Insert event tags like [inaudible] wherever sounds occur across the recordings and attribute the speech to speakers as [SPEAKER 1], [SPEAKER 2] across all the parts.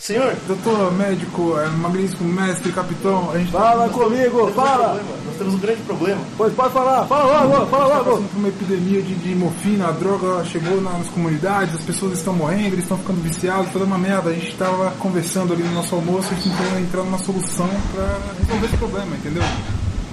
[SPEAKER 1] Senhor?
[SPEAKER 2] Doutor, médico, é, magnífico, mestre, capitão, a gente tá
[SPEAKER 3] Fala comigo,
[SPEAKER 1] Nós temos um
[SPEAKER 3] fala!
[SPEAKER 1] problema, Nós temos um grande problema.
[SPEAKER 3] Pois pode falar, fala logo, fala
[SPEAKER 2] tá
[SPEAKER 3] logo!
[SPEAKER 2] passando por uma epidemia de, de morfina, a droga chegou na- nas comunidades, as pessoas estão morrendo, eles estão ficando viciados, toda uma merda. A gente tava conversando ali no nosso almoço, a gente tentando entrar numa solução pra resolver esse problema, entendeu?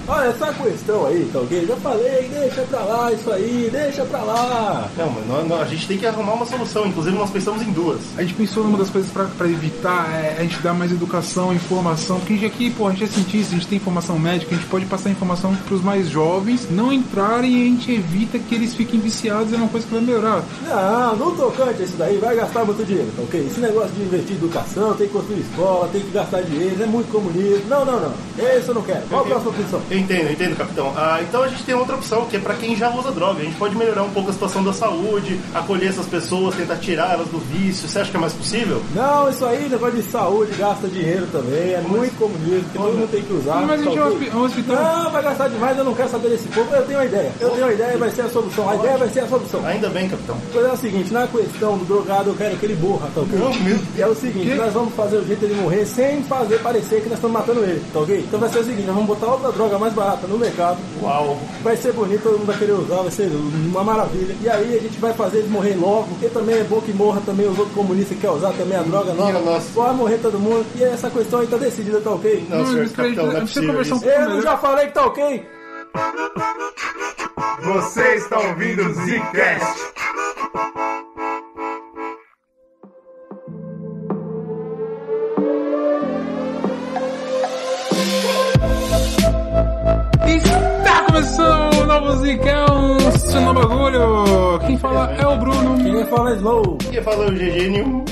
[SPEAKER 3] Olha essa questão aí, tá ok? Já falei, deixa pra lá isso aí, deixa pra lá!
[SPEAKER 1] Não, mas nós- nós- a gente tem que arrumar uma solução. Inclusive, nós pensamos em duas.
[SPEAKER 2] A gente pensou numa das coisas pra, pra evitar é a gente dar mais educação, informação, porque a gente aqui, pô, a gente é cientista, a gente tem informação médica, a gente pode passar informação pros mais jovens não entrarem e a gente evita que eles fiquem viciados, é uma coisa que vai melhorar.
[SPEAKER 3] Não, não tocante isso daí, vai gastar muito dinheiro, tá ok? Esse negócio de investir em educação, tem que construir escola, tem que gastar dinheiro, é muito comunismo. Não, não, não, isso eu não quero. Qual a próxima opção?
[SPEAKER 1] Eu entendo, eu entendo, capitão. Ah, então a gente tem outra opção, que é pra quem já usa droga. A gente pode melhorar um pouco a situação da saúde, acolher essas pessoas, tentar tirar elas do vício. Você acha que é mais possível?
[SPEAKER 3] Não, isso aí, negócio de saúde, gasta dinheiro também, é muito comunismo, que todo mundo tem que usar.
[SPEAKER 2] Mas a gente
[SPEAKER 3] tá
[SPEAKER 2] é um
[SPEAKER 3] ok?
[SPEAKER 2] hospi- é um hospital.
[SPEAKER 3] Não, vai gastar demais, eu não quero saber desse povo, eu tenho uma ideia. Eu tenho uma ideia e vai ser a solução. A ideia vai ser a solução.
[SPEAKER 1] Ainda bem, capitão.
[SPEAKER 3] Mas é o seguinte, na questão do drogado, eu quero que ele morra, tá ok?
[SPEAKER 1] Não, meu
[SPEAKER 3] E é o seguinte,
[SPEAKER 2] Que?
[SPEAKER 3] nós vamos fazer o jeito dele morrer sem fazer parecer que nós estamos matando ele, tá ok? Então vai ser o seguinte, nós vamos botar outra droga mais barata no mercado,
[SPEAKER 1] Uau.
[SPEAKER 3] vai ser bonito, todo mundo vai querer usar, vai ser uma maravilha. E aí a gente vai fazer ele morrer logo, porque também é bom que morra também os outros comunistas que querem usar também a droga
[SPEAKER 1] Minha
[SPEAKER 3] nova.
[SPEAKER 1] nossa.
[SPEAKER 3] Vai morrer todo mundo, e essa questão aí tá decidida, tá ok?
[SPEAKER 1] Não,
[SPEAKER 2] Não,
[SPEAKER 1] senhor
[SPEAKER 2] mas peraí,
[SPEAKER 1] capitão, não é
[SPEAKER 2] eu preciso
[SPEAKER 1] possível
[SPEAKER 2] conversar um
[SPEAKER 1] isso.
[SPEAKER 3] Eu não já falei que tá ok?
[SPEAKER 4] Você está ouvindo o Zcast.
[SPEAKER 2] Está começando o novo Zicão, seu novo bagulho. Quem fala é o Bruno.
[SPEAKER 3] Ninguém fala slow.
[SPEAKER 1] Quem fala é o GG
[SPEAKER 3] [laughs]
[SPEAKER 1] nenhum.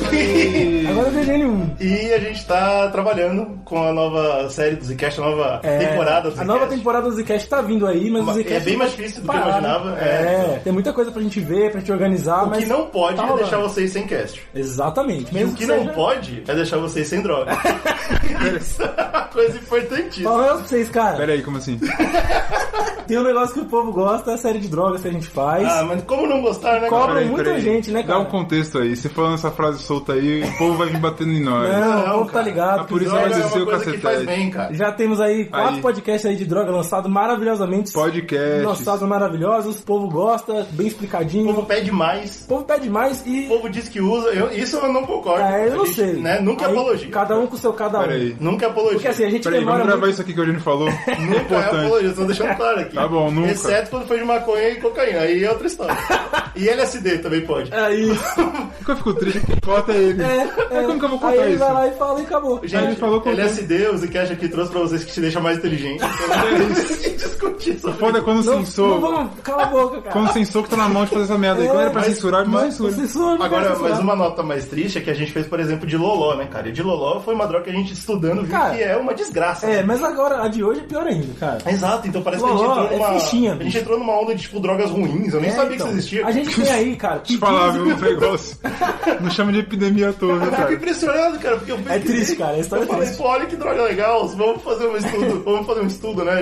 [SPEAKER 3] Agora eu vejo ele um.
[SPEAKER 1] E a gente tá trabalhando com a nova série do Zcast, a nova
[SPEAKER 3] É,
[SPEAKER 1] temporada do
[SPEAKER 3] A nova
[SPEAKER 1] Zcast.
[SPEAKER 3] temporada do Zcast tá vindo aí, mas o
[SPEAKER 1] Mas é
[SPEAKER 3] Zcast
[SPEAKER 1] bem
[SPEAKER 3] tá
[SPEAKER 1] mais difícil do que eu
[SPEAKER 3] parado.
[SPEAKER 1] imaginava, é.
[SPEAKER 3] É. tem muita coisa pra gente ver, pra gente organizar,
[SPEAKER 1] O
[SPEAKER 3] mas.
[SPEAKER 1] que não pode
[SPEAKER 3] tá
[SPEAKER 1] é
[SPEAKER 3] rolando.
[SPEAKER 1] deixar vocês sem cast.
[SPEAKER 3] Exatamente.
[SPEAKER 1] E
[SPEAKER 3] Mesmo
[SPEAKER 1] o que não
[SPEAKER 3] seja-
[SPEAKER 1] pode é deixar vocês sem droga. Isso é uma coisa importantíssima.
[SPEAKER 3] Fala pra vocês, cara.
[SPEAKER 2] Pera aí, como assim?
[SPEAKER 3] Tem um negócio que o povo gosta, é a série de drogas que a gente faz.
[SPEAKER 1] Ah, mas como não gostar, né?
[SPEAKER 3] Cobra
[SPEAKER 1] cara?
[SPEAKER 2] Peraí,
[SPEAKER 3] muita
[SPEAKER 2] peraí.
[SPEAKER 3] gente, né,
[SPEAKER 2] Dá
[SPEAKER 3] cara?
[SPEAKER 2] um contexto aí. Você falando essa frase solta aí, o povo vai vir batendo em nós.
[SPEAKER 3] não, o povo tá
[SPEAKER 1] cara.
[SPEAKER 3] ligado.
[SPEAKER 2] Ah, por isso
[SPEAKER 1] Droga
[SPEAKER 2] vai
[SPEAKER 1] é
[SPEAKER 2] descer
[SPEAKER 1] uma
[SPEAKER 2] o
[SPEAKER 1] coisa que faz
[SPEAKER 2] cacetete.
[SPEAKER 1] bem, cara.
[SPEAKER 3] Já temos aí quatro
[SPEAKER 2] Aí.
[SPEAKER 3] podcasts aí de droga lançados maravilhosamente.
[SPEAKER 2] Podcasts.
[SPEAKER 3] Lançados maravilhosos, o povo gosta, bem
[SPEAKER 1] O
[SPEAKER 3] explicadinho.
[SPEAKER 1] povo pede mais.
[SPEAKER 3] O povo pede mais e.
[SPEAKER 1] O povo diz que usa. Eu- isso eu não concordo.
[SPEAKER 3] É, eu
[SPEAKER 1] A
[SPEAKER 3] não
[SPEAKER 1] gente,
[SPEAKER 3] sei.
[SPEAKER 1] Né? Nunca é
[SPEAKER 3] Aí,
[SPEAKER 1] apologia.
[SPEAKER 3] Cada um com o seu cada um.
[SPEAKER 2] Pera aí.
[SPEAKER 1] Nunca é apologia.
[SPEAKER 3] Porque assim, a gente
[SPEAKER 2] Peraí,
[SPEAKER 3] demora
[SPEAKER 2] vamos gravar
[SPEAKER 3] muito.
[SPEAKER 2] isso aqui que o Júnior
[SPEAKER 3] [laughs]
[SPEAKER 2] falou?
[SPEAKER 1] Nunca é
[SPEAKER 2] Importante.
[SPEAKER 1] apologia. Tô deixando claro aqui.
[SPEAKER 2] Tá bom, nunca.
[SPEAKER 1] Exceto quando foi de maconha e cocaína. Aí é outra história. e LSD também pode.
[SPEAKER 3] É isso.
[SPEAKER 2] [laughs] Por que eu fico triste? Quem corta é ele.
[SPEAKER 3] É,
[SPEAKER 2] Mas como que eu vou contar
[SPEAKER 3] aí ele
[SPEAKER 2] isso?
[SPEAKER 3] vai lá e fala e acabou.
[SPEAKER 1] Gente,
[SPEAKER 2] ele falou com
[SPEAKER 1] LSD, é o Zcash aqui trouxe pra vocês que te deixa mais inteligente. Discutir sobre
[SPEAKER 2] Foda é quando
[SPEAKER 3] não,
[SPEAKER 2] censou.
[SPEAKER 3] não vamos, cala a boca, cara.
[SPEAKER 2] Quando censou que tá na mão de fazer essa merda aí. Quando era pra
[SPEAKER 1] Mas-
[SPEAKER 2] censurar, não é
[SPEAKER 3] Mas-
[SPEAKER 2] censura.
[SPEAKER 3] censura, não
[SPEAKER 1] Agora,
[SPEAKER 3] quero censurar.
[SPEAKER 1] mas uma nota mais triste é que a gente fez, por exemplo, de Loló, né, cara? E de Loló foi uma droga que a gente estudando viu
[SPEAKER 3] Cara,
[SPEAKER 1] que é uma desgraça.
[SPEAKER 3] É, mas agora a de hoje é pior ainda, cara.
[SPEAKER 1] Exato, então parece que a
[SPEAKER 3] Loló
[SPEAKER 1] gente entrou
[SPEAKER 3] é
[SPEAKER 1] numa.
[SPEAKER 3] fichinha,
[SPEAKER 1] a gente
[SPEAKER 3] bicho.
[SPEAKER 1] entrou numa onda de tipo drogas ruins, eu nem
[SPEAKER 3] É,
[SPEAKER 1] sabia
[SPEAKER 3] então.
[SPEAKER 1] que isso existia.
[SPEAKER 3] A gente tem aí, cara.
[SPEAKER 2] Deixa eu falar, viu, um negócio. Não chama de epidemia à
[SPEAKER 3] [laughs]
[SPEAKER 2] toa, né,
[SPEAKER 1] Eu fico
[SPEAKER 2] cara?
[SPEAKER 1] impressionado, cara, porque eu
[SPEAKER 3] É triste, cara, a história
[SPEAKER 1] eu
[SPEAKER 3] é
[SPEAKER 1] falei,
[SPEAKER 3] triste.
[SPEAKER 1] pô, olha que droga legal, vamos fazer um estudo, [laughs] vamos fazer um estudo, né?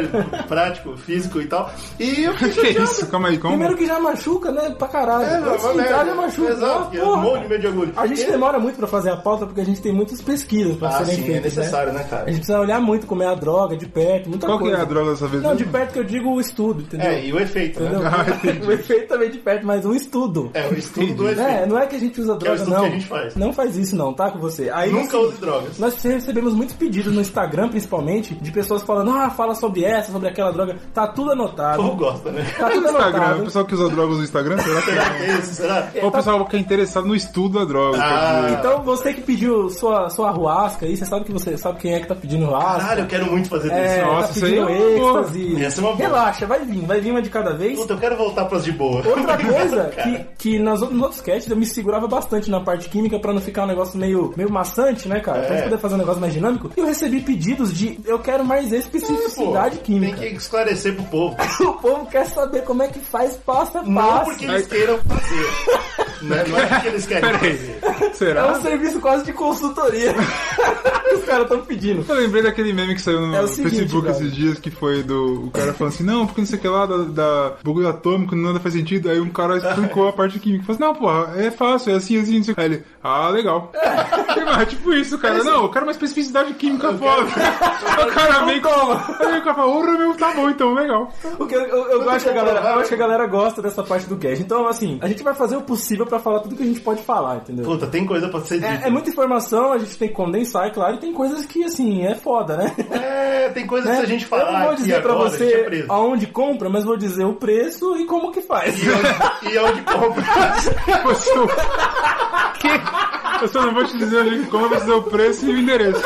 [SPEAKER 1] Prático, físico e tal. E eu
[SPEAKER 3] [laughs]
[SPEAKER 1] fiquei
[SPEAKER 2] [laughs] Que
[SPEAKER 1] chateado.
[SPEAKER 2] isso? Calma aí, calma.
[SPEAKER 3] Primeiro que já machuca, né? Pra caralho.
[SPEAKER 1] É,
[SPEAKER 3] Antes
[SPEAKER 1] mas
[SPEAKER 3] de
[SPEAKER 1] merda.
[SPEAKER 3] entrar, já machuca.
[SPEAKER 1] Exato,
[SPEAKER 3] Ah,
[SPEAKER 1] que é um
[SPEAKER 3] porra.
[SPEAKER 1] monte de meio de agulha.
[SPEAKER 3] A gente
[SPEAKER 1] Ele-
[SPEAKER 3] demora muito pra fazer a pauta porque a gente tem muitas pesquisas pra
[SPEAKER 1] Ah,
[SPEAKER 3] serem
[SPEAKER 1] sim, é
[SPEAKER 3] feitas.
[SPEAKER 1] necessário, né,
[SPEAKER 3] A
[SPEAKER 1] cara?
[SPEAKER 3] gente precisa olhar muito como é a droga, de perto, muita
[SPEAKER 2] Qual que
[SPEAKER 3] coisa.
[SPEAKER 2] é a droga dessa vez?
[SPEAKER 3] Não, de perto que eu digo o estudo, entendeu?
[SPEAKER 1] É, e o efeito,
[SPEAKER 3] Entendeu?
[SPEAKER 1] né?
[SPEAKER 2] [laughs] Ah, entendi.
[SPEAKER 3] o efeito também de perto, mas um estudo.
[SPEAKER 1] É, o estudo do efeito.
[SPEAKER 3] É, não é que a gente usa
[SPEAKER 1] é o
[SPEAKER 3] droga,
[SPEAKER 1] estudo
[SPEAKER 3] não.
[SPEAKER 1] que a gente faz.
[SPEAKER 3] Não faz isso, não, tá? Com você. Aí,
[SPEAKER 1] Nunca
[SPEAKER 3] assim,
[SPEAKER 1] use drogas.
[SPEAKER 3] Nós recebemos muitos pedidos no Instagram, principalmente, de pessoas falando: ah, fala sobre essa, sobre aquela droga. Tá tudo
[SPEAKER 1] O povo
[SPEAKER 3] anotado.
[SPEAKER 1] gosta, né?
[SPEAKER 3] Tá tudo
[SPEAKER 2] Instagram. O
[SPEAKER 3] anotado.
[SPEAKER 2] pessoal que usa drogas no Instagram, será que
[SPEAKER 1] Será
[SPEAKER 3] [laughs]
[SPEAKER 1] que é isso? Será?
[SPEAKER 2] é? Ou
[SPEAKER 3] tá-
[SPEAKER 2] o pessoal que é interessado no estudo da droga.
[SPEAKER 1] Ah.
[SPEAKER 2] quer dizer.
[SPEAKER 3] Então, você que pediu sua, sua arruasca aí, você sabe que você sabe quem é que tá pedindo arruasca.
[SPEAKER 1] Caralho, eu quero muito fazer
[SPEAKER 3] É,
[SPEAKER 1] isso.
[SPEAKER 2] nossa,
[SPEAKER 3] tá
[SPEAKER 2] isso aí é
[SPEAKER 3] pedindo
[SPEAKER 2] uma boa.
[SPEAKER 3] êxtase.
[SPEAKER 1] Essa é uma boa.
[SPEAKER 3] Relaxa, vai vir, vai vir uma de cada vez.
[SPEAKER 1] Puta, eu quero voltar pras de boa. [laughs]
[SPEAKER 3] Outra
[SPEAKER 1] Cara.
[SPEAKER 3] coisa que, que nas outras- nos outros casts eu me segurava bastante na parte química pra não ficar um negócio meio, meio maçante, né, cara? Pra
[SPEAKER 1] É.
[SPEAKER 3] gente poder fazer um negócio mais dinâmico. E eu recebi pedidos de eu quero mais
[SPEAKER 1] É, Pô,
[SPEAKER 3] especificidade química.
[SPEAKER 1] Tem que esclarecer pro povo.
[SPEAKER 3] [laughs] O povo quer saber como é que faz passo a
[SPEAKER 1] Não
[SPEAKER 3] passo.
[SPEAKER 1] porque eles queiram fazer. né? Não é porque eles querem
[SPEAKER 2] Peraí.
[SPEAKER 1] fazer.
[SPEAKER 3] É
[SPEAKER 2] Será?
[SPEAKER 3] um serviço quase de consultoria. [laughs] que os caras estão pedindo?
[SPEAKER 2] Eu lembrei daquele meme que saiu no
[SPEAKER 3] É o seguinte,
[SPEAKER 2] Facebook
[SPEAKER 3] brother.
[SPEAKER 2] esses dias, que foi do o cara falando assim, não, porque não sei o que lá, da, da bagulho atômico, nada faz sentido. Aí um cara explicou a parte química. Falou assim, não, porra, é fácil, é assim, assim, não sei o que. Aí ele, ah,
[SPEAKER 3] [laughs]
[SPEAKER 2] legal. É. tipo isso, cara. não, eu quero uma especificidade química foda. o
[SPEAKER 3] um
[SPEAKER 2] cara vem com... Aí o cara fala, ô, meu, tá bom, então, legal.
[SPEAKER 3] O que eu, eu- eu acho que a galera, eu acho que a galera gosta dessa parte do cast. Então, assim, a gente vai fazer o possível pra falar tudo que a gente pode falar, entendeu?
[SPEAKER 1] Puta, tem coisa pra ser dita.
[SPEAKER 3] É, é muita informação, a gente tem que condensar, é claro, e tem coisas que, assim, é foda, né? [laughs]
[SPEAKER 1] É, tem coisa que se a gente
[SPEAKER 3] eu
[SPEAKER 1] falar
[SPEAKER 3] não vou
[SPEAKER 1] aqui
[SPEAKER 3] dizer pra
[SPEAKER 1] agora, a gente é
[SPEAKER 3] você
[SPEAKER 1] preso.
[SPEAKER 3] aonde compra, mas vou dizer o preço e como que
[SPEAKER 1] [laughs]
[SPEAKER 3] faz.
[SPEAKER 1] E é onde, e onde compra?
[SPEAKER 2] Você... Eu só não vou te dizer onde como eu vou te dizer o preço e o endereço.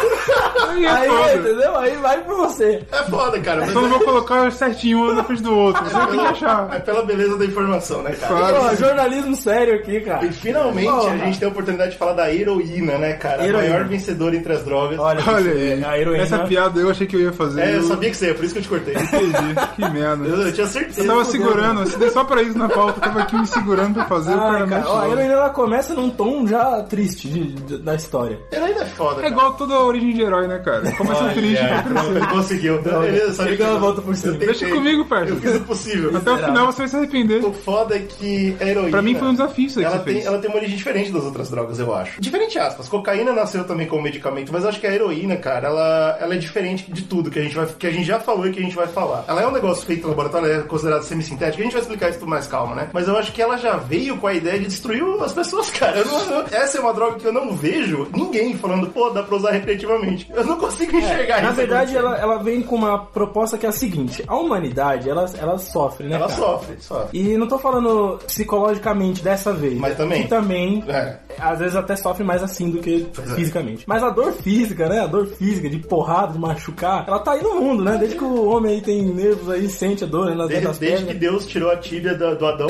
[SPEAKER 2] Aí é
[SPEAKER 3] Aí,
[SPEAKER 2] foda.
[SPEAKER 3] entendeu? Aí vai pra você.
[SPEAKER 1] É foda, cara. Mas
[SPEAKER 2] Só não vou colocar certinho um na frente do outro. Você tem que
[SPEAKER 1] é
[SPEAKER 2] achar.
[SPEAKER 1] pela beleza da informação, né, cara?
[SPEAKER 2] Claro.
[SPEAKER 3] Ó, jornalismo sério aqui, cara.
[SPEAKER 1] E finalmente a
[SPEAKER 3] Porra.
[SPEAKER 1] gente tem a oportunidade de falar da heroína, né, cara? A
[SPEAKER 3] Heroína.
[SPEAKER 1] maior vencedora entre as drogas.
[SPEAKER 3] Olha,
[SPEAKER 2] Olha aí.
[SPEAKER 3] É, a heroína.
[SPEAKER 2] Essa piada eu achei que eu ia fazer.
[SPEAKER 1] É, eu sabia que você ia, por isso que eu te cortei.
[SPEAKER 2] Entendi. Que
[SPEAKER 1] Eu,
[SPEAKER 2] merda.
[SPEAKER 1] eu tinha certeza.
[SPEAKER 2] Eu tava segurando, se der só pra isso na pauta, eu tava aqui me segurando pra fazer
[SPEAKER 1] é
[SPEAKER 2] o
[SPEAKER 3] Ai,
[SPEAKER 2] cara,
[SPEAKER 3] cara,
[SPEAKER 2] mete
[SPEAKER 3] ó, a
[SPEAKER 2] logo.
[SPEAKER 3] heroína ela começa num tom já triste de- de- da história.
[SPEAKER 1] Heroína é foda,
[SPEAKER 2] É
[SPEAKER 1] cara.
[SPEAKER 2] igual toda a origem de herói, né, cara? Começa triste
[SPEAKER 3] é,
[SPEAKER 2] pra
[SPEAKER 1] Pronto,
[SPEAKER 2] crescer.
[SPEAKER 1] ele conseguiu. Ele sabia
[SPEAKER 3] Ele deu
[SPEAKER 1] que-
[SPEAKER 3] uma volta por cima.
[SPEAKER 1] Eu tentei.
[SPEAKER 2] Deixa comigo, parça.
[SPEAKER 1] Eu fiz o possível.
[SPEAKER 2] Até o final você vai se arrepender.
[SPEAKER 1] O foda é que a heroína.
[SPEAKER 2] Pra mim foi um desafio isso aí que
[SPEAKER 1] ela
[SPEAKER 2] você
[SPEAKER 1] tem,
[SPEAKER 2] fez.
[SPEAKER 1] Ela tem uma origem diferente das outras drogas, eu acho. Diferente aspas. Cocaína nasceu também como medicamento, mas eu acho que a heroína, cara, ela, ela é diferente de tudo que a, gente vai, que a gente já falou e que a gente vai falar. Ela é um negócio feito no laboratório, ela é considerada semissintética. A gente vai explicar isso com mais calma, né? Mas eu acho que ela já veio com a ideia de destruir as pessoas, [laughs] cara. Eu não- eu- essa é uma droga que eu não vejo ninguém falando, pô, dá pra usar recreativamente. Eu não consigo enxergar
[SPEAKER 3] É, Na
[SPEAKER 1] isso.
[SPEAKER 3] verdade,
[SPEAKER 1] acontecendo.
[SPEAKER 3] ela, ela vem com uma proposta que é a seguinte: a humanidade, ela, ela sofre, né?
[SPEAKER 1] Ela
[SPEAKER 3] cara?
[SPEAKER 1] sofre, sofre.
[SPEAKER 3] E não tô falando psicologicamente dessa vez.
[SPEAKER 1] Mas também.
[SPEAKER 3] Que também,
[SPEAKER 1] É.
[SPEAKER 3] às vezes, até sofre mais assim do que
[SPEAKER 1] é.
[SPEAKER 3] fisicamente. Mas a dor física, né? A dor física de porrada, de machucar, ela tá aí no mundo, né? Desde que o homem aí tem nervos aí, sente a dor né, nas
[SPEAKER 1] Desde,
[SPEAKER 3] nas
[SPEAKER 1] desde
[SPEAKER 3] pernas.
[SPEAKER 1] que Deus tirou a tíbia do, do
[SPEAKER 3] [laughs]
[SPEAKER 1] Adão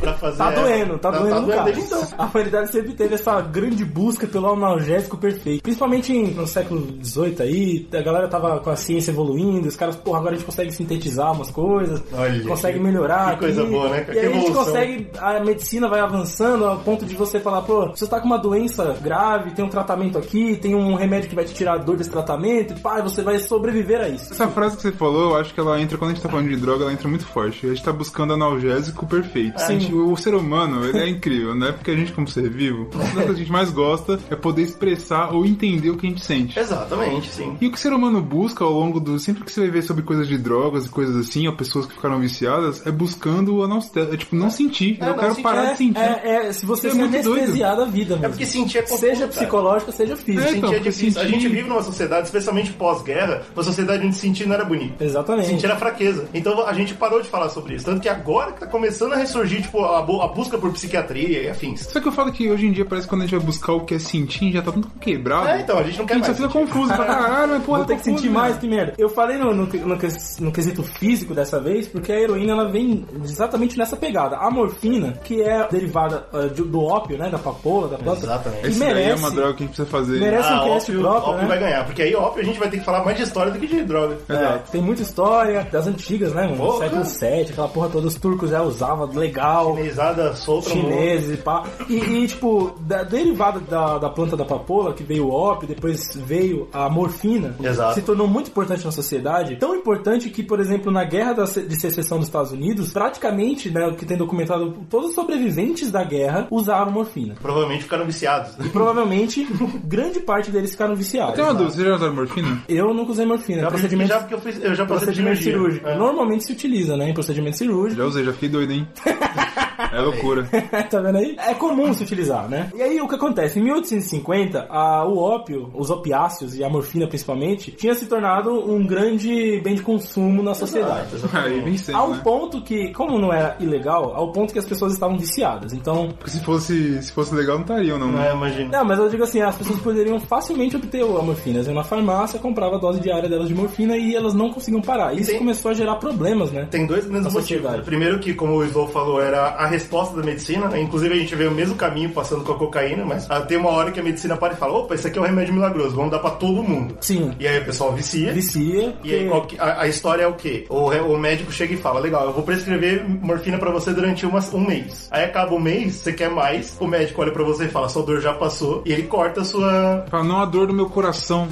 [SPEAKER 1] pra fazer.
[SPEAKER 3] Tá
[SPEAKER 1] essa.
[SPEAKER 3] doendo, tá, doendo,
[SPEAKER 1] Tá
[SPEAKER 3] no
[SPEAKER 1] doendo
[SPEAKER 3] cara.
[SPEAKER 1] desde então.
[SPEAKER 3] A humanidade sempre teve essa grande busca pelo analgésico perfeito. Principalmente em- no século XVIII aí, a galera tava com a ciência evoluindo, os caras, porra, agora a gente consegue sintetizar umas coisas,
[SPEAKER 1] Olha,
[SPEAKER 3] consegue
[SPEAKER 1] que-
[SPEAKER 3] melhorar.
[SPEAKER 1] que coisa
[SPEAKER 3] aqui.
[SPEAKER 1] boa, né, cara?
[SPEAKER 3] E aí
[SPEAKER 1] Que
[SPEAKER 3] a gente
[SPEAKER 1] evolução.
[SPEAKER 3] consegue, a medicina vai avançando ao ponto de você falar, pô, você tá com uma doença grave, tem um tratamento aqui, tem um remédio que vai te tirar a dor desse tratamento, e pá, você vai sobreviver a isso.
[SPEAKER 2] Essa frase que você falou, eu acho que ela entra, quando a gente tá falando de droga, ela entra muito forte. A gente tá buscando analgésico perfeito. A gente- o ser humano, ele é incrível, né? Porque a gente, como ser vivo, uma das coisas que a gente mais gosta é poder expressar ou entender o que a gente sente.
[SPEAKER 1] Exatamente, sim.
[SPEAKER 2] E o que o ser humano busca ao longo do. Sempre que você vai ver sobre coisas de drogas e coisas assim, ou pessoas que ficaram viciadas, é buscando o analgésico. É tipo, não sentir.
[SPEAKER 1] É,
[SPEAKER 2] eu
[SPEAKER 1] não
[SPEAKER 2] quero
[SPEAKER 1] sentir.
[SPEAKER 2] parar de sentir.
[SPEAKER 3] É, é, se você
[SPEAKER 2] É
[SPEAKER 3] se
[SPEAKER 2] muito doido.
[SPEAKER 3] anestesiar da vida mesmo.
[SPEAKER 1] É porque sentir é confuso,
[SPEAKER 3] Seja
[SPEAKER 1] cara.
[SPEAKER 3] psicológica, seja física.
[SPEAKER 2] É, então,
[SPEAKER 1] Sentir é
[SPEAKER 2] porque
[SPEAKER 1] difícil. A
[SPEAKER 2] sentir-
[SPEAKER 1] gente vive numa sociedade, especialmente pós-guerra, uma sociedade onde sentir não era bonito.
[SPEAKER 3] Exatamente.
[SPEAKER 1] Sentir era fraqueza. Então a gente parou de falar sobre isso. Tanto que agora que tá começando a ressurgir, tipo, a, bu- a busca por psiquiatria e afins.
[SPEAKER 2] Só que eu falo que hoje em dia parece que quando a gente vai buscar o que é sentir, já tá tudo quebrado.
[SPEAKER 1] É, então, a gente não quer
[SPEAKER 2] a gente só
[SPEAKER 1] mais.
[SPEAKER 2] fica
[SPEAKER 1] sentir.
[SPEAKER 2] confuso. Fala, caralho, mas porra,
[SPEAKER 3] Vou ter
[SPEAKER 2] tô
[SPEAKER 3] que sentir
[SPEAKER 2] confuso,
[SPEAKER 3] mais,
[SPEAKER 2] né?"
[SPEAKER 3] que merda. Eu falei no, no, no ques- no quesito físico dessa vez, porque a heroína ela vem exatamente nessa pegada. A morfina, que é derivada eh, de- do ópio, né? Da papoula, da planta.
[SPEAKER 1] Exatamente.
[SPEAKER 3] E
[SPEAKER 2] Esse daí
[SPEAKER 3] merece,
[SPEAKER 2] é uma droga que a gente precisa fazer.
[SPEAKER 3] merece
[SPEAKER 1] Ah,
[SPEAKER 3] um cast
[SPEAKER 1] óbvio,
[SPEAKER 3] próprio,
[SPEAKER 1] óbvio
[SPEAKER 3] né?
[SPEAKER 1] vai ganhar. Porque aí, óbvio, a gente vai ter que falar mais de história do que de droga.
[SPEAKER 3] É, tem muita história das antigas, né, mano?
[SPEAKER 1] Porra.
[SPEAKER 3] Século VII, aquela porra toda, os turcos já usavam, legal.
[SPEAKER 1] Chinesada solta no mundo.
[SPEAKER 3] chineses e pá. E, e, tipo, da, derivada da, da planta da papoula, que veio o ópio, depois veio a morfina,
[SPEAKER 1] Exato.
[SPEAKER 3] se tornou muito importante na sociedade. Tão importante que, por exemplo, na guerra da se- de secessão dos Estados Unidos, praticamente, né, o que tem documentado, todos os sobreviventes da guerra usaram morfina.
[SPEAKER 1] Provavelmente ficaram viciados.
[SPEAKER 3] E provavelmente, [laughs] grande parte deles ficaram viciados.
[SPEAKER 2] Tem uma dúvida, você já usou morfina?
[SPEAKER 3] Eu nunca usei morfina,
[SPEAKER 1] Já,
[SPEAKER 3] procedimento,
[SPEAKER 1] já porque eu, fiz, eu já passei de
[SPEAKER 3] procedimento cirúrgico.
[SPEAKER 1] É.
[SPEAKER 3] Normalmente se utiliza, né, em procedimento cirúrgico.
[SPEAKER 2] Já usei, já fiquei doido, hein? É loucura.
[SPEAKER 3] [laughs] tá vendo aí? É comum se utilizar, né? E aí o que acontece? Em 1850, a, o ópio, os opiáceos e a morfina principalmente, tinha se tornado um grande bem de consumo na sociedade.
[SPEAKER 2] [laughs] Aí vem sempre,
[SPEAKER 3] Ao
[SPEAKER 2] né?
[SPEAKER 3] ponto que, como não era ilegal, ao ponto que as pessoas estavam viciadas. Então,
[SPEAKER 2] Porque se fosse, se fosse legal, não estariam, não.
[SPEAKER 1] É, imagina.
[SPEAKER 3] não, mas eu digo assim, as pessoas poderiam facilmente obter a morfina. Elas iam na farmácia, comprava a dose diária delas de morfina e elas não conseguiam parar. Isso
[SPEAKER 1] Tem-
[SPEAKER 3] começou a gerar problemas, né?
[SPEAKER 1] Tem dois grandes
[SPEAKER 3] Na
[SPEAKER 1] motivos.
[SPEAKER 3] sociedade.
[SPEAKER 1] né? Primeiro que, como o Slow falou, era a a resposta da medicina. né? Inclusive, a gente vê o mesmo caminho passando com a cocaína, mas ah, tem uma hora que a medicina para e fala: opa, isso aqui é um remédio milagroso, vamos dar pra todo mundo.
[SPEAKER 3] Sim.
[SPEAKER 1] E aí o pessoal vicia.
[SPEAKER 3] Vicia.
[SPEAKER 1] E aí,
[SPEAKER 3] porque-
[SPEAKER 1] qual que- a, a história é o quê? O, re- o médico chega e fala: Legal, eu vou prescrever morfina pra você durante umas- um mês. Aí acaba o mês, você quer mais. O médico olha pra você e fala: Sua dor já passou. E ele corta a sua.
[SPEAKER 2] Pra É. não a dor no meu coração.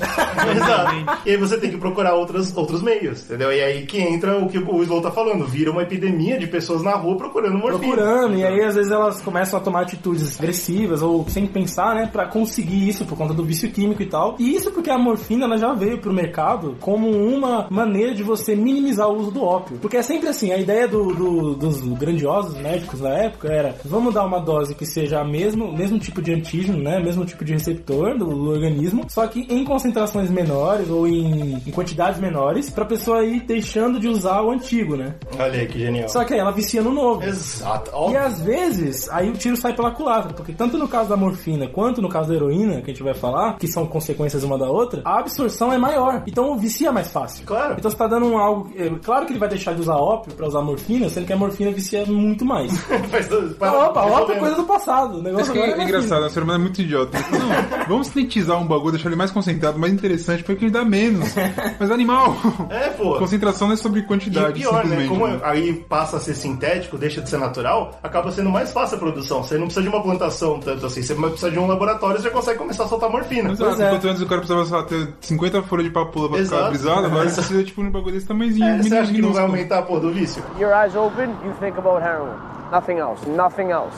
[SPEAKER 1] Exato. E aí você tem que procurar outras, outros meios, entendeu? E aí que entra o que o Slow tá falando: Vira uma epidemia de pessoas na rua procurando morfina.
[SPEAKER 3] procurando, e aí às vezes elas começam a tomar atitudes agressivas ou sem pensar, né, Pra conseguir isso por conta do vício químico e tal. E isso porque a morfina ela já veio pro mercado como uma maneira de você minimizar o uso do ópio. Porque é sempre assim, a ideia do- do- dos grandiosos médicos da época era vamos dar uma dose que seja a mesmo, mesmo tipo de antígeno, né, mesmo tipo de receptor do, do organismo, só que em concentrações menores ou em, em quantidades menores, pra pessoa ir deixando de usar o antigo, né?
[SPEAKER 1] Olha aí que genial.
[SPEAKER 3] Só que aí ela vicia no novo.
[SPEAKER 1] Exato.
[SPEAKER 3] E
[SPEAKER 1] Ó,
[SPEAKER 3] às vezes, aí o tiro sai pela culatra, porque tanto no caso da morfina quanto no caso da heroína, que a gente vai falar, que são consequências uma da outra, a absorção é maior. Então o vicia é mais fácil.
[SPEAKER 1] Claro.
[SPEAKER 3] Então você tá dando um algo. é, Claro que ele vai deixar de usar ópio pra usar morfina, sendo que a morfina vicia muito mais.
[SPEAKER 1] [laughs] faz tudo-
[SPEAKER 3] Então,
[SPEAKER 1] para-
[SPEAKER 3] opa, ópio é
[SPEAKER 1] resolvendo.
[SPEAKER 3] coisa do passado. O
[SPEAKER 2] Mas
[SPEAKER 3] negócio
[SPEAKER 2] que
[SPEAKER 3] agora
[SPEAKER 2] é,
[SPEAKER 3] é morfina.
[SPEAKER 2] engraçado, a sua irmã é muito idiota. Ele falou, Não, vamos sintetizar um bagulho, deixar ele mais concentrado, mais interessante, pra que ele dá menos. Mas animal!
[SPEAKER 1] É, pô.
[SPEAKER 2] Concentração não é sobre
[SPEAKER 1] E o
[SPEAKER 2] quantidade,
[SPEAKER 1] pior, né?
[SPEAKER 2] simplesmente.
[SPEAKER 1] Como
[SPEAKER 2] né?
[SPEAKER 1] aí passa a ser sintético, deixa de ser natural, acaba sendo mais fácil a produção. Você não precisa de uma plantação tanto assim, você precisa de um laboratório e já consegue começar a soltar morfina.
[SPEAKER 2] Exato,
[SPEAKER 3] Pois é.
[SPEAKER 2] enquanto antes o cara precisava sei lá, ter 50 folhas de papula pra
[SPEAKER 1] Exato.
[SPEAKER 2] ficar brisado, agora ele
[SPEAKER 1] Exato.
[SPEAKER 2] precisa tipo um bagulho desse tamanhozinho,
[SPEAKER 1] É, você
[SPEAKER 2] mínimo,
[SPEAKER 1] acha que não vai
[SPEAKER 2] minúsculo.
[SPEAKER 1] aumentar a porra do vício?
[SPEAKER 5] Your eyes open, you think about heroin. Nothing else. Nothing else.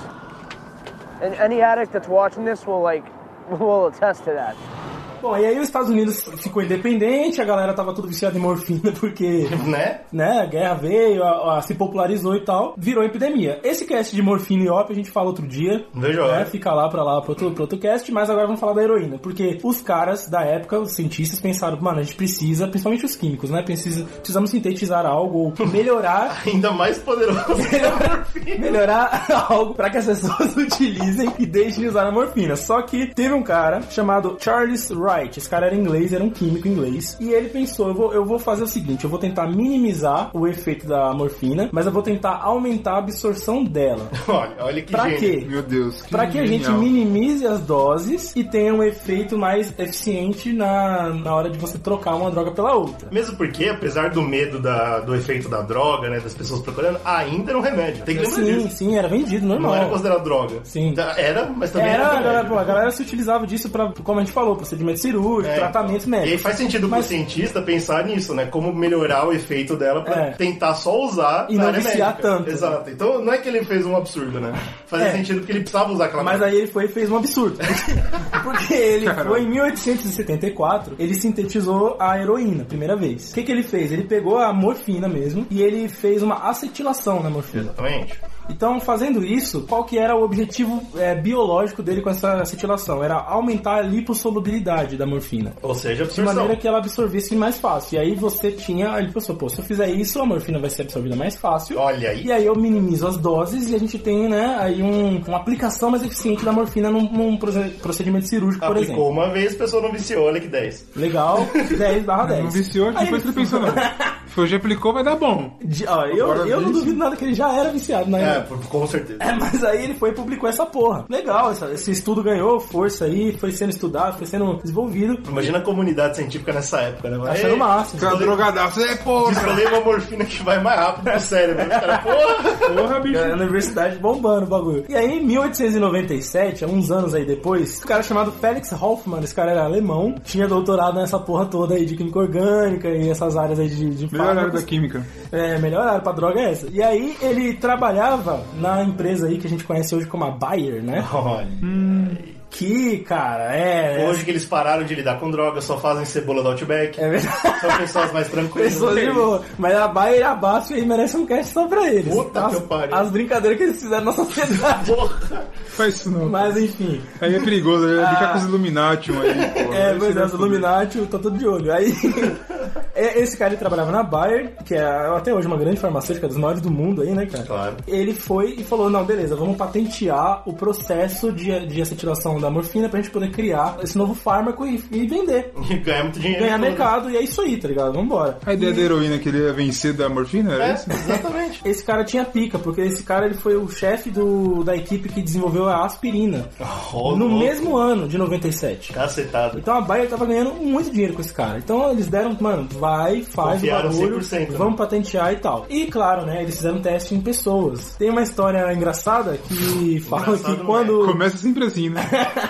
[SPEAKER 5] And any addict that's watching this will like [laughs] will attest to that.
[SPEAKER 3] Bom, e aí os Estados Unidos ficou independente, a galera tava tudo viciada em morfina [laughs] porque.
[SPEAKER 1] Né? [laughs]
[SPEAKER 3] né, a guerra veio, a- a- se popularizou e tal, virou epidemia. Esse cast de morfina e ópio a gente fala outro dia.
[SPEAKER 1] Vejo a hora.
[SPEAKER 3] né, Fica lá pra lá pro outro, pro outro cast, mas agora vamos falar da heroína. Porque os caras da época, os cientistas, pensaram, mano, a gente precisa, principalmente os químicos, né? Precisa, precisamos sintetizar algo ou melhorar.
[SPEAKER 1] Ainda mais poderoso [laughs] que a morfina.
[SPEAKER 3] Melhorar [laughs] algo pra que as pessoas [laughs] utilizem e deixem de usar a morfina. Só que teve um cara chamado Charles Wright. Esse cara era inglês, era um químico inglês. E ele pensou: eu vou, eu vou fazer o seguinte, eu vou tentar minimizar o efeito da morfina, mas eu vou tentar aumentar a
[SPEAKER 1] [laughs]
[SPEAKER 3] absorção dela.
[SPEAKER 1] Olha, olha que
[SPEAKER 3] Pra
[SPEAKER 1] gênio.
[SPEAKER 3] quê?
[SPEAKER 2] Meu Deus. Que
[SPEAKER 3] Pra que a gente
[SPEAKER 2] genial.
[SPEAKER 3] minimize as doses e tenha um efeito mais eficiente na, na hora de você trocar uma droga pela outra.
[SPEAKER 1] Mesmo porque, apesar do medo da- do efeito da droga, né, das pessoas procurando, ainda era um remédio. Tem que lembrar
[SPEAKER 3] Sim,
[SPEAKER 1] disso.
[SPEAKER 3] sim, era vendido,
[SPEAKER 1] Não,
[SPEAKER 3] normal.
[SPEAKER 1] era considerado droga. Tá,
[SPEAKER 3] Sim.
[SPEAKER 1] Era, mas também
[SPEAKER 3] Era,
[SPEAKER 1] era, um
[SPEAKER 3] a
[SPEAKER 1] remédio.
[SPEAKER 3] galera, pô, a galera se utilizava disso pra, como a gente falou, procedimento cirúrgico,
[SPEAKER 1] É,
[SPEAKER 3] tratamentos
[SPEAKER 1] então. E aí
[SPEAKER 3] médicos.
[SPEAKER 1] faz sentido
[SPEAKER 3] Mas-
[SPEAKER 1] pro cientista pensar nisso, né? Como melhorar o efeito dela pra
[SPEAKER 3] É.
[SPEAKER 1] tentar só usar
[SPEAKER 3] E
[SPEAKER 1] na
[SPEAKER 3] não
[SPEAKER 1] área
[SPEAKER 3] viciar
[SPEAKER 1] médica.
[SPEAKER 3] tanto. né?
[SPEAKER 1] Exato. Então não é que ele fez um absurdo, né? Fazia
[SPEAKER 3] É.
[SPEAKER 1] sentido porque ele precisava usar aquela
[SPEAKER 3] Mas
[SPEAKER 1] merda.
[SPEAKER 3] aí ele foi e fez um absurdo. Porque ele foi em 1874, ele sintetizou a heroína, a primeira vez. O que, que ele fez? Ele pegou a morfina mesmo e ele fez uma acetilação na morfina.
[SPEAKER 1] Exatamente.
[SPEAKER 3] Então, fazendo isso, qual que era o objetivo eh, biológico dele com essa acetilação? Era aumentar a lipossolubilidade da morfina.
[SPEAKER 1] Ou seja,
[SPEAKER 3] De
[SPEAKER 1] absorção.
[SPEAKER 3] maneira que ela absorvesse mais fácil. E aí você tinha, ele pensou, pô, se eu fizer isso, a morfina vai ser absorvida mais fácil.
[SPEAKER 1] Olha aí.
[SPEAKER 3] E aí eu minimizo as doses e a gente tem, né, aí um- uma aplicação mais eficiente da morfina num, num proce- procedimento cirúrgico, por
[SPEAKER 1] Aplicou
[SPEAKER 3] exemplo.
[SPEAKER 1] uma vez, a pessoa não viciou, olha que 10.
[SPEAKER 3] Legal, [laughs] 10 barra 10.
[SPEAKER 2] Não viciou,
[SPEAKER 3] Aí
[SPEAKER 2] depois ele pensou, não. Foi, já aplicou, vai dar bom.
[SPEAKER 3] [laughs] De- ó, eu,
[SPEAKER 2] Agora
[SPEAKER 3] eu não
[SPEAKER 2] vice.
[SPEAKER 3] duvido nada que ele já era viciado na
[SPEAKER 1] É,
[SPEAKER 3] época.
[SPEAKER 1] por- com certeza.
[SPEAKER 3] É, mas aí ele foi e publicou essa porra. Legal, essa- esse estudo ganhou força aí, foi sendo estudado, foi sendo desenvolvido.
[SPEAKER 1] Imagina a comunidade científica nessa época, né?
[SPEAKER 3] Achando
[SPEAKER 1] Ei,
[SPEAKER 3] o máximo.
[SPEAKER 2] Tá
[SPEAKER 1] Descolei-
[SPEAKER 2] drogadaço. É, porra.
[SPEAKER 1] Descolei uma morfina que vai mais rápido pro cérebro. né? Os caras, porra!
[SPEAKER 2] Porra, bicho.
[SPEAKER 3] Na universidade bombando o bagulho. E aí, em 1897, há uns anos aí depois, um cara chamado Felix Hoffmann, esse cara era alemão, tinha doutorado nessa porra toda aí de química orgânica e essas áreas aí de, de
[SPEAKER 2] Melhor área
[SPEAKER 3] fármacos.
[SPEAKER 2] da química.
[SPEAKER 3] É, melhor área pra droga é essa. E aí, ele trabalhava na empresa aí que a gente conhece hoje como a Bayer, né?
[SPEAKER 1] Olha.
[SPEAKER 3] Que, cara, é.
[SPEAKER 1] Hoje que eles pararam de lidar com drogas, só fazem cebola do Outback.
[SPEAKER 3] É verdade.
[SPEAKER 1] São pessoas mais tranquilas.
[SPEAKER 3] Pessoas de boa. Mas a Bayer e a Basf aí merecem um cast só pra eles.
[SPEAKER 1] Puta
[SPEAKER 3] as,
[SPEAKER 1] que pariu.
[SPEAKER 3] as brincadeiras que eles fizeram na
[SPEAKER 1] [laughs]
[SPEAKER 3] sociedade.
[SPEAKER 1] Porra!
[SPEAKER 2] Faz isso não.
[SPEAKER 3] Mas enfim.
[SPEAKER 2] Aí é perigoso, ele fica com os Illuminati aí, porra.
[SPEAKER 3] Ah. [laughs] É,
[SPEAKER 2] Aí você
[SPEAKER 3] pois é,
[SPEAKER 2] vai
[SPEAKER 3] os
[SPEAKER 2] foder.
[SPEAKER 3] Illuminati tá tudo de olho. Aí. É, Esse cara ele trabalhava na Bayer, que é até hoje uma grande farmacêutica das maiores do mundo aí, né, cara?
[SPEAKER 1] Claro.
[SPEAKER 3] Ele foi e falou: não, beleza, vamos patentear o processo de, de acetilação da morfina pra gente poder criar esse novo fármaco e, e vender.
[SPEAKER 1] E ganhar muito dinheiro.
[SPEAKER 3] Ganhar
[SPEAKER 1] todo.
[SPEAKER 3] mercado, e é isso aí, tá ligado? Vambora.
[SPEAKER 2] A ideia da heroína que ele ia vencer da morfina era
[SPEAKER 1] É,
[SPEAKER 2] isso?
[SPEAKER 1] exatamente.
[SPEAKER 3] Esse cara tinha pica, porque esse cara ele foi o chefe do, da equipe que desenvolveu a aspirina.
[SPEAKER 1] Oh,
[SPEAKER 3] no
[SPEAKER 1] louco.
[SPEAKER 3] mesmo ano de 97.
[SPEAKER 1] Tá Cacetado.
[SPEAKER 3] Então a Bayer tava ganhando muito dinheiro com esse cara. Então eles deram, mano, vai, faz
[SPEAKER 1] Confiaram
[SPEAKER 3] o barulho,
[SPEAKER 1] 100%, né?
[SPEAKER 3] vamos patentear e tal. E claro, né, eles fizeram teste em pessoas. Tem uma história engraçada
[SPEAKER 1] [laughs]
[SPEAKER 3] que fala
[SPEAKER 1] Engraçado
[SPEAKER 3] que
[SPEAKER 1] não é.
[SPEAKER 3] quando...
[SPEAKER 2] Começa sempre assim,
[SPEAKER 3] [laughs]
[SPEAKER 2] né?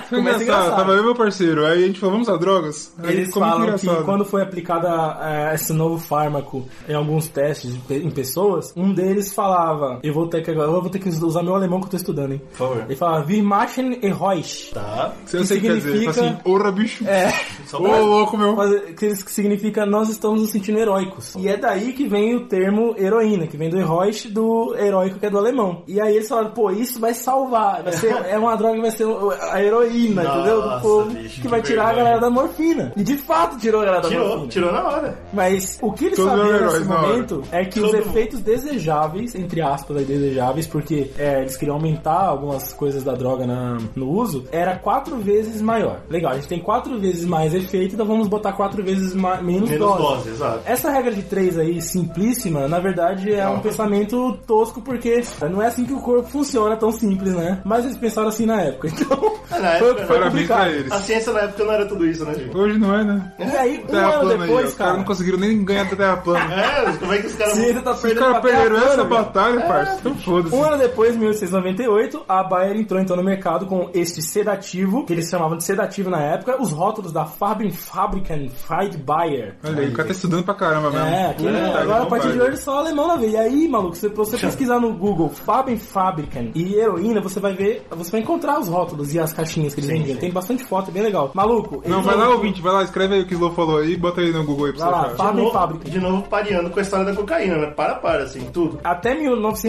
[SPEAKER 2] Foi engraçado,
[SPEAKER 3] Começa engraçado.
[SPEAKER 2] tava eu e meu parceiro. Aí a gente falou, vamos usar drogas? Aí
[SPEAKER 3] Eles
[SPEAKER 2] ficou é muito
[SPEAKER 3] falam que
[SPEAKER 2] engraçado.
[SPEAKER 3] quando foi aplicada eh, esse novo fármaco em alguns testes de pe- em pessoas, um deles falava, eu vou ter que agora, eu vou ter que usar meu alemão que eu tô estudando, hein?
[SPEAKER 1] Por favor.
[SPEAKER 3] Ele falava, Wir machen Errois.
[SPEAKER 1] Tá.
[SPEAKER 2] Se eu
[SPEAKER 3] que
[SPEAKER 2] sei o que quer dizer,
[SPEAKER 3] significa-
[SPEAKER 2] fala assim, ora bicho.
[SPEAKER 3] É.
[SPEAKER 1] Só
[SPEAKER 2] Ô,
[SPEAKER 1] pra-
[SPEAKER 2] louco, meu.
[SPEAKER 3] Mas, que isso significa nós estamos nos sentindo heróicos. E é daí que vem o termo heroína, que vem do heróis do heróico que é do alemão. E aí eles falaram, pô, isso vai salvar, vai
[SPEAKER 1] [laughs]
[SPEAKER 3] ser, é uma droga que vai ser a heroína,
[SPEAKER 1] Nossa,
[SPEAKER 3] entendeu? Do povo
[SPEAKER 1] bicho,
[SPEAKER 3] que
[SPEAKER 1] que
[SPEAKER 3] vai tirar a
[SPEAKER 1] vergonha.
[SPEAKER 3] galera da morfina. E de fato tirou a galera da
[SPEAKER 1] Tirou,
[SPEAKER 3] morfina.
[SPEAKER 1] tirou na hora.
[SPEAKER 3] Mas o que eles
[SPEAKER 2] Todos
[SPEAKER 3] sabiam
[SPEAKER 2] eram heróis
[SPEAKER 3] nesse
[SPEAKER 2] na hora.
[SPEAKER 3] momento é que os
[SPEAKER 1] Todo mundo.
[SPEAKER 3] efeitos desejáveis, entre aspas, aí, desejáveis, porque é, eles queriam aumentar algumas coisas da droga na- no uso, era quatro vezes maior. Legal, a gente tem quatro vezes mais efeito, então vamos botar quatro vezes ma- menos,
[SPEAKER 1] Menos
[SPEAKER 3] dose.
[SPEAKER 1] dose, exato.
[SPEAKER 3] Essa regra de três aí, simplíssima, na verdade é um pensamento tosco, porque não é assim que o corpo funciona, tão simples, né? Mas eles pensaram assim na época, então...
[SPEAKER 1] Ah, na
[SPEAKER 3] foi-
[SPEAKER 1] época,
[SPEAKER 3] foi
[SPEAKER 1] né?
[SPEAKER 2] Parabéns pra eles.
[SPEAKER 1] A ciência na época não era tudo isso, né, gente?
[SPEAKER 2] Hoje não é, né?
[SPEAKER 3] E aí, um
[SPEAKER 2] Terra
[SPEAKER 3] ano
[SPEAKER 2] plana aí, ó.
[SPEAKER 3] depois,
[SPEAKER 2] Os caras não conseguiram nem ganhar da terra plana.
[SPEAKER 1] É, mas como é que os caras...
[SPEAKER 3] Sim, você tá
[SPEAKER 2] Os
[SPEAKER 3] perdendo
[SPEAKER 2] caras
[SPEAKER 3] pra terra
[SPEAKER 2] perderam essa
[SPEAKER 3] plana, meu.
[SPEAKER 2] batalha, parça. Então foda-se.
[SPEAKER 3] Um ano depois, em 1898, a Bayer entrou então no mercado com este sedativo, que eles chamavam de sedativo na época, os rótulos da Faber Fabriken Fried Bayer.
[SPEAKER 2] Olha aí, o cara tá estudando pra caramba mesmo.
[SPEAKER 3] É, que,
[SPEAKER 2] Puta,
[SPEAKER 3] agora a
[SPEAKER 2] não
[SPEAKER 3] partir
[SPEAKER 2] vai.
[SPEAKER 3] de hoje só alemão na veia. E aí, maluco, se você pesquisar no Google Faben Fabriken e heroína, você vai ver, você vai encontrar os rótulos e as caixinhas que eles
[SPEAKER 1] Sim,
[SPEAKER 3] vendiam.
[SPEAKER 1] sim.
[SPEAKER 3] Tem bastante foto, é bem legal. Maluco,
[SPEAKER 2] Não,
[SPEAKER 3] eles-
[SPEAKER 2] vai lá, ouvinte, vai lá, escreve aí o que o Slow falou aí, bota aí no Google aí pra
[SPEAKER 3] é Vai lá,
[SPEAKER 2] você achar.
[SPEAKER 1] de
[SPEAKER 3] fala. Fábrica em
[SPEAKER 1] novo,
[SPEAKER 3] fábrica.
[SPEAKER 1] de novo pareando com a história da cocaína, né? Para, para, assim, tudo.
[SPEAKER 3] Até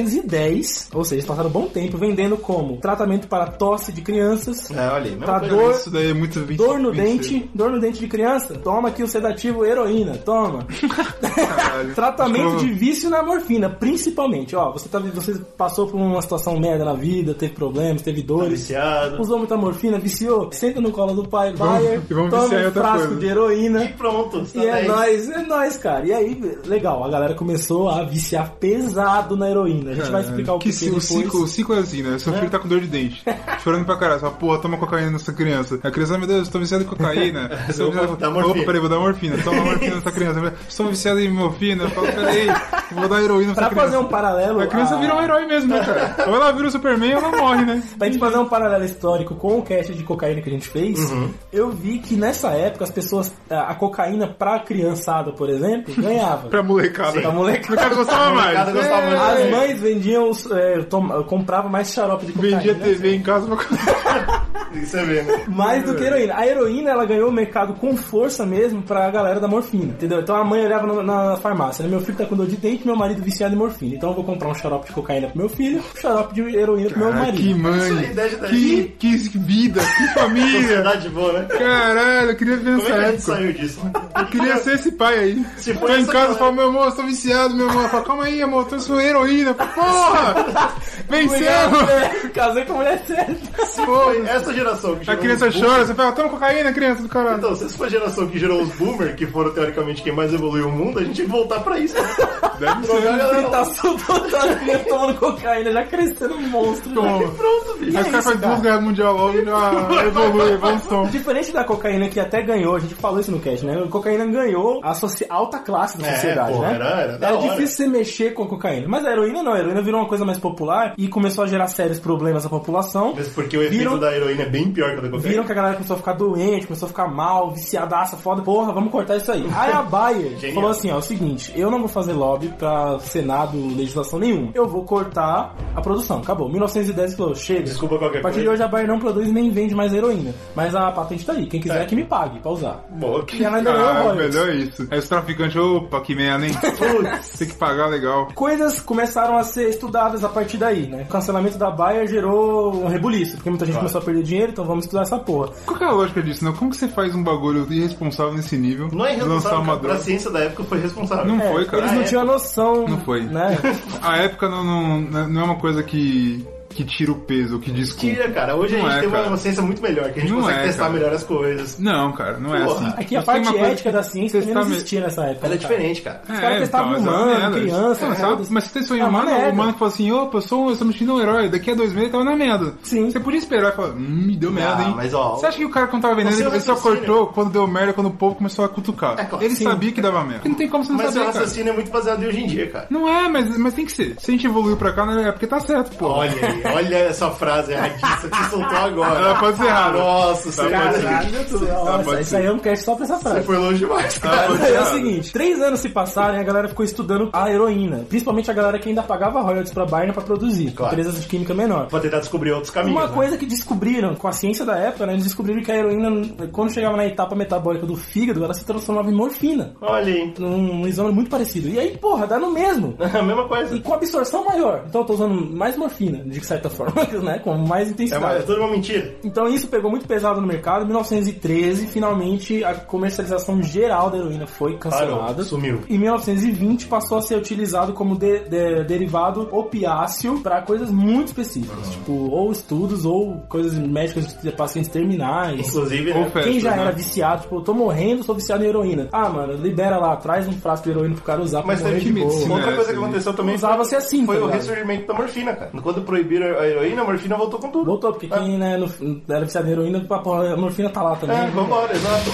[SPEAKER 3] 1910, ou seja, eles passaram um bom tempo vendendo como tratamento para tosse de crianças,
[SPEAKER 1] É, olha aí. mesma
[SPEAKER 3] Tá
[SPEAKER 1] coisa.
[SPEAKER 3] doido.
[SPEAKER 2] Isso daí é muito 20,
[SPEAKER 3] Dor no
[SPEAKER 2] 26.
[SPEAKER 3] dente, dor no dente de criança? Toma aqui o sedativo heroína,
[SPEAKER 2] [laughs]
[SPEAKER 3] toma.
[SPEAKER 2] Caralho.
[SPEAKER 3] [laughs] Tratamento
[SPEAKER 2] Acho que
[SPEAKER 3] de
[SPEAKER 2] eu-
[SPEAKER 3] vício na morfina, principalmente. Ó, você, tá, você passou por uma situação merda na vida, teve problemas, teve
[SPEAKER 1] Tá
[SPEAKER 3] dores.
[SPEAKER 1] Viciado.
[SPEAKER 3] Usou muita morfina, viciou, senta no colo do pai,
[SPEAKER 2] Vamos-
[SPEAKER 3] Bayer,
[SPEAKER 2] e vamos
[SPEAKER 3] toma
[SPEAKER 2] viciar em
[SPEAKER 3] um
[SPEAKER 2] outra
[SPEAKER 3] frasco
[SPEAKER 2] coisa.
[SPEAKER 3] de heroína.
[SPEAKER 1] E pronto. tá
[SPEAKER 3] E é
[SPEAKER 1] dez.
[SPEAKER 3] nóis, é nóis, cara. E aí, legal, a galera começou a viciar pesado na heroína. A gente vai explicar o que,
[SPEAKER 2] É. que
[SPEAKER 3] que
[SPEAKER 2] se- o
[SPEAKER 3] depois.
[SPEAKER 2] ciclo, o ciclo é assim, né? Seu filho tá com dor de dente, [laughs] chorando pra caralho, fala, porra, toma cocaína nessa criança. A criança, "Ah, meu Deus, tô viciado
[SPEAKER 1] [laughs]
[SPEAKER 2] em cocaína.
[SPEAKER 1] Vou dar morfina.
[SPEAKER 2] Opa, peraí, vou dar morfina. Toma morfina
[SPEAKER 3] [laughs]
[SPEAKER 2] nessa criança. Estou viciado em morfina. Eu falo, peraí, vou dar heroína nessa
[SPEAKER 3] Pra
[SPEAKER 2] criança.
[SPEAKER 3] fazer um paralelo.
[SPEAKER 2] A criança
[SPEAKER 3] a-
[SPEAKER 2] vira um herói mesmo, né,
[SPEAKER 3] [laughs]
[SPEAKER 2] cara? Ou ela vira o Superman ou ela morre, né?
[SPEAKER 3] Pra gente fazer um paralelo histórico com o cast de cocaína que a gente fez, eu vi que nessa época as pessoas. A a cocaína pra criançada, por exemplo, ganhava.
[SPEAKER 2] Pra molecada.
[SPEAKER 3] Pra molecada.
[SPEAKER 2] O cara gostava mais.
[SPEAKER 1] molecada gostava
[SPEAKER 2] É.
[SPEAKER 1] mais.
[SPEAKER 3] As mães vendiam, os- é, tom- compravam mais xarope de cocaína.
[SPEAKER 2] Vendia TV
[SPEAKER 3] né?
[SPEAKER 2] em casa pra
[SPEAKER 1] Isso é mesmo.
[SPEAKER 3] Mais do que heroína. A heroína, ela ganhou o mercado com força mesmo pra galera da morfina, entendeu? Então a mãe olhava na, na farmácia, né? Meu filho tá com dor de dente, meu marido viciado em morfina. Então eu vou comprar um xarope de cocaína pro meu filho, um xarope de heroína pro meu
[SPEAKER 2] Ah,
[SPEAKER 3] marido. é
[SPEAKER 2] que
[SPEAKER 1] Isso
[SPEAKER 2] mãe.
[SPEAKER 1] aí, dez de dez.
[SPEAKER 2] Que, que vida, que família.
[SPEAKER 1] Sociedade boa, né?
[SPEAKER 2] Caralho, eu queria ver
[SPEAKER 1] Como é
[SPEAKER 2] essa
[SPEAKER 1] que a gente
[SPEAKER 2] época.
[SPEAKER 1] saiu disso?
[SPEAKER 2] Eu queria ser esse pai aí.
[SPEAKER 1] Se
[SPEAKER 2] tô
[SPEAKER 1] for
[SPEAKER 2] em
[SPEAKER 1] essa
[SPEAKER 2] casa e
[SPEAKER 1] galera.
[SPEAKER 2] falo, meu amor, eu tô viciado, meu amor. Eu falo, calma aí, amor, tô sou heroína. Porra! Vencemos!
[SPEAKER 3] Mulher- [laughs] Casei com a mulher certa.
[SPEAKER 1] Foi essa geração que
[SPEAKER 2] A
[SPEAKER 1] gerou
[SPEAKER 2] criança
[SPEAKER 1] os boomers.
[SPEAKER 2] chora, você fala, toma cocaína, criança do caralho.
[SPEAKER 1] Então, se essa foi a geração que gerou os boomer, que foram teoricamente quem mais evoluiu o mundo, a gente tem que voltar pra isso. Jogar
[SPEAKER 2] Deve
[SPEAKER 1] a
[SPEAKER 2] ser.
[SPEAKER 1] galera
[SPEAKER 3] Ele tá
[SPEAKER 1] lá.
[SPEAKER 3] soltando a criança tomando cocaína, já crescendo um monstro.
[SPEAKER 2] Toma.
[SPEAKER 3] né?
[SPEAKER 1] Pronto,
[SPEAKER 2] Aí
[SPEAKER 1] bicho. É
[SPEAKER 2] os caras fazem duas guerras mundial logo e já evolui, evolução.
[SPEAKER 3] Diferente da cocaína que até ganhou, a gente falou isso no cast, né? A cocaína ganhou a soci- alta classe da
[SPEAKER 1] É,
[SPEAKER 3] sociedade,
[SPEAKER 1] porra,
[SPEAKER 3] né?
[SPEAKER 1] era- era da hora.
[SPEAKER 3] difícil você mexer com a cocaína. Mas a heroína não, a heroína virou uma coisa mais popular e começou a gerar sérios problemas à população.
[SPEAKER 1] Mas porque o efeito
[SPEAKER 3] Viram-
[SPEAKER 1] da heroína é bem pior que o da cocaína.
[SPEAKER 3] Viram que a galera começou a ficar doente, começou a ficar mal, viciadaça, foda, porra, vamos cortar isso aí. Aí a Bayer
[SPEAKER 1] [laughs] Genial.
[SPEAKER 3] falou assim, ó, é o seguinte, eu não vou fazer lobby pra Senado, legislação nenhuma. Eu vou cortar a produção. Acabou. 1910 falou, chega.
[SPEAKER 1] Desculpa qualquer
[SPEAKER 3] A partir de
[SPEAKER 1] coisa.
[SPEAKER 3] hoje a Bayer não produz nem vende mais heroína. Mas a patente tá aí. Quem quiser
[SPEAKER 1] É.
[SPEAKER 3] que me pague pra usar.
[SPEAKER 1] Bom, que-
[SPEAKER 3] E ela ainda ganhou
[SPEAKER 2] Ah,
[SPEAKER 3] royalties.
[SPEAKER 2] melhor isso. Aí os traficantes, opa, que merda, hein?
[SPEAKER 1] Putz.
[SPEAKER 2] Tem que pagar legal.
[SPEAKER 3] Coisas começaram a ser estudadas a partir daí, né? O cancelamento da Bayer gerou um rebuliço, porque muita gente começou a perder dinheiro, então vamos estudar essa porra.
[SPEAKER 2] Qual que é a lógica disso, né? Como que você faz um bagulho irresponsável nesse nível?
[SPEAKER 1] Não é
[SPEAKER 2] Lançar
[SPEAKER 1] responsável,
[SPEAKER 2] uma
[SPEAKER 1] cara. Pra
[SPEAKER 2] droga.
[SPEAKER 1] ciência da época foi responsável.
[SPEAKER 2] Não foi, cara.
[SPEAKER 3] Eles não
[SPEAKER 1] Ah, é?
[SPEAKER 3] tinham a noção.
[SPEAKER 2] Não foi. [laughs]
[SPEAKER 3] Né?
[SPEAKER 2] A época não, não, não é uma coisa que, que tira o peso, que desculpa.
[SPEAKER 1] Tira, cara. Hoje
[SPEAKER 2] Não
[SPEAKER 1] a gente
[SPEAKER 2] é,
[SPEAKER 1] tem
[SPEAKER 2] cara.
[SPEAKER 1] uma ciência muito melhor, que a gente
[SPEAKER 2] Não
[SPEAKER 1] consegue
[SPEAKER 2] é,
[SPEAKER 1] testar
[SPEAKER 2] cara.
[SPEAKER 1] melhor as coisas.
[SPEAKER 2] Não, cara, não é
[SPEAKER 1] Pô,
[SPEAKER 2] assim.
[SPEAKER 3] Aqui a
[SPEAKER 2] Você tem
[SPEAKER 3] parte
[SPEAKER 2] uma coisa
[SPEAKER 3] ética
[SPEAKER 2] que
[SPEAKER 3] da ciência
[SPEAKER 2] você
[SPEAKER 3] também não
[SPEAKER 2] está me-
[SPEAKER 3] existia nessa época.
[SPEAKER 1] Ela é
[SPEAKER 2] tá.
[SPEAKER 3] cara.
[SPEAKER 1] diferente, cara.
[SPEAKER 3] Os caras testavam
[SPEAKER 2] então,
[SPEAKER 3] humano,
[SPEAKER 2] essa merda.
[SPEAKER 3] criança,
[SPEAKER 2] Não,
[SPEAKER 3] né?
[SPEAKER 2] sabe? Mas se você sonha
[SPEAKER 3] É uma
[SPEAKER 2] humano,
[SPEAKER 3] merda.
[SPEAKER 2] o humano fala assim, opa, eu sou, eu sou metido um herói, daqui a dois meses tava na merda.
[SPEAKER 3] Sim.
[SPEAKER 2] Você podia esperar e falar, hum, me deu merda, hein?
[SPEAKER 1] Ah, mas, ó,
[SPEAKER 2] você acha que o cara quando tava vendendo,
[SPEAKER 1] o seu
[SPEAKER 2] ele só
[SPEAKER 1] raciocínio-
[SPEAKER 2] cortou quando deu merda, quando o povo começou a cutucar.
[SPEAKER 1] É claro.
[SPEAKER 2] ele
[SPEAKER 1] Sim.
[SPEAKER 2] sabia que dava merda. Porque não tem como você não
[SPEAKER 1] Mas seu
[SPEAKER 2] saber, cara.
[SPEAKER 1] raciocínio é muito baseado em hoje em dia, cara.
[SPEAKER 2] Não é, mas, mas tem que ser. Se a gente evoluiu pra cá, né, é porque tá certo, pô.
[SPEAKER 1] Olha aí, olha essa frase erradiça que soltou agora.
[SPEAKER 2] Ela pode ser errada.
[SPEAKER 1] Nossa, você,
[SPEAKER 2] Ela
[SPEAKER 3] é
[SPEAKER 2] pode ser-
[SPEAKER 3] Caralho, tu- Nossa,
[SPEAKER 2] Tá, pode
[SPEAKER 3] isso
[SPEAKER 2] ser.
[SPEAKER 3] aí é um cast só pra essa frase.
[SPEAKER 1] você foi longe demais,
[SPEAKER 2] Ah,
[SPEAKER 1] cara.
[SPEAKER 2] pode
[SPEAKER 3] Aí
[SPEAKER 2] ser
[SPEAKER 3] é o
[SPEAKER 2] errado.
[SPEAKER 3] seguinte, três anos se passaram e a galera ficou estudando a heroína. Principalmente a galera que ainda pagava royalties pra Bayern pra produzir.
[SPEAKER 1] Claro.
[SPEAKER 3] Empresas de química menor.
[SPEAKER 1] Pra tentar descobrir outros caminhos.
[SPEAKER 3] Uma
[SPEAKER 1] né?
[SPEAKER 3] coisa que descobriram com a ciência da época, né? Eles descobriram que a heroína, quando chegava na etapa metabólica do fígado, ela se transformava em morfina.
[SPEAKER 1] Olha aí.
[SPEAKER 3] Num num exame muito parecido. E aí, porra, dá no mesmo.
[SPEAKER 1] [laughs]
[SPEAKER 3] né?
[SPEAKER 1] A mesma
[SPEAKER 3] E
[SPEAKER 1] coisa.
[SPEAKER 3] com absorção maior. Então eu tô usando mais morfina, de certa forma, [laughs] né? Com mais
[SPEAKER 1] É,
[SPEAKER 3] intensidade.
[SPEAKER 1] uma- é tudo uma mentira.
[SPEAKER 3] Então isso pegou muito pesado no mercado. Em 1913, finalmente, a comercialização geral da heroína foi cancelada.
[SPEAKER 1] Parou, sumiu.
[SPEAKER 3] Em 1920 passou a ser utilizado como de- de- derivado opiáceo para coisas muito específicas, tipo ou estudos ou coisas médicas de pacientes terminais.
[SPEAKER 1] Inclusive,
[SPEAKER 2] Ou
[SPEAKER 1] né?
[SPEAKER 2] festa,
[SPEAKER 3] Quem já
[SPEAKER 2] né?
[SPEAKER 3] era viciado, tipo, eu tô morrendo, sou viciado em heroína. Ah, mano, libera lá, traz um frasco de heroína pro cara usar pra
[SPEAKER 1] Mas tá né?
[SPEAKER 3] morrer
[SPEAKER 1] teve
[SPEAKER 3] de boa.
[SPEAKER 2] medicina.
[SPEAKER 1] Outra
[SPEAKER 2] É,
[SPEAKER 1] coisa
[SPEAKER 2] sim.
[SPEAKER 1] que aconteceu também
[SPEAKER 3] Usava-se assim,
[SPEAKER 1] foi
[SPEAKER 3] tá
[SPEAKER 1] o
[SPEAKER 3] ligado?
[SPEAKER 1] ressurgimento da morfina, cara. Quando proibiram a heroína, a morfina voltou com tudo. É.
[SPEAKER 3] Voltou, porque quem né, no, era viciado em heroína, pô, a morfina tá lá também.
[SPEAKER 1] É, vambora, exato.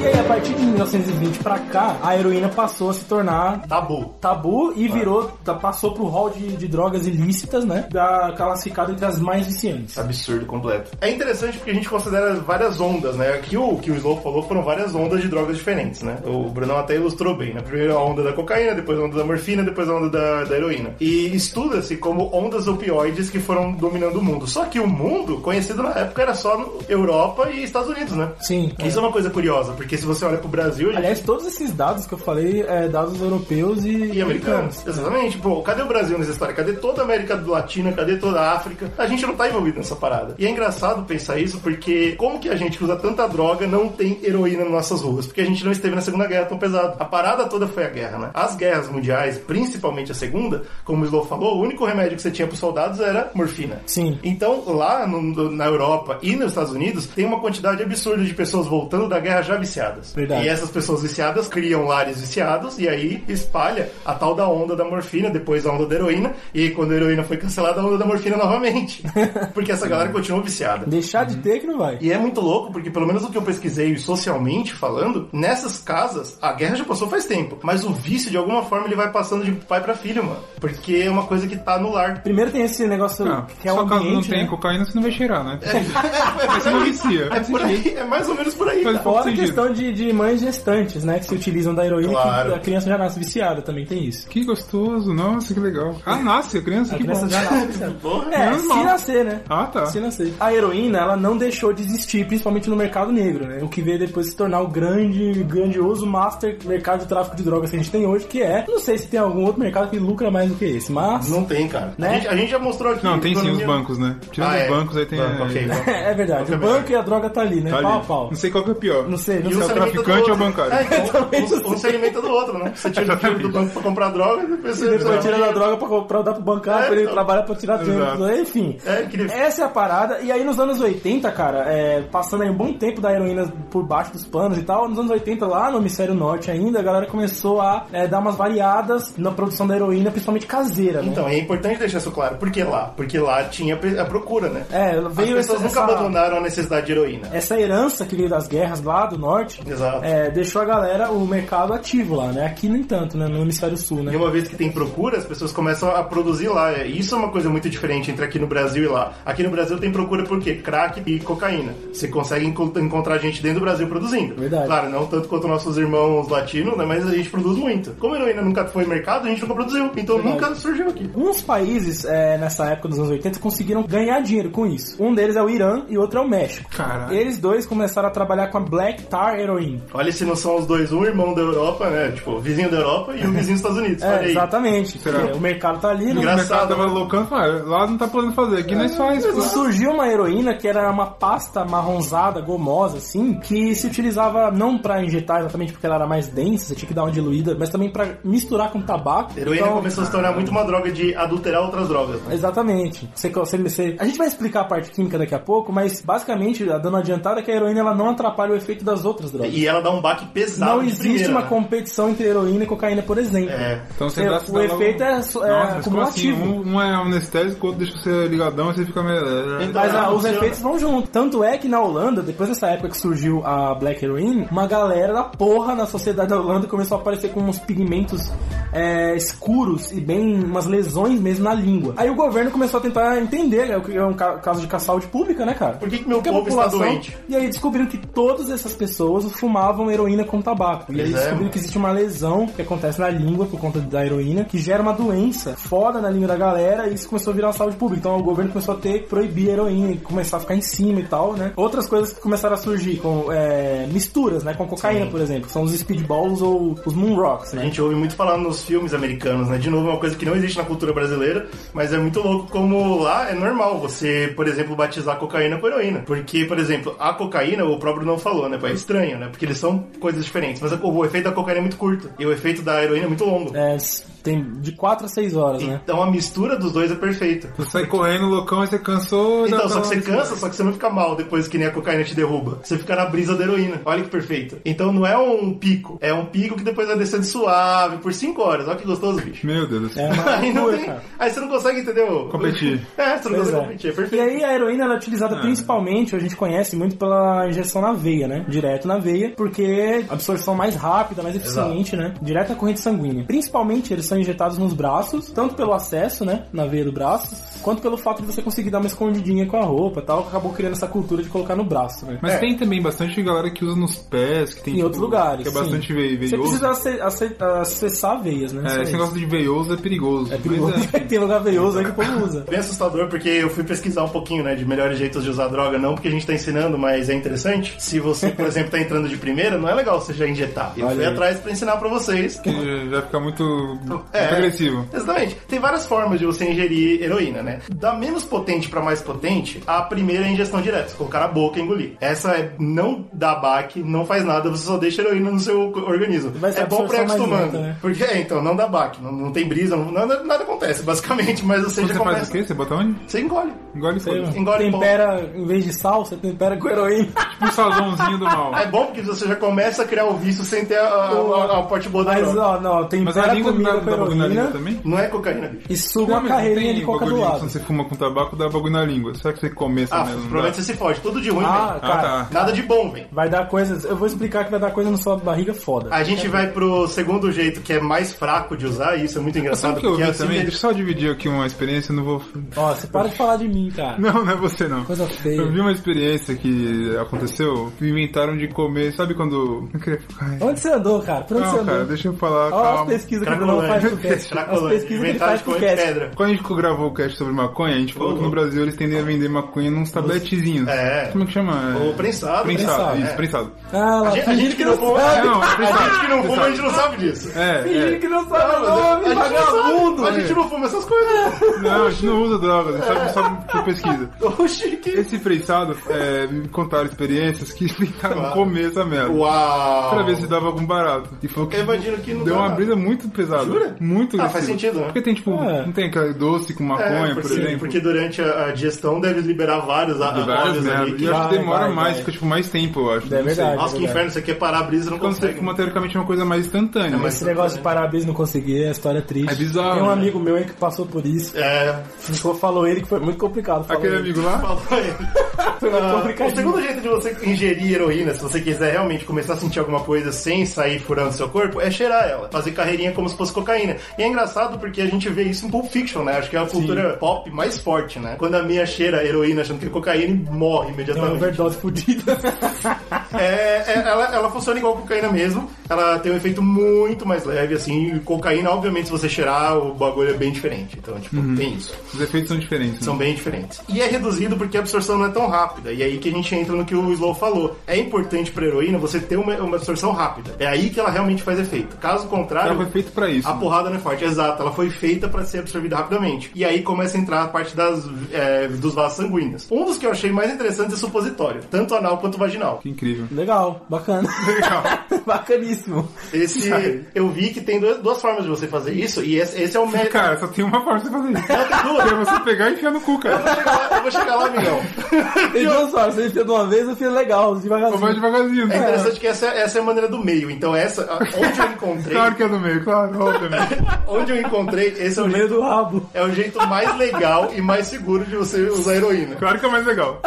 [SPEAKER 3] E aí, a partir de 1920 pra cá, a heroína passou a se tornar
[SPEAKER 1] Tabu.
[SPEAKER 3] tabu e virou, tá- passou pro hall de, de drogas ilícitas, né? Da classificada entre as mais viciantes.
[SPEAKER 1] Absurdo completo. É interessante porque a gente considera várias ondas, né? Aqui o que o Slow falou foram várias ondas de drogas diferentes, né? O Brunão até ilustrou bem, né? Primeiro a onda da cocaína, depois a onda da morfina, depois a onda da, da heroína. E estuda-se como ondas opioides que foram dominando o mundo. Só que o mundo, conhecido na época, era só no- Europa e Estados Unidos, né?
[SPEAKER 3] Sim.
[SPEAKER 1] Isso é uma coisa curiosa, porque se você olha pro Brasil, a gente
[SPEAKER 3] Aliás, todos esses dados que eu falei, é dados europeus e,
[SPEAKER 1] e americanos. Exatamente. Pô, cadê o Brasil nessa história? Cadê toda a América Latina? Cadê toda a África? A gente não tá envolvido nessa parada. E é engraçado pensar isso porque como que a gente que usa tanta droga não tem heroína nas nossas ruas? Porque a gente não esteve na Segunda Guerra tão pesado. A parada toda foi a guerra, né? As guerras mundiais, principalmente a Segunda, como o Slow falou, o único remédio que você tinha pros soldados era morfina.
[SPEAKER 3] Sim.
[SPEAKER 1] Então, lá no- na Europa e nos Estados Unidos, tem uma quantidade absurda de pessoas voltando da guerra já viciadas.
[SPEAKER 3] Verdade.
[SPEAKER 1] E essas pessoas viciadas criam lares viciados e aí espalha a tal da onda da morfina, depois a onda da heroína, e quando a heroína foi cancelada, a onda da morfina [laughs] novamente. Porque essa galera continua viciada.
[SPEAKER 3] Deixar de ter que não vai.
[SPEAKER 1] E é muito louco, porque pelo menos o que eu pesquisei socialmente falando, nessas casas, a guerra já passou faz tempo, mas o vício, de alguma forma, ele vai passando de pai pra filho, mano. Porque é uma coisa que tá no lar.
[SPEAKER 3] Primeiro tem esse negócio
[SPEAKER 2] Não,
[SPEAKER 3] que é o
[SPEAKER 2] só caso não
[SPEAKER 3] ambiente,
[SPEAKER 2] tenha
[SPEAKER 3] né?
[SPEAKER 2] cocaína, você não vai cheirar, né? Mas você não vicia.
[SPEAKER 1] [laughs] É, por aí, é mais ou menos por aí,
[SPEAKER 2] Faz
[SPEAKER 1] cara.
[SPEAKER 3] Fora a
[SPEAKER 2] Sentido.
[SPEAKER 3] questão de, de mães gestantes, né? Que se utilizam da heroína
[SPEAKER 1] Claro.
[SPEAKER 3] que a criança já nasce viciada, também tem isso.
[SPEAKER 2] Que gostoso, nossa, que legal. Ah, nasce a criança,
[SPEAKER 3] A
[SPEAKER 2] que
[SPEAKER 3] criança
[SPEAKER 2] bom.
[SPEAKER 3] já
[SPEAKER 2] [laughs]
[SPEAKER 3] nasce viciada.
[SPEAKER 1] Porra.
[SPEAKER 3] É,
[SPEAKER 2] Menos
[SPEAKER 3] se
[SPEAKER 2] mal.
[SPEAKER 3] nascer, né?
[SPEAKER 2] Ah, tá.
[SPEAKER 3] Se nascer. A heroína, ela não deixou de existir, principalmente no mercado negro, né? O que veio depois se tornar o grande, grandioso master mercado de tráfico de drogas que a gente tem hoje, que é... Não sei se tem algum outro mercado que lucra mais do que esse, mas...
[SPEAKER 1] Não tem, cara.
[SPEAKER 3] Né?
[SPEAKER 1] A, gente, a gente já mostrou aqui.
[SPEAKER 2] Não, tem sim os
[SPEAKER 1] economia-
[SPEAKER 2] bancos, né? Tirando
[SPEAKER 1] Ah, é.
[SPEAKER 2] os bancos, aí tem...
[SPEAKER 1] Banco, ok, banco.
[SPEAKER 3] [laughs] É verdade, o
[SPEAKER 1] Banco é
[SPEAKER 3] banco e a droga tá ali, né?
[SPEAKER 2] Tá ali.
[SPEAKER 3] pau a pau.
[SPEAKER 2] Não sei qual que é pior.
[SPEAKER 3] Não sei, não
[SPEAKER 1] E
[SPEAKER 2] Se
[SPEAKER 1] um
[SPEAKER 2] é o
[SPEAKER 3] sei.
[SPEAKER 1] se alimenta do
[SPEAKER 2] traficante
[SPEAKER 1] outro.
[SPEAKER 2] ou bancário? É
[SPEAKER 1] É, então,
[SPEAKER 3] também não
[SPEAKER 1] um, um se alimenta do outro, né? Você
[SPEAKER 2] [laughs]
[SPEAKER 1] tira o dinheiro do banco pra comprar droga e depois você...
[SPEAKER 3] Depois tirando a droga pra, co- pra dar pro bancário,
[SPEAKER 1] É,
[SPEAKER 3] pra ele
[SPEAKER 1] então.
[SPEAKER 3] trabalhar pra tirar dinheiro.
[SPEAKER 2] Exato.
[SPEAKER 3] Enfim.
[SPEAKER 1] É, que ele-
[SPEAKER 3] Essa é a parada. E aí nos anos 80, cara, é, passando aí um bom tempo da heroína por baixo dos panos e tal, nos anos 80, lá no Hemisfério Norte ainda, a galera começou a é, dar umas variadas na produção da heroína, principalmente caseira, né?
[SPEAKER 1] Então, é importante deixar isso claro. Por que lá? Porque lá tinha pe- a procura, né?
[SPEAKER 3] é,
[SPEAKER 1] As
[SPEAKER 3] veio
[SPEAKER 1] pessoas nunca
[SPEAKER 3] essa, essa, É.
[SPEAKER 1] abandonaram a necessidade de heroína.
[SPEAKER 3] essa herança que veio das guerras lá do norte.
[SPEAKER 1] Exato.
[SPEAKER 3] é, deixou a galera, o mercado ativo lá, né? Aqui, no entanto, né? No hemisfério sul, né?
[SPEAKER 1] E uma vez que tem procura, as pessoas começam a produzir lá. É, Isso é uma coisa muito diferente entre aqui no Brasil e lá. Aqui no Brasil tem procura por quê? Crack e cocaína. Você consegue enco- encontrar gente dentro do Brasil produzindo.
[SPEAKER 3] Verdade.
[SPEAKER 1] Claro, não tanto quanto nossos irmãos latinos, né? Mas a gente produz muito. Como a heroína nunca foi mercado, a gente nunca produziu. Então nunca surgiu aqui.
[SPEAKER 3] Alguns países, é, nessa época dos anos 80, conseguiram ganhar dinheiro com isso. Um deles é o Irã e outro é o México.
[SPEAKER 2] Caralho.
[SPEAKER 3] Eles dois começaram a trabalhar com a Black Tar Heroin.
[SPEAKER 1] Olha ver se não são os dois, um irmão da Europa, né? Tipo, vizinho da Europa e um vizinho dos Estados Unidos. Olha
[SPEAKER 3] É,
[SPEAKER 1] aí.
[SPEAKER 3] exatamente.
[SPEAKER 2] Será?
[SPEAKER 3] É, O mercado tá ali, né?
[SPEAKER 1] Engraçado.
[SPEAKER 2] O mercado tava loucando, falou, lá não tá podendo fazer, aqui
[SPEAKER 3] É,
[SPEAKER 2] nós faz. pô.
[SPEAKER 3] Surgiu uma heroína que era uma pasta marronzada, gomosa, assim, que se utilizava não pra injetar exatamente porque ela era mais densa, você tinha que dar uma diluída, mas também pra misturar com tabaco.
[SPEAKER 1] Heroína
[SPEAKER 3] Então,
[SPEAKER 1] começou a se tornar muito uma droga de adulterar outras drogas. né?
[SPEAKER 3] Exatamente. Você, você, você- a gente vai explicar a parte química daqui a pouco, mas basicamente, dando uma adiantada, é que a heroína ela não atrapalha o efeito das outras drogas.
[SPEAKER 1] E ela dá um baque pesado.
[SPEAKER 3] Não
[SPEAKER 1] de
[SPEAKER 3] existe
[SPEAKER 1] primeira,
[SPEAKER 3] uma
[SPEAKER 1] né?
[SPEAKER 3] competição entre heroína e cocaína, por exemplo.
[SPEAKER 1] É.
[SPEAKER 2] Então você
[SPEAKER 3] É,
[SPEAKER 2] dá-
[SPEAKER 3] o
[SPEAKER 2] você dá logo-
[SPEAKER 3] efeito é- é
[SPEAKER 2] Nossa, mas como assim?
[SPEAKER 3] acumulativo.
[SPEAKER 2] Um, um é anestésico, o outro deixa você ligadão e você fica meio.
[SPEAKER 1] Então,
[SPEAKER 3] Mas ah,
[SPEAKER 1] ela
[SPEAKER 3] os
[SPEAKER 1] funciona.
[SPEAKER 3] efeitos vão junto. Tanto é que na Holanda, depois dessa época que surgiu a Black Heroin, uma galera da porra na sociedade da Holanda começou a aparecer com uns pigmentos é, escuros e bem umas lesões mesmo na língua. Aí o governo começou a tentar entender, né, o que é um ca- caso de ca- saúde pública, né, cara?
[SPEAKER 1] Por que que meu
[SPEAKER 3] Porque a
[SPEAKER 1] povo está
[SPEAKER 3] população-
[SPEAKER 1] doente?
[SPEAKER 3] E aí descobriram que todas essas pessoas fumavam heroína com tabaco. E aí
[SPEAKER 1] Pois é,
[SPEAKER 3] descobriram
[SPEAKER 1] mano.
[SPEAKER 3] que existe uma lesão que acontece na língua por conta da heroína, que gera uma doença foda na língua da galera e isso começou a virar saúde pública. Então o governo começou a ter que proibir a heroína e começar a ficar em cima e tal, né? Outras coisas que começaram a surgir, com é, misturas, né? Com cocaína, por exemplo, que são os speedballs ou os moonrocks,
[SPEAKER 1] A
[SPEAKER 3] né?
[SPEAKER 1] gente ouve muito falar nos filmes americanos, né? De novo, é uma coisa que não existe na cultura brasileira, mas é muito louco como lá é normal você, por exemplo, batizar cocaína com heroína. Porque, por exemplo, a cocaína, o próprio não falou, né? É estranho, né? Porque eles são coisas diferentes. Mas o efeito da cocaína é muito curto e o efeito da heroína é muito longo.
[SPEAKER 3] É, s- tem de 4 a 6 horas, né?
[SPEAKER 1] Então a mistura dos dois é perfeita.
[SPEAKER 2] Você sai correndo, loucão, e você cansou. dá-
[SPEAKER 1] Então, só
[SPEAKER 2] dá
[SPEAKER 1] que você
[SPEAKER 2] uma-
[SPEAKER 1] cansa, só que você não fica mal depois que nem a cocaína te derruba. Você fica na brisa da heroína. Olha que perfeito. Então não é um pico, é um pico que depois vai descendo suave por 5 horas. Olha que gostoso, bicho.
[SPEAKER 2] Meu Deus do céu.
[SPEAKER 3] É uma
[SPEAKER 1] [laughs] Aí, não
[SPEAKER 3] loucura,
[SPEAKER 1] tem-
[SPEAKER 3] cara.
[SPEAKER 1] aí você não consegue, entendeu?
[SPEAKER 2] Competir.
[SPEAKER 1] É, você não
[SPEAKER 3] Pois
[SPEAKER 1] consegue
[SPEAKER 3] é.
[SPEAKER 1] competir, é
[SPEAKER 3] E
[SPEAKER 1] perfeito.
[SPEAKER 3] aí a heroína ela é utilizada
[SPEAKER 2] Ah.
[SPEAKER 3] principalmente, a gente conhece muito pela injeção na veia, né? Direto na veia, porque a absorção mais rápida, mais eficiente, né? Direto na corrente sanguínea. Principalmente eles são injetados nos braços, tanto pelo acesso, né? Na veia do braço, quanto pelo fato de você conseguir dar uma escondidinha com a roupa e tal, que acabou criando essa cultura de colocar no braço, né?
[SPEAKER 2] Mas
[SPEAKER 1] É.
[SPEAKER 2] tem também bastante galera que usa nos pés, que tem.
[SPEAKER 3] Em
[SPEAKER 2] tipo,
[SPEAKER 3] outros lugares.
[SPEAKER 2] Que é
[SPEAKER 3] sim.
[SPEAKER 2] bastante ve-
[SPEAKER 3] Você
[SPEAKER 2] veioso.
[SPEAKER 3] precisa ace- ace- acessar veias, né? Só
[SPEAKER 2] É,
[SPEAKER 3] isso.
[SPEAKER 2] esse negócio de veioso é perigoso.
[SPEAKER 3] É perigoso.
[SPEAKER 2] Mas é.
[SPEAKER 3] Tem lugar [laughs] veioso aí que o povo usa.
[SPEAKER 1] Bem assustador, porque eu fui pesquisar um pouquinho, né, de melhores jeitos de usar droga, não porque a gente tá ensinando, mas é interessante. Se você, por [laughs] exemplo, tá entrando de primeira, não é legal você já injetar. Eu
[SPEAKER 3] Olha
[SPEAKER 1] fui
[SPEAKER 3] aí.
[SPEAKER 1] atrás pra ensinar pra vocês.
[SPEAKER 2] é que já fica muito, muito
[SPEAKER 1] É.
[SPEAKER 2] agressivo.
[SPEAKER 1] Exatamente. Tem várias formas de você ingerir heroína, né? Da menos potente pra mais potente, a primeira é a ingestão direta, você colocar na boca e engolir. Essa é não dá baque, não faz nada, você só deixa heroína no seu co- organismo.
[SPEAKER 3] Vai ser
[SPEAKER 1] é bom pra ir
[SPEAKER 3] absorção mais
[SPEAKER 1] acostumando.
[SPEAKER 3] lenta, né?
[SPEAKER 1] Porque é, então, não dá baque, não, não tem brisa, não- nada, nada acontece, basicamente, mas você
[SPEAKER 2] Você
[SPEAKER 1] já
[SPEAKER 2] faz
[SPEAKER 1] começa.
[SPEAKER 2] o quê? Você bota onde?
[SPEAKER 1] Você engole.
[SPEAKER 2] Engole e foda-se.
[SPEAKER 1] Engole
[SPEAKER 3] tempera, em vez de sal, você tempera com heroína.
[SPEAKER 2] Tipo um salãozinho do mal.
[SPEAKER 1] É bom porque você já começa a criar o vício sem ter a, a, a, a parte boa da
[SPEAKER 3] Mas
[SPEAKER 1] droga.
[SPEAKER 3] ó, não, tem
[SPEAKER 2] Mas é a
[SPEAKER 3] pera
[SPEAKER 2] língua não
[SPEAKER 3] comida
[SPEAKER 2] dá,
[SPEAKER 3] com
[SPEAKER 2] dá bagulho na língua
[SPEAKER 3] heroína
[SPEAKER 2] também?
[SPEAKER 1] Não é cocaína, bicho.
[SPEAKER 3] e suga
[SPEAKER 2] Não,
[SPEAKER 3] uma
[SPEAKER 2] mas não
[SPEAKER 3] carreirinha
[SPEAKER 2] tem
[SPEAKER 3] de coca do
[SPEAKER 2] bagulho
[SPEAKER 3] lado.
[SPEAKER 2] Quando você fuma com tabaco, dá bagulho na língua. Será que você come essa
[SPEAKER 1] Ah,
[SPEAKER 2] mesmo?
[SPEAKER 1] provavelmente você se foge. Tudo de ruim,
[SPEAKER 3] Ah,
[SPEAKER 1] velho.
[SPEAKER 3] cara,
[SPEAKER 2] Ah, tá.
[SPEAKER 1] Nada de bom, velho.
[SPEAKER 3] vai dar coisas. Eu vou explicar que vai dar coisa no sua barriga
[SPEAKER 2] Ah.
[SPEAKER 3] foda.
[SPEAKER 1] A
[SPEAKER 2] É.
[SPEAKER 1] gente vai pro segundo jeito, que é mais fraco de usar, e isso é muito
[SPEAKER 2] Sabe
[SPEAKER 1] engraçado,
[SPEAKER 2] o que eu
[SPEAKER 1] porque
[SPEAKER 2] vi
[SPEAKER 1] assim,
[SPEAKER 2] também?
[SPEAKER 1] ele-
[SPEAKER 2] Deixa eu só dividir aqui uma experiência, eu não vou...
[SPEAKER 3] Ó, você para de falar de mim,
[SPEAKER 2] [laughs]
[SPEAKER 3] cara.
[SPEAKER 2] Não, não é você não.
[SPEAKER 3] Coisa feia.
[SPEAKER 2] Eu vi uma experiência que aconteceu, que inventaram de comer, sabe quando... [laughs] Não queria ficar... Ai,
[SPEAKER 3] Onde você andou, cara? Por onde você
[SPEAKER 2] Não,
[SPEAKER 3] andou?
[SPEAKER 2] cara, deixa eu falar,
[SPEAKER 3] Olha as
[SPEAKER 2] calma.
[SPEAKER 3] pesquisas que o Bruno faz pro
[SPEAKER 1] Cracolândia.
[SPEAKER 3] cast. As
[SPEAKER 1] Cracolândia.
[SPEAKER 3] pesquisas que ele
[SPEAKER 1] Inventar
[SPEAKER 3] faz
[SPEAKER 1] de
[SPEAKER 3] pro
[SPEAKER 1] correr de
[SPEAKER 3] cast.
[SPEAKER 1] pedra.
[SPEAKER 2] Quando a gente gravou o cast sobre maconha, a gente falou que no Brasil eles tendem a vender maconha nos tabletezinhos.
[SPEAKER 1] É.
[SPEAKER 2] Como é que chama?
[SPEAKER 1] O prensado.
[SPEAKER 2] Prensado,
[SPEAKER 3] prensado,
[SPEAKER 2] isso,
[SPEAKER 1] é.
[SPEAKER 2] prensado.
[SPEAKER 3] Ah,
[SPEAKER 1] A
[SPEAKER 3] lá,
[SPEAKER 1] gente, a gente que não fuma,
[SPEAKER 2] É, não, é
[SPEAKER 1] a gente
[SPEAKER 2] prensado.
[SPEAKER 1] que não fuma, a gente
[SPEAKER 2] prensado.
[SPEAKER 1] não sabe disso.
[SPEAKER 2] É,
[SPEAKER 3] Fingindo
[SPEAKER 2] é.
[SPEAKER 3] que não sabe o
[SPEAKER 1] a,
[SPEAKER 3] nome,
[SPEAKER 1] gente não sabe,
[SPEAKER 3] vagabundo!
[SPEAKER 1] a gente não fuma essas
[SPEAKER 2] [laughs]
[SPEAKER 1] coisas.
[SPEAKER 2] Não, a gente não usa drogas, é só, só por pesquisa.
[SPEAKER 1] Oxi, que...
[SPEAKER 2] Esse prensado, é, me contaram experiências que [laughs] tentaram comer essa merda.
[SPEAKER 1] Uau.
[SPEAKER 2] Pra ver se dava algum barato. E falou que
[SPEAKER 1] Eu imagino que não
[SPEAKER 2] deu
[SPEAKER 1] dá
[SPEAKER 2] uma
[SPEAKER 1] nada.
[SPEAKER 2] brisa muito pesada.
[SPEAKER 1] Jura?
[SPEAKER 2] Muito
[SPEAKER 1] Ah,
[SPEAKER 2] agressiva.
[SPEAKER 1] faz sentido, né?
[SPEAKER 2] Porque tem tipo,
[SPEAKER 3] É.
[SPEAKER 2] não tem aquele doce com maconha,
[SPEAKER 1] É,
[SPEAKER 2] por
[SPEAKER 1] porque,
[SPEAKER 2] exemplo.
[SPEAKER 1] porque durante a, a digestão deve liberar vários a-
[SPEAKER 2] De várias
[SPEAKER 1] óleos ali.
[SPEAKER 2] merdas. E
[SPEAKER 1] Que...
[SPEAKER 2] eu acho
[SPEAKER 3] Vai,
[SPEAKER 2] que demora
[SPEAKER 3] vai,
[SPEAKER 2] mais,
[SPEAKER 3] vai.
[SPEAKER 2] fica tipo mais tempo, eu acho. não
[SPEAKER 3] É
[SPEAKER 2] sei.
[SPEAKER 3] verdade.
[SPEAKER 1] Nossa, que inferno, você quer parar a brisa, não
[SPEAKER 2] Quando você
[SPEAKER 1] consegue.
[SPEAKER 2] fuma, teoricamente, é uma coisa mais instantânea.
[SPEAKER 1] mas-
[SPEAKER 3] Esse negócio de parabéns não conseguir, a história é triste.
[SPEAKER 2] É bizarro,
[SPEAKER 3] Tem um
[SPEAKER 2] né?
[SPEAKER 3] amigo meu aí que passou por isso.
[SPEAKER 1] É,
[SPEAKER 3] Ficou, falou ele que foi muito complicado. falou
[SPEAKER 2] Aquele
[SPEAKER 3] ele.
[SPEAKER 2] amigo lá?
[SPEAKER 1] falou ele.
[SPEAKER 3] Foi muito
[SPEAKER 1] Ah, o
[SPEAKER 3] complicadinho.
[SPEAKER 1] segundo jeito de você ingerir heroína, se você quiser realmente começar a sentir alguma coisa sem sair furando seu corpo, é cheirar ela, fazer carreirinha como se fosse cocaína. E é engraçado porque a gente vê isso em Pulp Fiction, né? Acho que é a cultura pop mais forte, né? Quando a minha cheira heroína achando que é cocaína e morre
[SPEAKER 3] Tem uma
[SPEAKER 1] imediatamente.
[SPEAKER 3] overdose fodida.
[SPEAKER 1] É, é, ela, ela funciona igual a cocaína mesmo. Ela tem um efeito muito mais leve, assim. E Cocaína, obviamente, se você cheirar, o bagulho é bem diferente. Então, tipo, tem isso.
[SPEAKER 2] Os efeitos são diferentes. né?
[SPEAKER 1] São bem diferentes. E é reduzido porque a absorção não é tão rápida. E aí que a gente entra no que o Slow falou. É importante pra heroína você ter uma, uma absorção rápida. É aí que ela realmente faz efeito. Caso contrário.
[SPEAKER 2] Ela foi feita pra isso,
[SPEAKER 1] A
[SPEAKER 2] né?
[SPEAKER 1] porrada não é forte. Exato. Ela foi feita pra ser absorvida rapidamente. E aí começa a entrar a parte das, é, dos vasos sanguíneos. Um dos que eu achei mais interessante é supositório. Tanto anal quanto vaginal.
[SPEAKER 2] Que incrível.
[SPEAKER 3] Legal, bacana. [laughs]
[SPEAKER 2] Legal.
[SPEAKER 3] Bacaníssimo.
[SPEAKER 1] Esse,
[SPEAKER 2] [laughs]
[SPEAKER 1] eu vi que tem duas, duas formas de você fazer isso, e esse, esse é o mérito.
[SPEAKER 2] Cara, só tem uma forma de você fazer isso.
[SPEAKER 1] Não, tem duas.
[SPEAKER 2] Que é você pegar e enfiar no cu,
[SPEAKER 1] Eu vou
[SPEAKER 2] cara.
[SPEAKER 1] chegar lá, eu vou chegar lá,
[SPEAKER 2] [laughs]
[SPEAKER 1] amigão.
[SPEAKER 3] Tem duas horas, você fez de uma vez, eu fiz legal,
[SPEAKER 2] Ou vai
[SPEAKER 3] devagarzinho.
[SPEAKER 2] devagarzinho.
[SPEAKER 1] É
[SPEAKER 2] né?
[SPEAKER 1] interessante que essa, essa é a maneira do meio. Então, essa, a- onde eu encontrei,
[SPEAKER 2] Claro que é do meio, claro, obviamente.
[SPEAKER 1] onde eu encontrei, esse é o,
[SPEAKER 3] No meio
[SPEAKER 1] jeito,
[SPEAKER 3] do rabo.
[SPEAKER 1] é o jeito mais legal e mais seguro de você usar heroína.
[SPEAKER 2] Claro que é o mais legal.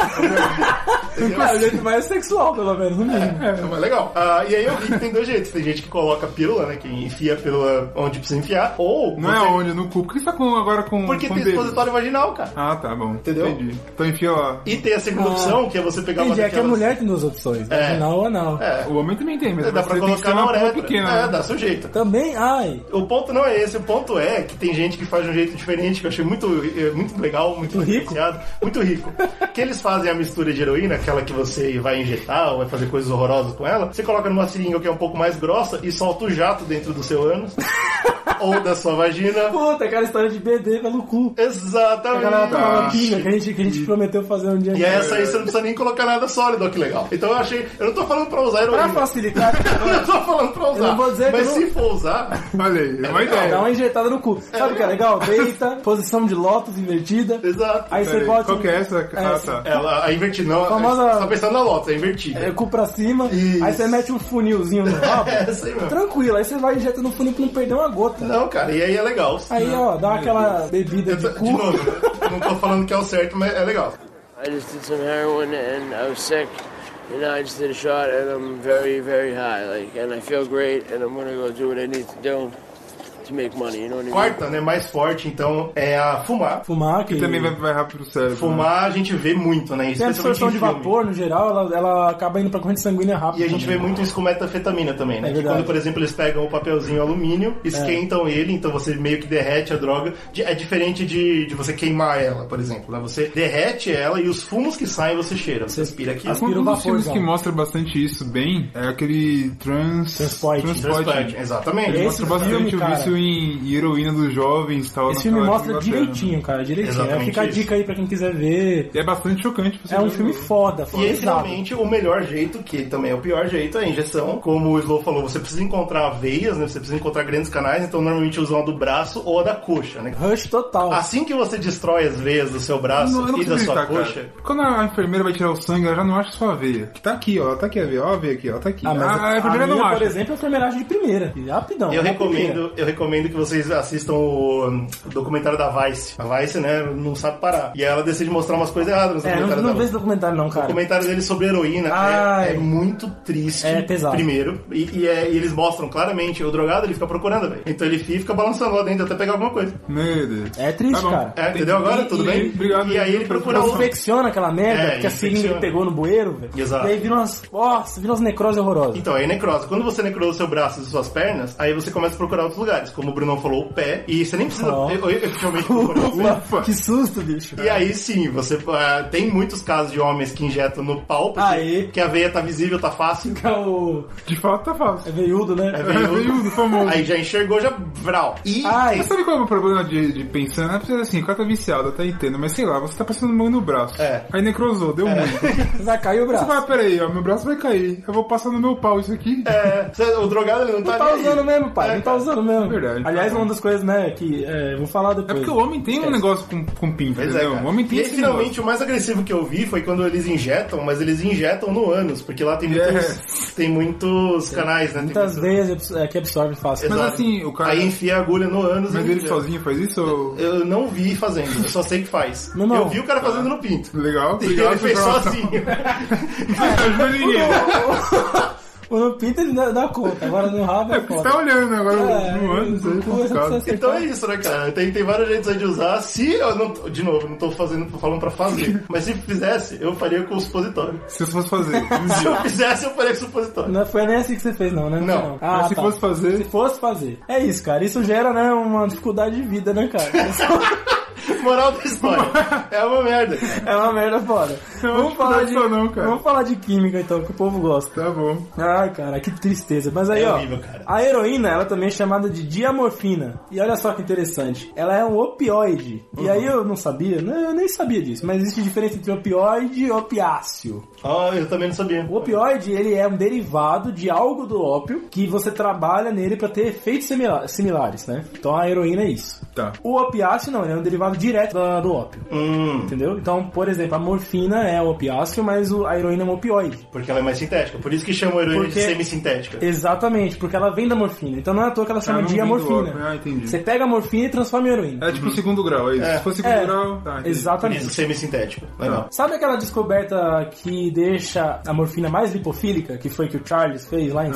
[SPEAKER 3] É o jeito mais sexual, pelo menos, no mínimo.
[SPEAKER 1] assim. É mais legal. Ah, e aí eu vi que tem dois jeitos. Tem gente que coloca pílula, né? Que enfia a pílula onde precisa enfiar. Ou.
[SPEAKER 2] Não é
[SPEAKER 1] você-
[SPEAKER 2] onde, no cu. Por que você tá com, agora com
[SPEAKER 1] Porque
[SPEAKER 2] com
[SPEAKER 1] tem
[SPEAKER 2] dedo?
[SPEAKER 1] expositório vaginal, cara.
[SPEAKER 2] Ah, tá bom.
[SPEAKER 1] Entendeu?
[SPEAKER 2] Entendi. Então enfia lá.
[SPEAKER 1] E tem a segunda opção, que é você pegar uma
[SPEAKER 3] Ah. Entendi, é que a
[SPEAKER 1] daquelas-
[SPEAKER 3] mulher tem duas opções,
[SPEAKER 1] É.
[SPEAKER 3] vaginal ou anal.
[SPEAKER 1] É.
[SPEAKER 2] O homem também tem, mas
[SPEAKER 1] Dá
[SPEAKER 2] você
[SPEAKER 1] pra
[SPEAKER 2] tem que
[SPEAKER 1] colocar
[SPEAKER 2] ser
[SPEAKER 1] na
[SPEAKER 2] uma porra
[SPEAKER 1] uretra. É,
[SPEAKER 2] pequena. né?
[SPEAKER 1] dá seu jeito.
[SPEAKER 3] Também, ai,
[SPEAKER 1] O ponto não é esse, o ponto é que tem gente que faz de um jeito diferente, que eu achei muito, eh, muito legal, muito
[SPEAKER 3] Muito rico.
[SPEAKER 1] diferenciado, muito rico. que eles fazem a mistura de heroína, aquela que você vai injetar ou vai fazer coisas horrorosas com ela, você coloca numa seringa que é um pouco mais grossa e solta o jato dentro do seu
[SPEAKER 3] [laughs]
[SPEAKER 1] ânus ou da sua vagina.
[SPEAKER 3] puta, aquela história de BD pelo cu. A galera tomava
[SPEAKER 1] Exatamente.
[SPEAKER 3] pinga que a gente, que a gente prometeu fazer um dia.
[SPEAKER 1] Ah, E essa aí você não precisa nem colocar nada sólido, ó, que legal. Então eu achei. Eu não tô falando pra usar heroína.
[SPEAKER 3] Pra facilitar,
[SPEAKER 1] [laughs] eu tô falando pra usar.
[SPEAKER 3] não vou dizer que
[SPEAKER 1] mas
[SPEAKER 3] eu não-
[SPEAKER 1] se for usar,
[SPEAKER 2] Olha aí, é uma ideia.
[SPEAKER 3] dá uma injetada no cu. Sabe o que
[SPEAKER 1] [laughs]
[SPEAKER 3] é legal? Deita, posição de lótus invertida.
[SPEAKER 1] exato.
[SPEAKER 3] Aí você um-
[SPEAKER 2] Pera aí,
[SPEAKER 3] pode.
[SPEAKER 2] Qual que é essa? Ah,
[SPEAKER 3] essa.
[SPEAKER 2] tá.
[SPEAKER 1] Ela, a invertida, não.
[SPEAKER 3] Famosa-
[SPEAKER 1] Você tá pensando na Lotus, é invertida.
[SPEAKER 3] é, cu pra cima,
[SPEAKER 1] Isso.
[SPEAKER 3] aí você mete um funilzinho no rabo.
[SPEAKER 1] [laughs] É, isso aí mesmo.
[SPEAKER 3] Tranquilo, aí você vai injetando no funil pra não perder uma gota.
[SPEAKER 1] Não, cara, e aí é legal.
[SPEAKER 3] Aí, ó, dá aquela bebida
[SPEAKER 1] Eu tô-
[SPEAKER 3] de
[SPEAKER 1] de
[SPEAKER 3] cu.
[SPEAKER 1] novo, eu não tô falando que é o certo, mas é legal.
[SPEAKER 5] I just did some heroin and I was sick. And now I just did a shot and I'm very, very high. Like, and I feel great and I'm gonna go do what I need to do to make money. You know what I mean?
[SPEAKER 1] Quarta, né, mais forte, então, é a fumar.
[SPEAKER 3] Fumar, que.
[SPEAKER 2] E também vai, vai rápido pro cérebro. né?
[SPEAKER 1] Fumar a gente vê muito, né?
[SPEAKER 3] Tem a
[SPEAKER 1] Especialmente
[SPEAKER 3] absorção
[SPEAKER 1] em
[SPEAKER 3] de
[SPEAKER 1] filme.
[SPEAKER 3] vapor, no geral, ela, ela acaba indo pra corrente sanguínea rápido.
[SPEAKER 1] E a gente vê muito isso com metafetamina também, né?
[SPEAKER 3] É
[SPEAKER 1] que
[SPEAKER 3] verdade. É.
[SPEAKER 1] quando, por exemplo, eles pegam o papelzinho alumínio, esquentam ele, então você meio que derrete a droga. De- É diferente de, de você queimar ela, por exemplo. Né? Você derrete ela e os fumos que saem você cheira. Você aspira aqui.
[SPEAKER 3] As-
[SPEAKER 2] Um
[SPEAKER 3] Vira um
[SPEAKER 2] dos filmes
[SPEAKER 3] vaporzão.
[SPEAKER 2] que mostra bastante isso bem é aquele trans... É,
[SPEAKER 3] Transporte.
[SPEAKER 1] Transplante, exatamente.
[SPEAKER 3] Esse
[SPEAKER 2] Mostra bastante
[SPEAKER 3] filme,
[SPEAKER 2] o
[SPEAKER 3] cara.
[SPEAKER 2] vício em heroína dos jovens e tal. é
[SPEAKER 3] Esse filme
[SPEAKER 2] naquela
[SPEAKER 3] mostra
[SPEAKER 2] Inglaterra.
[SPEAKER 3] direitinho, cara, direitinho. É,
[SPEAKER 1] né? Exatamente
[SPEAKER 3] fica a
[SPEAKER 1] isso.
[SPEAKER 3] dica aí pra quem quiser ver.
[SPEAKER 2] E é bastante chocante. pra você
[SPEAKER 3] É um
[SPEAKER 2] ver.
[SPEAKER 3] filme foda, foda.
[SPEAKER 1] E esse realmente o melhor jeito, que também é o pior jeito, é a injeção. Como o Slow falou, você precisa encontrar veias, né? Você precisa encontrar grandes canais, então normalmente usam a do braço ou a da coxa, né?
[SPEAKER 3] Rush total.
[SPEAKER 1] Assim que você destrói as veias do seu braço
[SPEAKER 2] Não, eu não
[SPEAKER 1] e da
[SPEAKER 2] consigo
[SPEAKER 1] sua
[SPEAKER 2] gritar,
[SPEAKER 1] coxa,
[SPEAKER 2] cara. Quando a enfermeira vai tirar o sangue, ela já não acha sua veia. Que tá aqui, ó. Tá aqui a veia. Ó a veia aqui, ó. Tá aqui.
[SPEAKER 3] Ah, mas
[SPEAKER 2] a enfermeira
[SPEAKER 3] minha,
[SPEAKER 2] não acha. né?
[SPEAKER 3] por exemplo, é enfermeiragem de primeira. filho. Rapidão. né?
[SPEAKER 1] Eu
[SPEAKER 3] na
[SPEAKER 2] um
[SPEAKER 1] recomendo, eu recomendo que vocês assistam o hum, documentário da Vice. A Vice, né, não sabe parar. E ela decide mostrar umas coisas erradas no
[SPEAKER 3] primeira. É, não,
[SPEAKER 1] documentário
[SPEAKER 3] não
[SPEAKER 1] dela.
[SPEAKER 3] vê esse documentário não,
[SPEAKER 1] O
[SPEAKER 3] cara.
[SPEAKER 1] comentário dele sobre heroína é-
[SPEAKER 3] Ai.
[SPEAKER 1] é, muito triste.
[SPEAKER 3] É pesado.
[SPEAKER 1] Primeiro. E, e é- e eles mostram claramente, o drogado ele fica procurando, velho. Então ele fica balançando lá dentro até pegar alguma coisa.
[SPEAKER 2] Meu Deus.
[SPEAKER 3] É triste,
[SPEAKER 2] Tá bom.
[SPEAKER 3] cara.
[SPEAKER 1] É, entendeu agora? Tudo
[SPEAKER 2] e-
[SPEAKER 1] bem?
[SPEAKER 2] obrigado
[SPEAKER 1] E aí ele
[SPEAKER 2] pela
[SPEAKER 1] procura
[SPEAKER 2] informação.
[SPEAKER 1] outro.
[SPEAKER 3] Infecciona aquela merda,
[SPEAKER 1] É,
[SPEAKER 3] porque a seringa
[SPEAKER 1] infecciona.
[SPEAKER 3] que pegou no bueiro, velho.
[SPEAKER 1] Exato.
[SPEAKER 3] E aí viram umas. Nossa, viram umas necroses horrorosas.
[SPEAKER 1] Então, aí necrosa. Quando você necrosa seu braço e suas pernas, aí você começa a procurar outros lugares. Como o Brunão falou, o pé. E você nem precisa
[SPEAKER 3] Ó.
[SPEAKER 1] eu- eu- efetivamente procurar o pé.
[SPEAKER 2] Ufa.
[SPEAKER 3] Que susto, bicho.
[SPEAKER 1] E aí sim, você ah, tem muitos casos de homens que injetam no pau, porque
[SPEAKER 3] Aí.
[SPEAKER 1] que a veia tá visível, tá fácil.
[SPEAKER 3] Que é o.
[SPEAKER 2] De fato, tá
[SPEAKER 3] É
[SPEAKER 2] fácil.
[SPEAKER 3] veiudo, né?
[SPEAKER 1] veio-
[SPEAKER 2] É veio famoso.
[SPEAKER 1] um- Aí já enxergou, já vral. E
[SPEAKER 3] Ai,
[SPEAKER 2] Mas sabe qual é o problema de, de pensar? Não é porque, assim, o cara tá viciado, eu até entendo, mas sei lá, você tá passando mão no braço.
[SPEAKER 1] É.
[SPEAKER 2] Aí necrosou, deu
[SPEAKER 1] [laughs]
[SPEAKER 2] muito.
[SPEAKER 3] já caiu o
[SPEAKER 2] Você
[SPEAKER 3] braço.
[SPEAKER 2] fala, peraí, ó, meu braço vai cair. Eu vou passar no meu pau isso aqui.
[SPEAKER 1] é, cê- o drogado ele não,
[SPEAKER 3] Não
[SPEAKER 1] tá,
[SPEAKER 3] tá
[SPEAKER 1] nem
[SPEAKER 3] usando
[SPEAKER 1] aí.
[SPEAKER 3] mesmo, pai.
[SPEAKER 1] É,
[SPEAKER 3] não tá
[SPEAKER 1] cara.
[SPEAKER 3] usando mesmo.
[SPEAKER 2] Verdade.
[SPEAKER 3] Aliás,
[SPEAKER 2] Tá
[SPEAKER 3] uma
[SPEAKER 2] bom.
[SPEAKER 3] das coisas, né, que é, vou falar depois.
[SPEAKER 2] É porque o homem tem um
[SPEAKER 3] Esquece.
[SPEAKER 2] negócio com, com pinta,
[SPEAKER 1] Pois é,
[SPEAKER 2] entendeu?
[SPEAKER 1] cara.
[SPEAKER 2] o homem tem
[SPEAKER 1] e aí,
[SPEAKER 2] esse
[SPEAKER 1] finalmente,
[SPEAKER 2] negócio.
[SPEAKER 1] o mais agressivo que eu vi foi quando eles injetam, mas eles injetam no ânus, porque lá tem
[SPEAKER 2] É.
[SPEAKER 1] muitos, tem muitos canais, né? Tem
[SPEAKER 3] Muitas
[SPEAKER 1] muitos-
[SPEAKER 3] veias abs- é, que absorve fácil.
[SPEAKER 1] Exato.
[SPEAKER 2] Mas assim, o cara-
[SPEAKER 1] Aí enfia a agulha no ânus
[SPEAKER 2] Mas
[SPEAKER 1] e...
[SPEAKER 2] ele sozinho faz isso? Ou...
[SPEAKER 1] Eu não vi fazendo, eu só sei que faz.
[SPEAKER 3] Meu irmão.
[SPEAKER 1] eu vi o cara fazendo no pinto.
[SPEAKER 2] Legal,
[SPEAKER 1] E
[SPEAKER 2] [laughs] legal.
[SPEAKER 1] ele fez sozinho.
[SPEAKER 2] Não ajuda ninguém.
[SPEAKER 3] O no pinto ele dá, dá conta, agora no rabo é
[SPEAKER 2] É, porque você
[SPEAKER 3] foda.
[SPEAKER 2] tá olhando agora
[SPEAKER 3] É,
[SPEAKER 2] no ano, isso aí é
[SPEAKER 3] duas
[SPEAKER 2] complicado.
[SPEAKER 3] pessoas-
[SPEAKER 1] [laughs] Então é isso, né, cara? Tem, tem vários jeitos aí de usar. Se eu não. De novo, não tô fazendo, tô falando pra fazer. mas se fizesse, eu faria com o supositório.
[SPEAKER 2] Se eu fosse fazer, um
[SPEAKER 1] Se eu
[SPEAKER 2] dia.
[SPEAKER 1] fizesse, eu faria com o supositório.
[SPEAKER 3] Não foi nem assim que você fez, não, né?
[SPEAKER 1] Não.
[SPEAKER 3] Ah,
[SPEAKER 2] tá Mas se
[SPEAKER 3] tá.
[SPEAKER 2] fosse fazer-
[SPEAKER 3] Se fosse fazer. É isso, cara. Isso gera, né, uma dificuldade de vida,
[SPEAKER 2] [laughs]
[SPEAKER 3] né, cara?
[SPEAKER 1] Moral da história. É uma merda.
[SPEAKER 3] é uma merda foda.
[SPEAKER 2] Não,
[SPEAKER 3] vamos,
[SPEAKER 2] não
[SPEAKER 3] falar de,
[SPEAKER 2] dá não, cara.
[SPEAKER 3] vamos falar de química, então, que o povo gosta.
[SPEAKER 2] tá bom.
[SPEAKER 3] Ai, cara, que tristeza. Mas aí,
[SPEAKER 1] É
[SPEAKER 3] ó,
[SPEAKER 1] horrível, cara.
[SPEAKER 3] a heroína, ela também é chamada de diamorfina. E olha só que interessante, ela é um opioide. E aí eu não sabia, né, eu nem sabia disso, mas existe diferença entre opioide e opiáceo.
[SPEAKER 1] Ah, eu também não sabia.
[SPEAKER 3] O opioide, ele é um derivado de algo do ópio que você trabalha nele pra ter efeitos simila- similares, né? Então a heroína é isso.
[SPEAKER 2] Tá.
[SPEAKER 3] O opiáceo não, ele é um derivado direto da- do ópio,
[SPEAKER 1] Hum,
[SPEAKER 3] entendeu? Então, por exemplo, a morfina é opiáceo, mas o- a heroína é um opioide.
[SPEAKER 1] porque ela é mais sintética. Por isso que chamam a heroína
[SPEAKER 3] Porque-
[SPEAKER 1] de semi-sintética.
[SPEAKER 3] Exatamente, porque ela vem da morfina. Então não é à toa que ela chama
[SPEAKER 2] não
[SPEAKER 3] de
[SPEAKER 2] vem do
[SPEAKER 3] amorfina.
[SPEAKER 2] ópio. Ah, entendi.
[SPEAKER 3] Você pega a morfina e transforma em heroína.
[SPEAKER 2] É tipo segundo grau, é isso.
[SPEAKER 1] É.
[SPEAKER 2] Se fosse segundo grau, tá. entendi.
[SPEAKER 1] Por isso,
[SPEAKER 3] Exatamente. Tá.
[SPEAKER 1] semi-sintética. Legal.
[SPEAKER 3] Sabe aquela descoberta que deixa a morfina mais lipofílica, que foi que o Charles fez lá em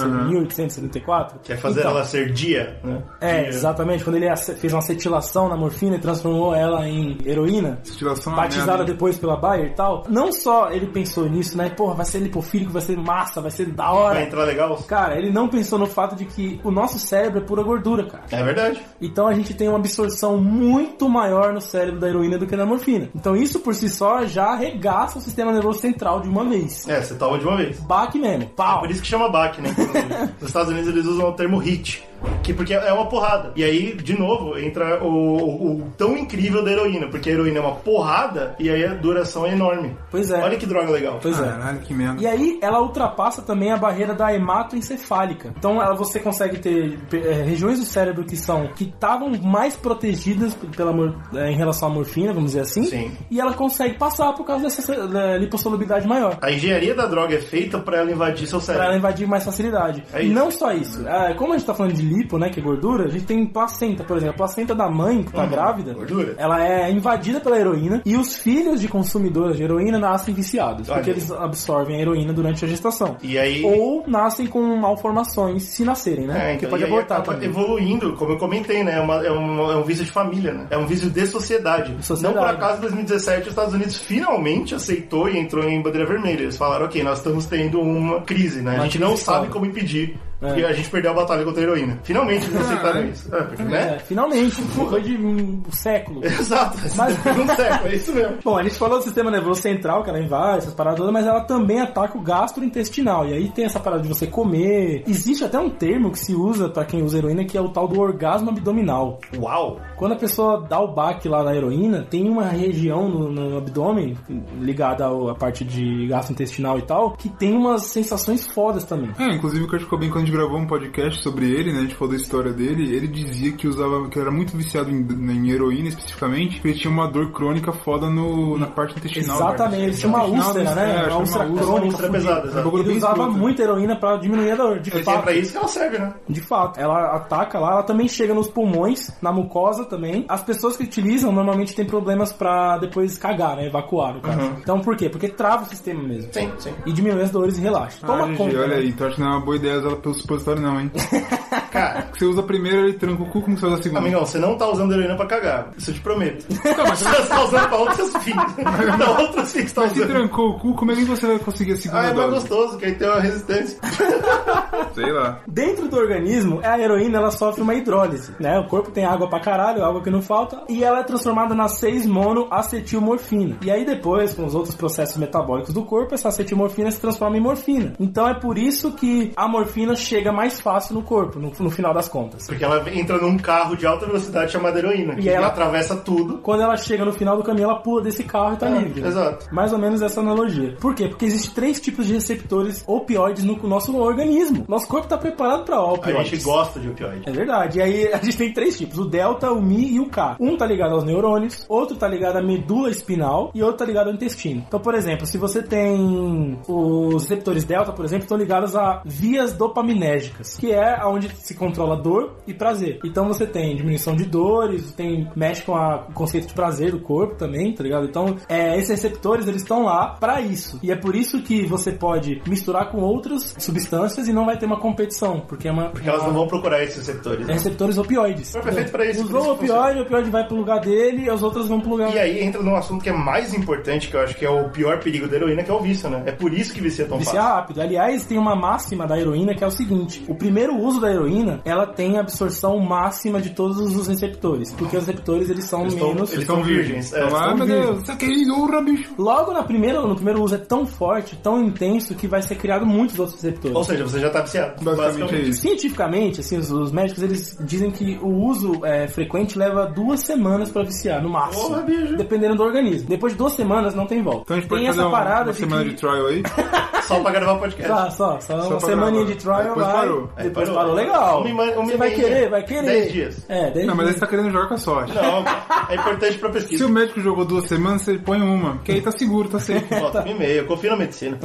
[SPEAKER 3] 1874?
[SPEAKER 1] Quer fazer
[SPEAKER 3] Então,
[SPEAKER 1] ela ser dia, né?
[SPEAKER 3] É,
[SPEAKER 1] Dia.
[SPEAKER 3] exatamente. Quando ele ace- fez uma acetilação na morfina e transformou ela em heroína,
[SPEAKER 2] Acetilação é uma
[SPEAKER 3] batizada
[SPEAKER 2] merda.
[SPEAKER 3] depois pela Bayer e tal. Não só ele pensou nisso, né? Porra, vai ser lipofílico, vai ser massa, vai ser da
[SPEAKER 1] Vai
[SPEAKER 3] hora.
[SPEAKER 1] entrar legal?
[SPEAKER 3] Cara, ele não pensou no fato de que o nosso cérebro é pura gordura, cara.
[SPEAKER 1] É verdade.
[SPEAKER 3] Então a gente tem uma absorção muito maior no cérebro da heroína do que na morfina. Então isso por si só já arregaça o sistema nervoso central de uma vez.
[SPEAKER 1] É, você toma de uma vez.
[SPEAKER 3] Baque mesmo,
[SPEAKER 1] É
[SPEAKER 3] pau.
[SPEAKER 1] por isso que chama back,
[SPEAKER 3] [laughs]
[SPEAKER 1] né? inclusive. Nos Estados Unidos eles usam o termo hit, que porque é uma porrada. E aí, de novo, entra o, o- o tão incrível da heroína, porque a heroína é uma porrada e aí a duração é enorme.
[SPEAKER 3] Pois é.
[SPEAKER 1] Olha que droga legal.
[SPEAKER 3] Pois é.
[SPEAKER 2] Caralho, que merda.
[SPEAKER 3] E aí ela ultrapassa também a barreira da hematoencefálica. Então ela, você consegue ter eh, regiões do cérebro que são que estavam mais protegidas p- pela, mor- eh, em relação à morfina, vamos dizer assim.
[SPEAKER 1] Sim.
[SPEAKER 3] E ela consegue passar por causa dessa eh, da lipossolubilidade maior.
[SPEAKER 1] A engenharia da droga é feita pra ela invadir seu
[SPEAKER 3] Pra ela
[SPEAKER 1] cérebro.
[SPEAKER 3] invadir mais facilidade.
[SPEAKER 1] É
[SPEAKER 3] e
[SPEAKER 1] isso.
[SPEAKER 3] não só isso. Ah, como a gente tá falando de lipo, né, que é gordura, a gente tem placenta, por exemplo. A placenta da mãe, que tá grávida,
[SPEAKER 1] Uhum. gordura.
[SPEAKER 3] ela é invadida pela heroína e os filhos de consumidoras de heroína nascem viciados,
[SPEAKER 1] Olha
[SPEAKER 3] porque
[SPEAKER 1] aí.
[SPEAKER 3] eles absorvem a heroína durante a gestação.
[SPEAKER 1] E aí-
[SPEAKER 3] Ou nascem com malformações se nascerem, né?
[SPEAKER 1] É,
[SPEAKER 3] porque
[SPEAKER 1] então,
[SPEAKER 3] pode
[SPEAKER 1] e aí
[SPEAKER 3] abortar
[SPEAKER 1] acaba
[SPEAKER 3] também.
[SPEAKER 1] evoluindo, como eu comentei, né? É, uma- é um, é um vício de família, né? É um vício de sociedade.
[SPEAKER 3] Sociedade.
[SPEAKER 1] Não por acaso, em 2017, os Estados Unidos finalmente aceitou e entrou em bandeira vermelha. Eles falaram, ok, nós estamos tendo uma crise, né? A
[SPEAKER 3] Uma
[SPEAKER 1] gente não
[SPEAKER 3] crise
[SPEAKER 1] sabe
[SPEAKER 3] foda.
[SPEAKER 1] como impedir. Porque a gente perdeu a batalha contra a heroína. Finalmente eles aceitaram isso. É, porque,
[SPEAKER 3] Ah, É,
[SPEAKER 1] né? [laughs]
[SPEAKER 3] finalmente, depois de um século.
[SPEAKER 1] Exato.
[SPEAKER 3] Mas-
[SPEAKER 1] [laughs] Não século, é isso mesmo.
[SPEAKER 3] Bom, a gente falou do sistema nervoso central, que ela invade, essas paradas todas, mas ela também ataca o gastrointestinal. E aí tem essa parada de você comer. Existe até um termo que se usa pra quem usa heroína, que é o tal do orgasmo abdominal.
[SPEAKER 1] Uau!
[SPEAKER 3] Quando a pessoa dá o baque lá na heroína, tem uma região no, no abdômen, ligada ao- à parte de gastrointestinal e tal, que tem umas sensações fodas também.
[SPEAKER 2] É, inclusive o Kurt Cobain, quando a gente gravou um podcast sobre ele, né, a gente falou da história dele, ele dizia que usava, que era muito viciado em, em heroína especificamente, porque ele tinha uma dor crônica foda no, na parte intestinal.
[SPEAKER 3] Exatamente, ele tinha uma
[SPEAKER 2] Intestinal,
[SPEAKER 3] úlcera,
[SPEAKER 2] é,
[SPEAKER 3] né?
[SPEAKER 2] tinha
[SPEAKER 3] Uma úlcera
[SPEAKER 2] uma úlcera,
[SPEAKER 3] crônica.
[SPEAKER 1] Ultra
[SPEAKER 3] fudida.
[SPEAKER 1] pesada, exato.
[SPEAKER 2] bagulho
[SPEAKER 3] Ele
[SPEAKER 2] bem
[SPEAKER 3] usava
[SPEAKER 2] escroto, né?
[SPEAKER 3] muita heroína pra diminuir a dor, de
[SPEAKER 1] Mas é
[SPEAKER 3] fato.
[SPEAKER 1] pra isso que ela serve, né?
[SPEAKER 3] De fato, ela ataca lá, ela também chega nos pulmões, na mucosa também. As pessoas que utilizam normalmente têm problemas pra depois cagar, né? Evacuar, no
[SPEAKER 2] Uhum.
[SPEAKER 3] caso. Então por quê? Porque trava o sistema mesmo.
[SPEAKER 1] Sim, sim.
[SPEAKER 3] E diminui as dores e relaxa.
[SPEAKER 2] Ah,
[SPEAKER 3] Toma
[SPEAKER 2] Gigi,
[SPEAKER 3] conta.
[SPEAKER 2] olha
[SPEAKER 3] né?
[SPEAKER 2] aí, tu acha que não é uma boa ideia usar ela pelo supositório não, hein?
[SPEAKER 1] Cara,
[SPEAKER 2] Você usa a primeira, ele tranca o cu, como você usa a segunda?
[SPEAKER 1] amigão, você não tá usando heroína pra cagar. Isso eu te prometo. [laughs] Você tá usando pra outros fins. Pra outros fins que você tá
[SPEAKER 2] Mas se
[SPEAKER 1] usando.
[SPEAKER 2] trancou o cu, como é que você vai conseguir a segunda
[SPEAKER 1] Ah, é mais
[SPEAKER 2] dose?
[SPEAKER 1] gostoso, que aí tem uma resistência.
[SPEAKER 2] Sei lá.
[SPEAKER 3] Dentro do organismo, a heroína ela sofre uma hidrólise, né? O corpo tem água pra caralho, água que não falta, e ela é transformada na 6-monoacetilmorfina. E aí depois, com os outros processos metabólicos do corpo, essa acetilmorfina se transforma em morfina. Então é por isso que a morfina chega mais fácil no corpo, no, no final das contas.
[SPEAKER 1] Porque ela entra num carro de alta velocidade chamado heroína, que
[SPEAKER 3] E ela-
[SPEAKER 1] atravessa tudo.
[SPEAKER 3] Quando ela chega no final do caminho, ela pula desse carro e tá
[SPEAKER 1] É,
[SPEAKER 3] livre. né?
[SPEAKER 1] exato.
[SPEAKER 3] Mais ou menos essa analogia. Por quê? Porque existem três tipos de receptores opioides no nosso organismo. Nosso corpo tá preparado pra
[SPEAKER 1] A
[SPEAKER 3] opioides.
[SPEAKER 1] gente gosta de opioide.
[SPEAKER 3] É verdade. E aí [laughs] a gente tem três tipos: o delta, o mi e o k. Um tá ligado aos neurônios, outro tá ligado à medula espinal e outro tá ligado ao intestino. Então, por exemplo, se você tem os receptores delta, por exemplo, estão ligados a vias dopaminérgicas, que é onde se controla dor e prazer. Então você tem diminuição de dores, tem mexe com a- o conceito de prazer do corpo também, tá ligado? Então, é, esses receptores, eles estão lá pra isso. E é por isso que você pode misturar com outras substâncias e não vai ter uma competição, porque é uma...
[SPEAKER 1] Porque elas não vão procurar esses receptores.
[SPEAKER 3] é
[SPEAKER 1] né?
[SPEAKER 3] receptores opioides.
[SPEAKER 1] Foi perfeito pra isso, por
[SPEAKER 3] Usou
[SPEAKER 1] isso
[SPEAKER 3] o
[SPEAKER 1] que funciona.
[SPEAKER 3] opioide, o opioide vai pro lugar dele e as outras vão pro lugar
[SPEAKER 1] E aí entra num assunto que é mais importante, que eu acho que é o pior perigo da heroína, que é o vício, né? É por isso que vicia tão
[SPEAKER 3] Vicia
[SPEAKER 1] fácil.
[SPEAKER 3] é rápido. Aliás, tem uma máxima da heroína que é o seguinte: o primeiro uso da heroína, ela tem a absorção máxima de todos os receptores, porque os receptores eles são
[SPEAKER 1] Eles tão-
[SPEAKER 3] menos.
[SPEAKER 1] eles são virgens. É,
[SPEAKER 2] Então,
[SPEAKER 1] são
[SPEAKER 2] ah, meu
[SPEAKER 1] virgens.
[SPEAKER 2] Deus, isso aqui é urra, bicho.
[SPEAKER 3] Logo na primeira, no primeiro uso é tão forte, tão intenso que vai ser criado muitos outros receptores.
[SPEAKER 1] Ou seja, você já tá viciado.
[SPEAKER 2] Basicamente é isso.
[SPEAKER 3] Cientificamente, assim, os, os médicos eles dizem que o uso é, frequente leva duas semanas pra viciar, no máximo.
[SPEAKER 1] Porra, bicho.
[SPEAKER 3] Dependendo do organismo. Depois de duas semanas não tem volta.
[SPEAKER 2] Então a gente
[SPEAKER 3] tem
[SPEAKER 2] pode fazer
[SPEAKER 3] essa
[SPEAKER 2] um-
[SPEAKER 3] parada
[SPEAKER 2] uma
[SPEAKER 3] de
[SPEAKER 2] semana
[SPEAKER 3] que-
[SPEAKER 2] de trial aí.
[SPEAKER 1] Só pra gravar o podcast.
[SPEAKER 3] Só, só, só, uma
[SPEAKER 2] pra gravar.
[SPEAKER 3] semaninha de trial
[SPEAKER 2] Depois
[SPEAKER 3] lá,
[SPEAKER 2] parou.
[SPEAKER 1] Aí
[SPEAKER 3] Depois
[SPEAKER 1] parou.
[SPEAKER 3] parou, legal.
[SPEAKER 1] Uma e- uma
[SPEAKER 3] Você
[SPEAKER 1] e
[SPEAKER 3] vai
[SPEAKER 1] meia.
[SPEAKER 3] querer, vai querer.
[SPEAKER 1] Dez dias.
[SPEAKER 3] É, 10
[SPEAKER 2] Não, mas aí você
[SPEAKER 3] dias.
[SPEAKER 2] tá querendo jogar com a sorte.
[SPEAKER 1] Não, é importante pra
[SPEAKER 2] Se
[SPEAKER 1] pesquisa.
[SPEAKER 2] o médico jogou duas semanas, você põe uma, porque aí tá seguro, tá safe.
[SPEAKER 1] [laughs] Bota uma e meia, eu confio na
[SPEAKER 3] [laughs]
[SPEAKER 1] medicina.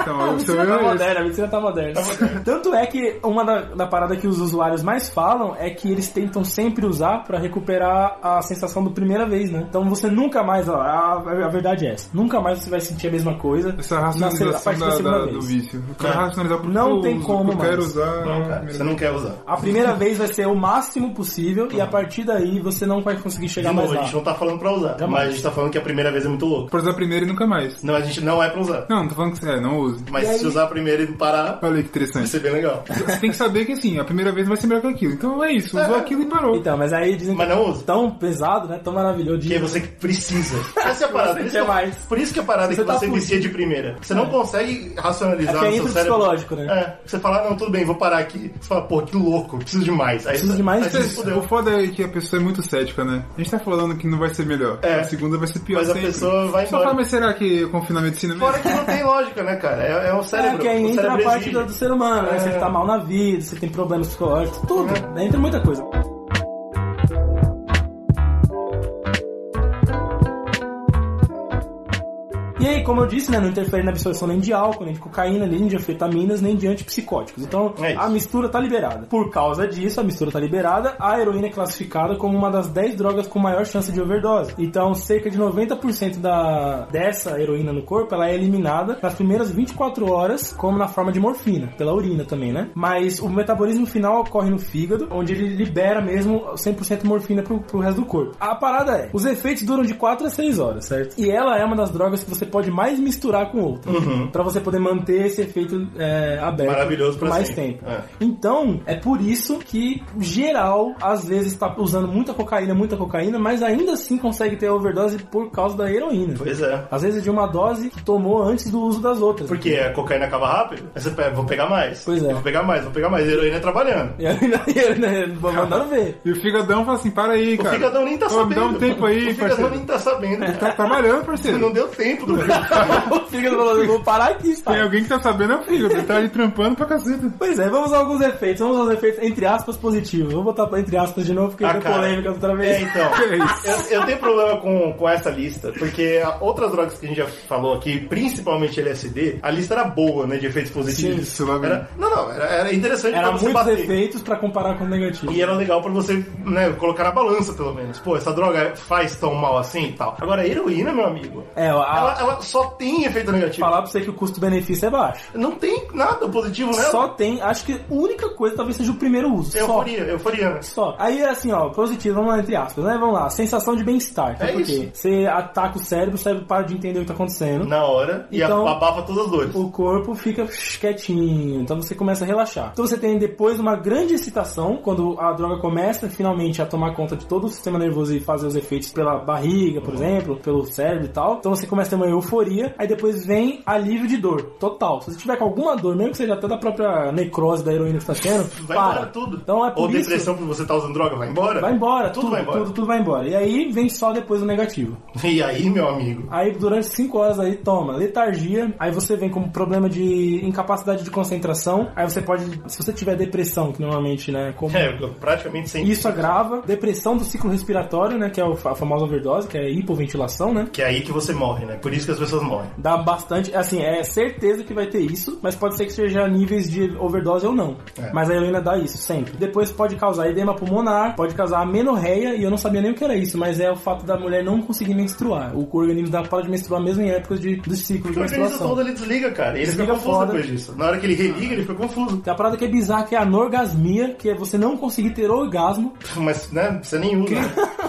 [SPEAKER 2] Então,
[SPEAKER 3] A
[SPEAKER 2] o seu
[SPEAKER 3] medicina tá
[SPEAKER 2] erro é esse.
[SPEAKER 3] moderna, a medicina tá moderna. Tanto é que uma da, da parada que os usuários mais falam é que eles tentam sempre usar pra recuperar a sensação da primeira vez, né? Então você nunca mais, ó, a, a verdade é essa, nunca mais você vai sentir a mesma coisa
[SPEAKER 2] Essa
[SPEAKER 3] na se- a
[SPEAKER 2] racionalização
[SPEAKER 3] partir da
[SPEAKER 2] da,
[SPEAKER 3] segunda
[SPEAKER 2] da-
[SPEAKER 3] vez.
[SPEAKER 2] do vício. O cara
[SPEAKER 1] É.
[SPEAKER 2] racionalizar porque
[SPEAKER 3] Não
[SPEAKER 2] eu
[SPEAKER 3] tem
[SPEAKER 2] uso,
[SPEAKER 3] como
[SPEAKER 2] porque Eu quero
[SPEAKER 3] mais.
[SPEAKER 2] usar.
[SPEAKER 1] Não, cara, você não quer usar.
[SPEAKER 3] A primeira vez vai ser o máximo possível e a partir daí você não vai conseguir
[SPEAKER 1] De
[SPEAKER 3] chegar mais
[SPEAKER 1] novo, a
[SPEAKER 3] lá.
[SPEAKER 1] gente não tá falando pra usar,
[SPEAKER 3] Jamais.
[SPEAKER 1] mas a gente tá falando que a primeira vez é muito louco.
[SPEAKER 2] Pra usar primeiro e nunca mais.
[SPEAKER 1] Não, a gente não é pra usar.
[SPEAKER 2] Não, não tô falando que você é, não use.
[SPEAKER 1] Mas
[SPEAKER 3] E aí-
[SPEAKER 1] se usar a primeira e parar,
[SPEAKER 2] Olha aí que
[SPEAKER 1] vai [laughs]
[SPEAKER 2] interessante.
[SPEAKER 1] ser bem legal.
[SPEAKER 2] Você tem que saber que assim, a primeira vez vai ser melhor que aquilo. Então é isso, usou aquilo e parou.
[SPEAKER 3] Então, mas aí dizem que
[SPEAKER 1] Mas não usa.
[SPEAKER 3] tão pesado, né? Tão maravilhoso.
[SPEAKER 1] Porque
[SPEAKER 3] de-
[SPEAKER 1] é você que precisa. Essa é a parada.
[SPEAKER 3] Você
[SPEAKER 1] Por isso,
[SPEAKER 3] quer
[SPEAKER 1] que-
[SPEAKER 3] mais.
[SPEAKER 1] por isso que a parada é
[SPEAKER 3] Você
[SPEAKER 1] que
[SPEAKER 3] tá
[SPEAKER 1] você
[SPEAKER 3] fudido.
[SPEAKER 1] vicia de primeira. Você não consegue racionalizar
[SPEAKER 3] É que é
[SPEAKER 1] no seu
[SPEAKER 3] entre o
[SPEAKER 1] cérebro.
[SPEAKER 3] psicológico, né?
[SPEAKER 1] É. Você fala, não, tudo bem, vou parar aqui. Você fala, pô, que louco, preciso de mais. Aí
[SPEAKER 3] Preciso
[SPEAKER 1] você-
[SPEAKER 3] de mais,
[SPEAKER 1] aí você se
[SPEAKER 2] Mas O
[SPEAKER 1] fudeu.
[SPEAKER 2] foda é que a pessoa é muito cética, né? A gente tá falando que não vai ser melhor.
[SPEAKER 1] É.
[SPEAKER 2] A segunda vai ser pior
[SPEAKER 1] Mas a
[SPEAKER 2] sempre.
[SPEAKER 1] pessoa vai
[SPEAKER 2] Só fala,
[SPEAKER 1] embora.
[SPEAKER 2] mas será que eu confio na medicina mesmo?
[SPEAKER 1] Fora que não tem lógica, né, cara? É, é o
[SPEAKER 3] É,
[SPEAKER 1] cérebro.
[SPEAKER 3] que aí
[SPEAKER 1] o
[SPEAKER 3] entra
[SPEAKER 1] cérebro
[SPEAKER 3] a parte
[SPEAKER 1] exige.
[SPEAKER 3] do, do ser humano, né?
[SPEAKER 1] É. Uhum.
[SPEAKER 3] Você que tá mal na vida, você tem problemas psicológicos, tudo. Né? Entra muita coisa. E aí, como eu disse, né, não interfere na absorção nem de álcool, nem de cocaína, nem de anfetaminas, nem de antipsicóticos. Então,
[SPEAKER 1] É isso.
[SPEAKER 3] a mistura tá liberada. Por causa disso, a mistura tá liberada, a heroína é classificada como uma das 10 drogas com maior chance de overdose. Então, cerca de 90% da, dessa heroína no corpo, ela é eliminada nas primeiras 24 horas, como na forma de morfina, pela urina também, né? Mas o metabolismo final ocorre no fígado, onde ele libera mesmo 100% morfina pro, pro resto do corpo. A parada é, os efeitos duram de 4 a 6 horas, certo? E ela é uma das drogas que você pode mais misturar com outra, pra você poder manter esse efeito é, aberto
[SPEAKER 1] Maravilhoso
[SPEAKER 3] por
[SPEAKER 1] pra
[SPEAKER 3] mais
[SPEAKER 1] sempre.
[SPEAKER 3] tempo.
[SPEAKER 1] É.
[SPEAKER 3] Então, é por isso que geral, às vezes, tá usando muita cocaína, muita cocaína, mas ainda assim consegue ter overdose por causa da heroína.
[SPEAKER 1] Pois é.
[SPEAKER 3] Às vezes de uma dose que tomou antes do uso das outras.
[SPEAKER 1] Porque a cocaína acaba rápido, aí você pega, vou pegar mais.
[SPEAKER 3] Pois é.
[SPEAKER 1] Vou pegar mais, vou pegar mais. A heroína é trabalhando.
[SPEAKER 3] [laughs] E aí, e aí, né, mandando
[SPEAKER 1] [laughs]
[SPEAKER 3] ver.
[SPEAKER 2] E o figadão fala assim, para aí,
[SPEAKER 1] O
[SPEAKER 2] cara.
[SPEAKER 1] figadão nem tá
[SPEAKER 2] Pô,
[SPEAKER 1] sabendo.
[SPEAKER 2] me Dá um tempo aí,
[SPEAKER 1] O figadão
[SPEAKER 2] parceiro.
[SPEAKER 1] nem tá
[SPEAKER 3] É.
[SPEAKER 1] sabendo.
[SPEAKER 2] Tá trabalhando, parceiro.
[SPEAKER 1] Não deu
[SPEAKER 2] [laughs]
[SPEAKER 1] tempo do cara.
[SPEAKER 3] O fígado falou assim, vou parar aqui,
[SPEAKER 2] Tem
[SPEAKER 3] sabe?
[SPEAKER 2] alguém que tá sabendo é o fígado. Ele tá ali trampando pra caceta.
[SPEAKER 3] Pois é, vamos a alguns efeitos, vamos aos efeitos, entre aspas, positivos. Vou botar pra entre aspas de novo, porque
[SPEAKER 1] Ah,
[SPEAKER 3] deu
[SPEAKER 1] cara.
[SPEAKER 3] polêmica outra
[SPEAKER 1] É,
[SPEAKER 3] vez.
[SPEAKER 1] então.
[SPEAKER 2] Que é isso?
[SPEAKER 1] Eu, eu tenho problema com, com essa lista, porque a- outras drogas que a gente já falou aqui, principalmente LSD, a lista era boa, né, de efeitos positivos.
[SPEAKER 2] Sim, isso, lá vem.
[SPEAKER 1] era, não, não, era, era interessante
[SPEAKER 3] Era
[SPEAKER 1] pra você
[SPEAKER 3] muitos
[SPEAKER 1] bater.
[SPEAKER 3] efeitos pra comparar com o negativo.
[SPEAKER 1] E é era legal pra você, né, colocar na balança, pelo menos. Pô, essa droga faz tão mal assim e tal. Agora, a heroína, meu amigo,
[SPEAKER 3] É, a-
[SPEAKER 1] ela, tipo- ela só tem efeito negativo.
[SPEAKER 3] falar pra você que o custo-benefício é baixo.
[SPEAKER 1] Não tem nada positivo nela.
[SPEAKER 3] Só tem, acho que a única coisa talvez seja o primeiro uso. Só.
[SPEAKER 1] euforia, euforia. né?
[SPEAKER 3] Só. Aí assim, ó, positivo, vamos lá, entre aspas, né? Vamos lá, sensação de bem-estar. Então,
[SPEAKER 1] É
[SPEAKER 3] por
[SPEAKER 1] isso.
[SPEAKER 3] quê? Você ataca o cérebro, o cérebro para de entender o que tá acontecendo.
[SPEAKER 1] Na hora,
[SPEAKER 3] Então-
[SPEAKER 1] e abafa todas as dores.
[SPEAKER 3] O corpo fica quietinho, então você começa a relaxar. Então você tem depois uma grande excitação, quando a droga começa finalmente a tomar conta de todo o sistema nervoso e fazer os efeitos pela barriga, por exemplo, pelo cérebro e tal. Então você começa a ter uma euforia, aí depois vem alívio de dor, total. Se você tiver com alguma dor, mesmo que seja até da própria necrose da heroína que você tá tendo,
[SPEAKER 1] [laughs] Vai
[SPEAKER 3] para.
[SPEAKER 1] embora tudo.
[SPEAKER 3] Então é por
[SPEAKER 1] Ou
[SPEAKER 3] isso...
[SPEAKER 1] depressão porque você tá usando droga, vai embora.
[SPEAKER 3] Vai embora,
[SPEAKER 1] Tudo vai embora.
[SPEAKER 3] Tudo, tudo vai embora. E aí vem só depois o negativo.
[SPEAKER 1] E aí, meu amigo? [laughs]
[SPEAKER 3] Aí durante 5 horas aí toma letargia, aí você vem com problema de incapacidade de concentração, aí você pode, se você tiver depressão, que normalmente, né, como
[SPEAKER 1] É, praticamente sem.
[SPEAKER 3] isso agrava, depressão do ciclo respiratório, né, que é o fa- a famosa overdose, que é hipoventilação, né?
[SPEAKER 1] Que é aí que você morre, né? Por isso isso que as pessoas morrem.
[SPEAKER 3] Dá bastante, assim, é certeza que vai ter isso, mas pode ser que seja níveis de overdose ou não.
[SPEAKER 1] É.
[SPEAKER 3] Mas a Helena dá isso, sempre. Depois pode causar edema pulmonar, pode causar amenorreia, e eu não sabia nem o que era isso, mas é o fato da mulher não conseguir menstruar. O organismo dela para de menstruar mesmo em épocas de, do ciclo de
[SPEAKER 1] O organismo
[SPEAKER 3] menstruação.
[SPEAKER 1] todo ele desliga, cara. E ele
[SPEAKER 3] é Desliga
[SPEAKER 1] fica confuso
[SPEAKER 3] foda.
[SPEAKER 1] depois disso. Na hora que ele religa, ele fica confuso. [laughs]
[SPEAKER 3] Tem a parada que é bizarra, que é a anorgasmia, que é você não conseguir ter orgasmo. [laughs]
[SPEAKER 1] Mas, né, você nem usa.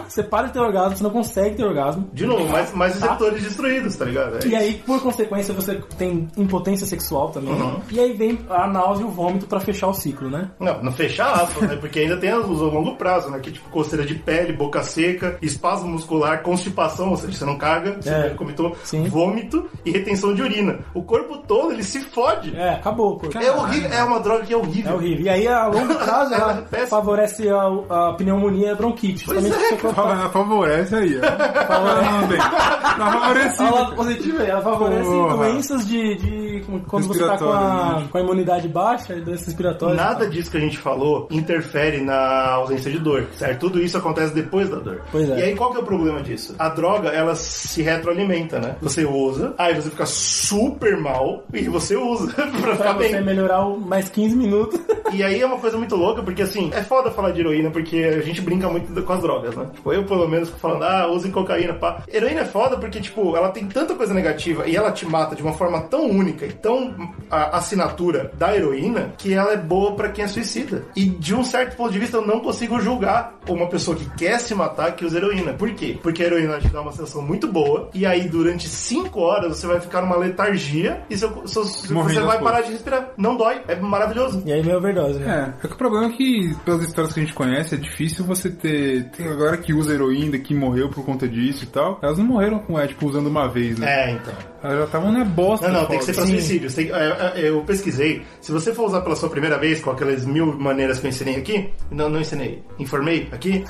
[SPEAKER 3] Você para de ter orgasmo, você não consegue ter orgasmo.
[SPEAKER 1] De novo, mais, mais receptores destruídos, tá ligado? É
[SPEAKER 3] E
[SPEAKER 1] isso.
[SPEAKER 3] aí, por consequência, você tem impotência sexual também.
[SPEAKER 1] Uhum.
[SPEAKER 3] E aí vem a náusea e o vômito pra fechar o ciclo, né?
[SPEAKER 1] Não, não fechar aspas, né? Porque ainda tem as- os a longo prazo, né? Que tipo coceira de pele, boca seca, espasmo muscular, constipação, ou seja, você não caga, você
[SPEAKER 3] É.
[SPEAKER 1] comitou
[SPEAKER 3] Sim.
[SPEAKER 1] vômito e retenção de urina. O corpo todo ele se fode.
[SPEAKER 3] É, acabou, pô.
[SPEAKER 1] É horrível, é uma droga que é horrível.
[SPEAKER 3] É horrível. E aí, a longo prazo, [laughs] ela
[SPEAKER 1] Péssimo.
[SPEAKER 3] favorece a, a pneumonia e a bronquite. Justamente porque você
[SPEAKER 2] Fala- ela favorece aí, ó. Fala, não tem. Tá favorecido.
[SPEAKER 3] Ela, positiva, ela favorece
[SPEAKER 2] Porra.
[SPEAKER 3] doenças de, de- Quando você tá com a,
[SPEAKER 2] Respiratórias.
[SPEAKER 3] com a imunidade baixa, doenças respiratórias.
[SPEAKER 1] Nada disso que a gente falou interfere na ausência de dor, certo? Tudo isso acontece depois da dor.
[SPEAKER 3] Pois é.
[SPEAKER 1] E aí qual que é o problema disso? A droga, ela se retroalimenta, né? Você usa, aí você fica super mal e você usa [laughs] pra
[SPEAKER 3] Pra
[SPEAKER 1] ficar
[SPEAKER 3] você
[SPEAKER 1] bem.
[SPEAKER 3] melhorar o- mais 15 minutos.
[SPEAKER 1] E aí é uma coisa muito louca, porque assim, é foda falar de heroína, porque a gente brinca muito com as drogas, né? Tipo, eu pelo menos fico falando, ah, usem cocaína, pá. Heroína é foda porque, tipo, ela tem tanta coisa negativa e ela te mata de uma forma tão única e tão a assinatura da heroína que ela é boa pra quem é suicida. E de um certo ponto de vista, eu não consigo julgar uma pessoa que quer se matar que usa heroína. Por quê? Porque a heroína te dá uma sensação muito boa e aí durante 5 horas você vai ficar numa letargia e seu, seu- você
[SPEAKER 2] Morrendo
[SPEAKER 1] vai
[SPEAKER 2] aos
[SPEAKER 1] parar de respirar. Não dói, é maravilhoso.
[SPEAKER 3] e aí vem a overdose, né?
[SPEAKER 2] É, é que o problema é que, pelas histórias que a gente conhece, é difícil você ter. Tem agora que usa heroína, que morreu por conta disso e tal. Elas não morreram com, é, tipo, usando uma vez, né?
[SPEAKER 1] É, então.
[SPEAKER 2] Elas já estavam na bosta.
[SPEAKER 1] Não, não,
[SPEAKER 2] foda.
[SPEAKER 1] tem que ser pra suicídio. Tem- é, é, eu pesquisei. Se você for usar pela sua primeira vez, com aquelas mil maneiras que eu ensinei aqui, não, não ensinei, informei
[SPEAKER 2] [laughs]
[SPEAKER 1] aqui,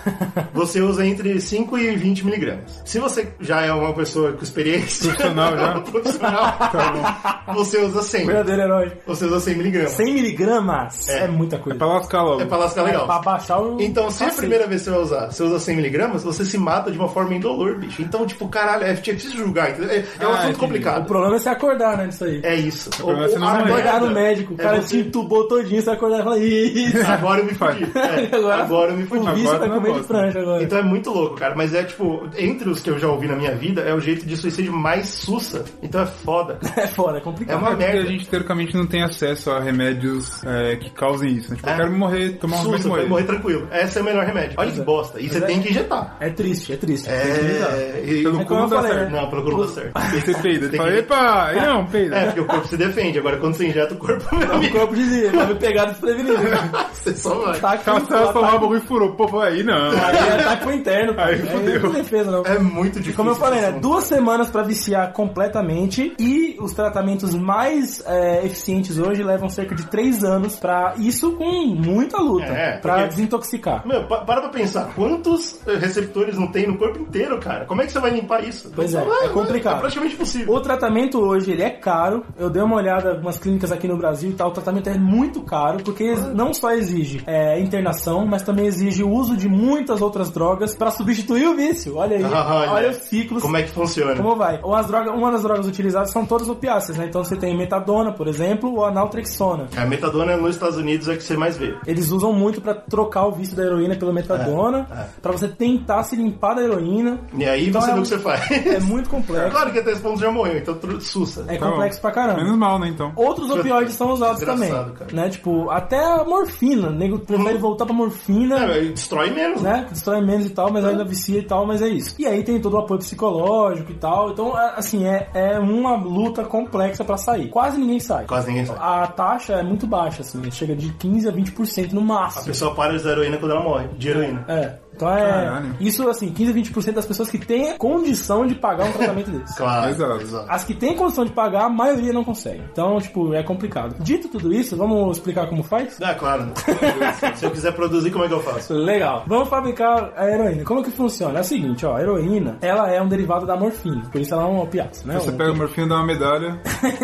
[SPEAKER 1] você usa entre 5 e 20 miligramas. Se você já é uma pessoa com
[SPEAKER 2] [laughs]
[SPEAKER 1] experiência. [laughs]
[SPEAKER 2] Profissional já?
[SPEAKER 1] profissional,
[SPEAKER 2] Tá
[SPEAKER 1] você usa 100.
[SPEAKER 3] Verdadeiro herói.
[SPEAKER 1] Você usa 100 miligramas.
[SPEAKER 3] 100 miligramas é,
[SPEAKER 1] É.
[SPEAKER 3] muita
[SPEAKER 2] É
[SPEAKER 3] coisa.
[SPEAKER 2] pra lascar logo.
[SPEAKER 1] É pra lascar legal.
[SPEAKER 3] É, pra baixar o.
[SPEAKER 1] Então, se é a
[SPEAKER 3] cacete.
[SPEAKER 1] primeira vez que você vai usar, você usa 100 miligramas, você se mata de uma forma indolor, bicho. Então, tipo, caralho, é difícil julgar. entendeu? É, é um
[SPEAKER 2] Ah,
[SPEAKER 1] assunto
[SPEAKER 2] entendi.
[SPEAKER 3] O
[SPEAKER 1] complicado.
[SPEAKER 3] problema é você acordar, né? Disso aí.
[SPEAKER 1] É isso. O,
[SPEAKER 2] problema é você não
[SPEAKER 1] a
[SPEAKER 2] saber.
[SPEAKER 1] merda
[SPEAKER 3] Acordar no médico, o
[SPEAKER 1] é
[SPEAKER 3] cara
[SPEAKER 1] você-
[SPEAKER 3] te entubou todinho, você vai acordar e fala, "Ih,
[SPEAKER 1] [laughs] Agora eu me fudi. [laughs] É, agora, eu me
[SPEAKER 3] O
[SPEAKER 1] fudi.
[SPEAKER 3] bicho
[SPEAKER 2] Agora eu
[SPEAKER 3] vai
[SPEAKER 2] não
[SPEAKER 3] comer de
[SPEAKER 2] gosto.
[SPEAKER 3] franja agora.
[SPEAKER 1] Então é muito louco, cara. Mas é tipo, entre os que eu já ouvi na minha vida, é o jeito de suicídio mais sussa. Então é foda.
[SPEAKER 3] [laughs] é foda, é
[SPEAKER 1] É
[SPEAKER 3] complicado.
[SPEAKER 1] uma
[SPEAKER 2] Porque
[SPEAKER 1] merda.
[SPEAKER 2] a gente teoricamente não tem acesso a remédios é, que causem isso. né? Tipo,
[SPEAKER 1] É.
[SPEAKER 2] eu quero morrer, tomar um
[SPEAKER 1] Sussa,
[SPEAKER 2] remédio e
[SPEAKER 1] vai
[SPEAKER 2] morrer.
[SPEAKER 1] morrer tranquilo. Esse é o melhor remédio. Olha que bosta. E você
[SPEAKER 3] é.
[SPEAKER 1] tem que injetar.
[SPEAKER 3] É triste, é triste.
[SPEAKER 1] É,
[SPEAKER 3] Tem que lidar.
[SPEAKER 1] e-
[SPEAKER 2] Pelo
[SPEAKER 1] é
[SPEAKER 2] cu
[SPEAKER 1] como
[SPEAKER 2] não
[SPEAKER 1] eu
[SPEAKER 2] dá
[SPEAKER 1] falei,
[SPEAKER 2] certo.
[SPEAKER 1] Não, pelo cu não dá certo.
[SPEAKER 2] Aí você peida.
[SPEAKER 1] Tem
[SPEAKER 2] Fala,
[SPEAKER 1] que-
[SPEAKER 2] epa, aí não, peida.
[SPEAKER 1] É, porque o corpo se defende. Agora, quando você injeta o corpo, [laughs] meu
[SPEAKER 3] O
[SPEAKER 1] amigo,
[SPEAKER 3] É um corpo dizia, vai me pegar desprevenido.
[SPEAKER 1] [laughs] você só vai.
[SPEAKER 3] Tá com
[SPEAKER 2] Caçar essa
[SPEAKER 3] né? ataque,
[SPEAKER 2] barba um e furou. Pô, aí não.
[SPEAKER 3] aí ataque pro interno. cara.
[SPEAKER 2] Aí fudeu.
[SPEAKER 3] não tem defesa, não.
[SPEAKER 1] É muito difícil.
[SPEAKER 3] Como eu falei,
[SPEAKER 1] esse
[SPEAKER 3] né?
[SPEAKER 1] assunto.
[SPEAKER 3] Duas semanas pra viciar completamente e os tratamentos mais é, eficientes hoje levam cerca de três anos pra isso com muita luta.
[SPEAKER 1] É,
[SPEAKER 3] pra
[SPEAKER 1] porque-
[SPEAKER 3] desintoxicar.
[SPEAKER 1] Meu, pa- para pra pensar, quantos eh, receptores não tem no corpo inteiro, cara? Como é que você vai limpar isso?
[SPEAKER 3] Pois é,
[SPEAKER 1] Não vai,
[SPEAKER 3] é complicado.
[SPEAKER 1] É praticamente impossível.
[SPEAKER 3] O tratamento hoje, ele é caro. Eu dei uma olhada em algumas clínicas aqui no Brasil e tal. O tratamento é muito caro, porque não só exige é, internação, mas também exige o uso de muitas outras drogas pra substituir o vício. Olha aí, olha,
[SPEAKER 1] [laughs] Ah, Olha.
[SPEAKER 3] os ciclos.
[SPEAKER 1] Como é que funciona?
[SPEAKER 3] Como vai? Ou as drogas, uma das drogas utilizadas são todas opiáceas, né? Então você tem metadona, por exemplo, ou a naltrexona.
[SPEAKER 1] A metadona nos Estados Unidos é a que você mais vê.
[SPEAKER 3] Eles usam muito pra trocar o vício da heroína pelo metadona, pra
[SPEAKER 1] É, é.
[SPEAKER 3] você tentar se limpar da heroína.
[SPEAKER 1] E aí
[SPEAKER 3] Então
[SPEAKER 1] você
[SPEAKER 3] é
[SPEAKER 1] vê o
[SPEAKER 3] um-
[SPEAKER 1] que você faz.
[SPEAKER 3] É muito
[SPEAKER 1] [laughs]
[SPEAKER 3] complexo.
[SPEAKER 1] Claro que até esse ponto já morreu, então tudo sussa.
[SPEAKER 3] É
[SPEAKER 2] Então,
[SPEAKER 3] complexo pra caramba.
[SPEAKER 2] Menos mal, né, então.
[SPEAKER 3] Outros opioides são usados também.
[SPEAKER 1] Desgraçado, cara. Hum.
[SPEAKER 3] Né? Tipo, até a morfina. O nego prefere voltar pra morfina,
[SPEAKER 1] É, destrói menos.
[SPEAKER 3] né? Que destrói menos e tal, mas ainda vicia e tal, mas é isso. E aí tem todo o apoio psicológico e tal. Então, é- assim, é, é uma luta complexa pra sair. Quase ninguém sai.
[SPEAKER 1] Quase ninguém sabe.
[SPEAKER 3] A taxa é muito baixa, assim, chega de 15 a 20% no
[SPEAKER 1] A
[SPEAKER 3] máximo.
[SPEAKER 1] pessoa para de usar heroína quando ela morre, de heroína.
[SPEAKER 3] É. Então é.
[SPEAKER 2] Caralho.
[SPEAKER 3] Isso, assim, 15 a 20% das pessoas que têm condição de pagar um tratamento [laughs] desse.
[SPEAKER 1] Claro.
[SPEAKER 2] Exato.
[SPEAKER 3] As que têm condição de pagar, a maioria não consegue. Então, tipo, é complicado. Dito tudo isso, vamos explicar como faz?
[SPEAKER 1] Ah, claro. [laughs] Se eu quiser produzir, como é que eu faço?
[SPEAKER 3] Legal. Vamos fabricar a heroína. Como que funciona? É o seguinte, ó, a heroína, ela é um derivado da morfina, por isso ela é um opiáceo, né?
[SPEAKER 2] Você
[SPEAKER 3] Um-
[SPEAKER 2] pega o morfina, dá uma medalha.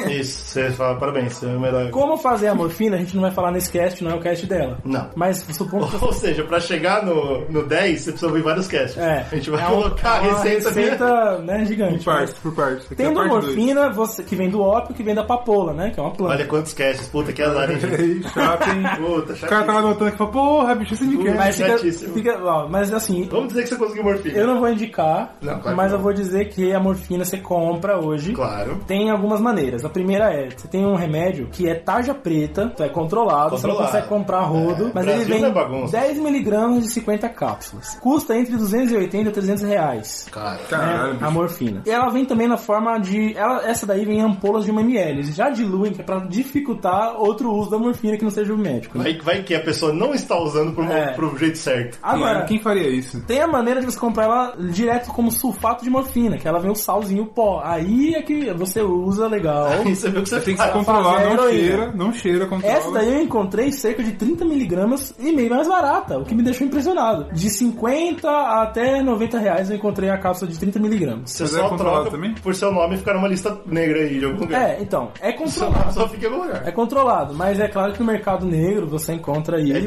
[SPEAKER 1] Isso, você fala, parabéns, você é o melhor.
[SPEAKER 3] Como fazer a morfina, a gente não vai falar nesse cast, não é o cast dela.
[SPEAKER 1] Não.
[SPEAKER 3] Mas supondo que
[SPEAKER 1] Ou seja, pra chegar no, no 10, você precisa ouvir vários casts.
[SPEAKER 3] É.
[SPEAKER 1] A gente vai
[SPEAKER 3] É um-
[SPEAKER 1] colocar
[SPEAKER 3] é
[SPEAKER 1] [laughs]
[SPEAKER 3] uma
[SPEAKER 1] a receita. Um
[SPEAKER 3] receita né,
[SPEAKER 2] Por
[SPEAKER 3] gigante.
[SPEAKER 2] partes, por partes. Aqui é a
[SPEAKER 3] Tendo a
[SPEAKER 2] parte dois.
[SPEAKER 3] morfina, você, que vem do ópio, que vem da papoula, né? Que é uma planta.
[SPEAKER 1] Olha quantos casts, puta que azar, hein,
[SPEAKER 3] É
[SPEAKER 1] gente.
[SPEAKER 2] Ei, chato, hein?
[SPEAKER 1] [laughs] Puta,
[SPEAKER 2] O
[SPEAKER 3] tá-
[SPEAKER 2] cara tá tava
[SPEAKER 1] chato.
[SPEAKER 2] anotando que falou, porra, bicho, é você me quer.
[SPEAKER 3] mas, fica,
[SPEAKER 1] uh, chatíssimo.
[SPEAKER 3] fica- ó, mas assim,
[SPEAKER 1] Vamos dizer que você conseguiu morfina.
[SPEAKER 3] eu não vou indicar,
[SPEAKER 1] Não, claro que
[SPEAKER 3] mas
[SPEAKER 1] não.
[SPEAKER 3] eu vou dizer que a morfina você compra hoje.
[SPEAKER 1] Claro.
[SPEAKER 3] Tem algumas maneiras. A primeira é, você tem um remédio que é tarja preta, então é controlado, você não
[SPEAKER 1] Controlado.
[SPEAKER 3] consegue comprar rodo,
[SPEAKER 1] É,
[SPEAKER 3] mas
[SPEAKER 1] Brasil
[SPEAKER 3] ele vem
[SPEAKER 1] não é bagunça.
[SPEAKER 3] 10mg de 50 cápsulas. Custa entre 280 e 300 reais.
[SPEAKER 1] Cara.
[SPEAKER 2] Caralho,
[SPEAKER 3] né, a
[SPEAKER 2] bicho.
[SPEAKER 3] morfina. E ela vem também na forma de. Ela, essa daí vem em ampolas de 1ml. Já diluem, que é pra dificultar outro uso da morfina que não seja o médico. né?
[SPEAKER 1] Vai, vai que a pessoa não está usando pro,
[SPEAKER 3] É.
[SPEAKER 1] pro jeito certo.
[SPEAKER 3] Agora,
[SPEAKER 2] Mano, quem faria isso?
[SPEAKER 3] tem a maneira de você comprar ela direto como sulfato de morfina, que ela vem o salzinho o pó. Aí é que você usa
[SPEAKER 2] [laughs]
[SPEAKER 3] legal.
[SPEAKER 1] Aí você vê o que você
[SPEAKER 2] Tem
[SPEAKER 1] fez.
[SPEAKER 2] que se controlar, não
[SPEAKER 3] heroína.
[SPEAKER 2] cheira, não cheira, controla.
[SPEAKER 3] Essa daí eu encontrei cerca de 30 miligramas e meio mais barata, o que me deixou impressionado. De 50 até 90 reais eu encontrei a cápsula de 30 miligramas.
[SPEAKER 1] Você
[SPEAKER 2] Mas é
[SPEAKER 1] só
[SPEAKER 2] controlado
[SPEAKER 1] troca
[SPEAKER 2] também?
[SPEAKER 1] por seu nome e ficar numa lista negra aí de algum lugar.
[SPEAKER 3] É, então, é
[SPEAKER 1] Seu
[SPEAKER 3] controlado.
[SPEAKER 1] nome só fica em algum lugar.
[SPEAKER 3] É controlado, mas é claro que no mercado negro você encontra aí,
[SPEAKER 1] É
[SPEAKER 3] né?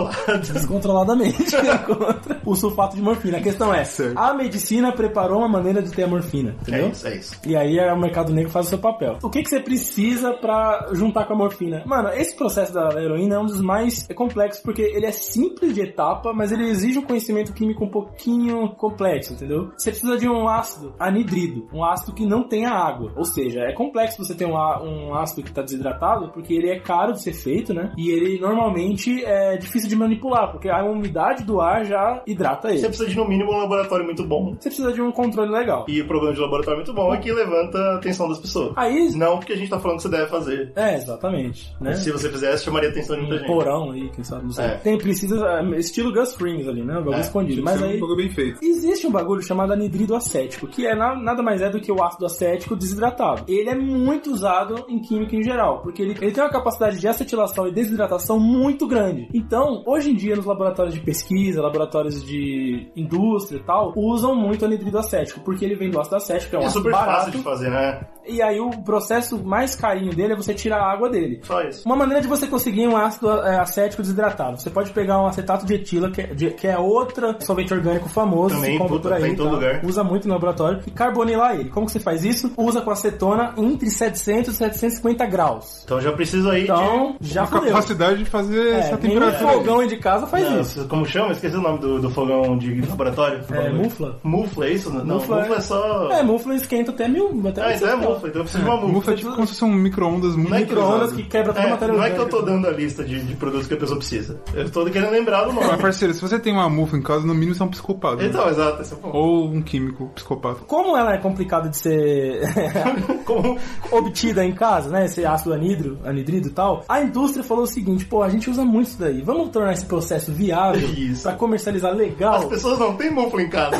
[SPEAKER 1] descontrolado.
[SPEAKER 3] descontroladamente [laughs] você encontra o sulfato de morfina. A questão é,
[SPEAKER 2] Certo.
[SPEAKER 3] a medicina preparou uma maneira de ter a morfina,
[SPEAKER 1] É
[SPEAKER 3] entendeu?
[SPEAKER 1] isso, é isso.
[SPEAKER 3] E aí é, o mercado negro faz o seu papel. O que, que você precisa pra juntar com a morfina? Mano, esse processo da heroína é um dos mais complexos porque ele é simples de etapa, mas ele exige um conhecimento químico um pouquinho complexo, entendeu? Você precisa de um ácido anidrido, um ácido que não tenha água. Ou seja, é complexo você ter um, á- um ácido que tá desidratado porque ele é caro de ser feito, né? E ele normalmente é difícil de manipular porque a umidade do ar já hidrata
[SPEAKER 1] Você
[SPEAKER 3] ele.
[SPEAKER 1] precisa de, no mínimo, um laboratório muito bom.
[SPEAKER 3] Você precisa de um controle legal.
[SPEAKER 1] E o problema de laboratório muito bom é que levanta a atenção das pessoas.
[SPEAKER 3] Aí.
[SPEAKER 1] Não porque a gente tá falando que você deve fazer.
[SPEAKER 3] É, exatamente. Né?
[SPEAKER 1] Se você fizesse, chamaria a atenção de muita
[SPEAKER 3] um
[SPEAKER 1] gente.
[SPEAKER 3] porão aí, quem sabe, não sei.
[SPEAKER 1] É.
[SPEAKER 3] Tem, precisa, é, estilo Gus Frings ali, né? O bagulho
[SPEAKER 1] É,
[SPEAKER 3] escondido.
[SPEAKER 2] Isso
[SPEAKER 3] Mas
[SPEAKER 2] é um
[SPEAKER 3] aí,
[SPEAKER 2] bagulho bem feito.
[SPEAKER 3] existe um bagulho chamado anidrido acético, que é na- nada mais é do que o ácido acético desidratado. Ele é muito usado em química em geral, porque ele, ele tem uma capacidade de acetilação e desidratação muito grande. Então, hoje em dia, nos laboratórios de pesquisa, laboratórios de indústria e tal, usam muito anidrido acético, porque ele vem do ácido acético, que é um
[SPEAKER 1] É
[SPEAKER 3] ácido
[SPEAKER 1] super
[SPEAKER 3] barato,
[SPEAKER 1] fácil de fazer, né?
[SPEAKER 3] e aí o processo mais carinho dele é você tirar a água dele.
[SPEAKER 1] Só isso.
[SPEAKER 3] Uma maneira de você conseguir um ácido é, acético desidratado. Você pode pegar um acetato de etila, que, é- de- que é outra solvente orgânico famoso,
[SPEAKER 1] Também,
[SPEAKER 3] se compra
[SPEAKER 1] puta,
[SPEAKER 3] por aí,
[SPEAKER 1] tá em todo
[SPEAKER 3] tá?
[SPEAKER 1] lugar.
[SPEAKER 3] usa muito no laboratório, e carbonilar ele. Como que você faz isso? Usa com acetona entre 700 e 750 graus.
[SPEAKER 1] Então já preciso aí
[SPEAKER 3] Então, já
[SPEAKER 2] A
[SPEAKER 3] fudeu.
[SPEAKER 2] capacidade de fazer
[SPEAKER 3] É,
[SPEAKER 2] essa
[SPEAKER 3] nem o
[SPEAKER 2] temperatura.
[SPEAKER 3] fogão aí de casa
[SPEAKER 1] de...
[SPEAKER 3] faz
[SPEAKER 1] Não,
[SPEAKER 3] é isso.
[SPEAKER 1] como chama? Esqueci o nome do, do fogão de laboratório.
[SPEAKER 3] É, mufla?
[SPEAKER 1] Mufla, é isso? Não,
[SPEAKER 3] Mufla
[SPEAKER 1] mufla,
[SPEAKER 3] é-
[SPEAKER 1] é só...
[SPEAKER 3] É, mufla esquenta até mil... Até
[SPEAKER 1] Ah, então é
[SPEAKER 3] 800 graus.
[SPEAKER 1] mufla. Então eu preciso de uma mufla.
[SPEAKER 2] Mufa é tipo como se fosse um micro-ondas muito
[SPEAKER 1] Não é
[SPEAKER 3] Micro-ondas
[SPEAKER 2] pesado.
[SPEAKER 3] que quebra toda a
[SPEAKER 1] É,
[SPEAKER 3] matéria
[SPEAKER 1] não é que eu
[SPEAKER 3] orgânica.
[SPEAKER 1] tô dando a lista de, de produtos que a pessoa precisa. Eu tô querendo lembrar do
[SPEAKER 3] [laughs]
[SPEAKER 2] Mas,
[SPEAKER 1] nome.
[SPEAKER 2] parceiro, se você tem uma mufa em casa, no mínimo você é um psicopata. né?
[SPEAKER 1] então, exato. Esse é o ponto.
[SPEAKER 2] Ou um químico psicopata. [laughs]
[SPEAKER 3] Como ela é complicada de ser [laughs]
[SPEAKER 1] Como...
[SPEAKER 3] obtida em casa, né? Esse ácido anidro, anidrido e tal, a indústria falou o seguinte: pô, a gente usa muito isso daí. Vamos tornar esse processo viável
[SPEAKER 1] [laughs] Isso.
[SPEAKER 3] pra comercializar
[SPEAKER 1] As
[SPEAKER 3] legal.
[SPEAKER 1] pessoas não têm mufla em casa.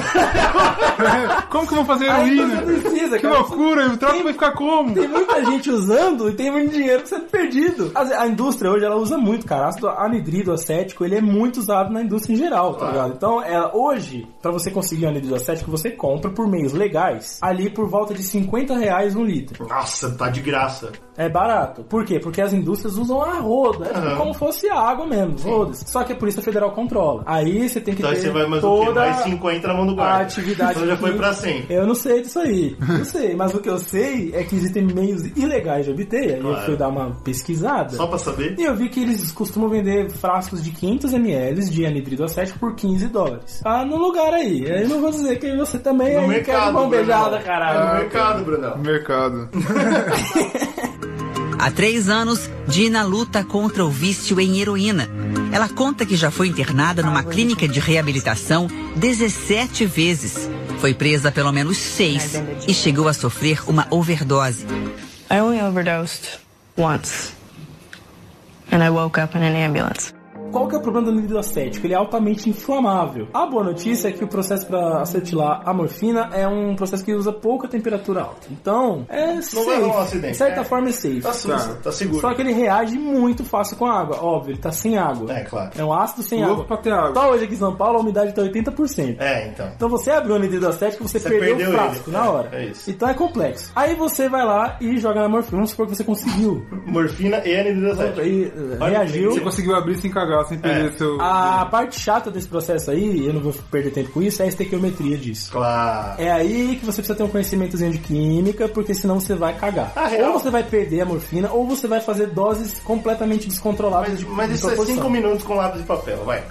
[SPEAKER 2] como que eu vou fazer
[SPEAKER 3] A indústria
[SPEAKER 2] heroína?
[SPEAKER 3] precisa,
[SPEAKER 2] Que
[SPEAKER 3] cara.
[SPEAKER 2] loucura, o troço vai ficar como?
[SPEAKER 3] Tem muita gente usando e tem muito dinheiro sendo perdido. A, a indústria hoje, ela usa muito, cara. Ácido anidrido acético, ele é muito usado na indústria em geral,
[SPEAKER 1] Ah.
[SPEAKER 3] tá ligado? Então, ela, hoje, pra você conseguir um anidrido acético, você compra por meios legais, ali por volta de 50 reais um litro.
[SPEAKER 1] Nossa, tá de graça.
[SPEAKER 3] É barato. Por quê? Porque as indústrias usam a roda, é tipo
[SPEAKER 1] Aham.
[SPEAKER 3] como fosse água mesmo, rodas. Só que a Polícia Federal controla. Aí você tem que
[SPEAKER 1] Então aí
[SPEAKER 3] ter
[SPEAKER 1] você vai mais o quê?
[SPEAKER 3] toda
[SPEAKER 1] Mais 50 na mão do guarda.
[SPEAKER 3] a atividade.
[SPEAKER 1] Então já foi
[SPEAKER 3] que-
[SPEAKER 1] pra 100.
[SPEAKER 3] Eu não sei disso
[SPEAKER 1] [laughs]
[SPEAKER 3] aí. Não sei, mas o que eu sei é que existem meios ilegais de obter. Aí eu
[SPEAKER 1] Claro.
[SPEAKER 3] fui dar uma pesquisada.
[SPEAKER 1] Só pra saber.
[SPEAKER 3] E eu vi que eles costumam vender frascos de 500ml de anidrido acético por 15 dólares. Tá no lugar aí. Eu não vou dizer que você também aí quer de
[SPEAKER 1] Brunão.
[SPEAKER 3] mão beijada, caralho.
[SPEAKER 1] No mercado, Brunão.
[SPEAKER 2] Mercado.
[SPEAKER 6] Há três anos, Dina luta contra o vício em heroína. Ela conta que já foi internada numa clínica de reabilitação 17 vezes. Foi presa pelo menos seis e chegou a sofrer uma overdose.
[SPEAKER 7] I only overdosed once. And I woke up in an ambulance.
[SPEAKER 3] Qual que é o problema do anidrido acético? Ele é altamente inflamável. A boa notícia é que o processo para acetilar a morfina é um processo que usa pouca temperatura alta. Então, é Não safe.
[SPEAKER 1] vai rolar um acidente,
[SPEAKER 3] De certa
[SPEAKER 1] né?
[SPEAKER 3] forma, é safe.
[SPEAKER 1] Tá susto, tá seguro.
[SPEAKER 3] Só que ele reage muito fácil com a água. Óbvio, ele tá sem água.
[SPEAKER 1] É, claro.
[SPEAKER 3] É um ácido sem
[SPEAKER 2] Louco
[SPEAKER 3] água.
[SPEAKER 2] pra ter água.
[SPEAKER 3] Só hoje aqui em São Paulo a umidade tá 80%.
[SPEAKER 1] É, então.
[SPEAKER 3] Então você abriu o anidrido acético, você,
[SPEAKER 1] Você
[SPEAKER 3] perdeu,
[SPEAKER 1] perdeu
[SPEAKER 3] o frasco
[SPEAKER 1] ele.
[SPEAKER 3] na
[SPEAKER 1] É,
[SPEAKER 3] hora.
[SPEAKER 1] é isso.
[SPEAKER 3] Então é complexo. Aí você vai lá e joga na morfina. Vamos supor que você conseguiu.
[SPEAKER 1] Morfina e anidrida
[SPEAKER 3] E, eh, reagiu.
[SPEAKER 2] Você conseguiu abrir sem cagar, lá sem perder seu.
[SPEAKER 3] A parte chata desse processo aí, eu não vou perder tempo com isso, é a estequiometria disso.
[SPEAKER 1] Claro.
[SPEAKER 3] É aí que você precisa ter um conhecimentozinho de química, porque senão você vai cagar.
[SPEAKER 1] Ah, real?
[SPEAKER 3] ou você vai perder a morfina, ou você vai fazer doses completamente descontroladas
[SPEAKER 1] Mas,
[SPEAKER 3] de
[SPEAKER 1] mas
[SPEAKER 3] de
[SPEAKER 1] isso é
[SPEAKER 3] proporção.
[SPEAKER 1] 5 minutos com lápis de papel, vai.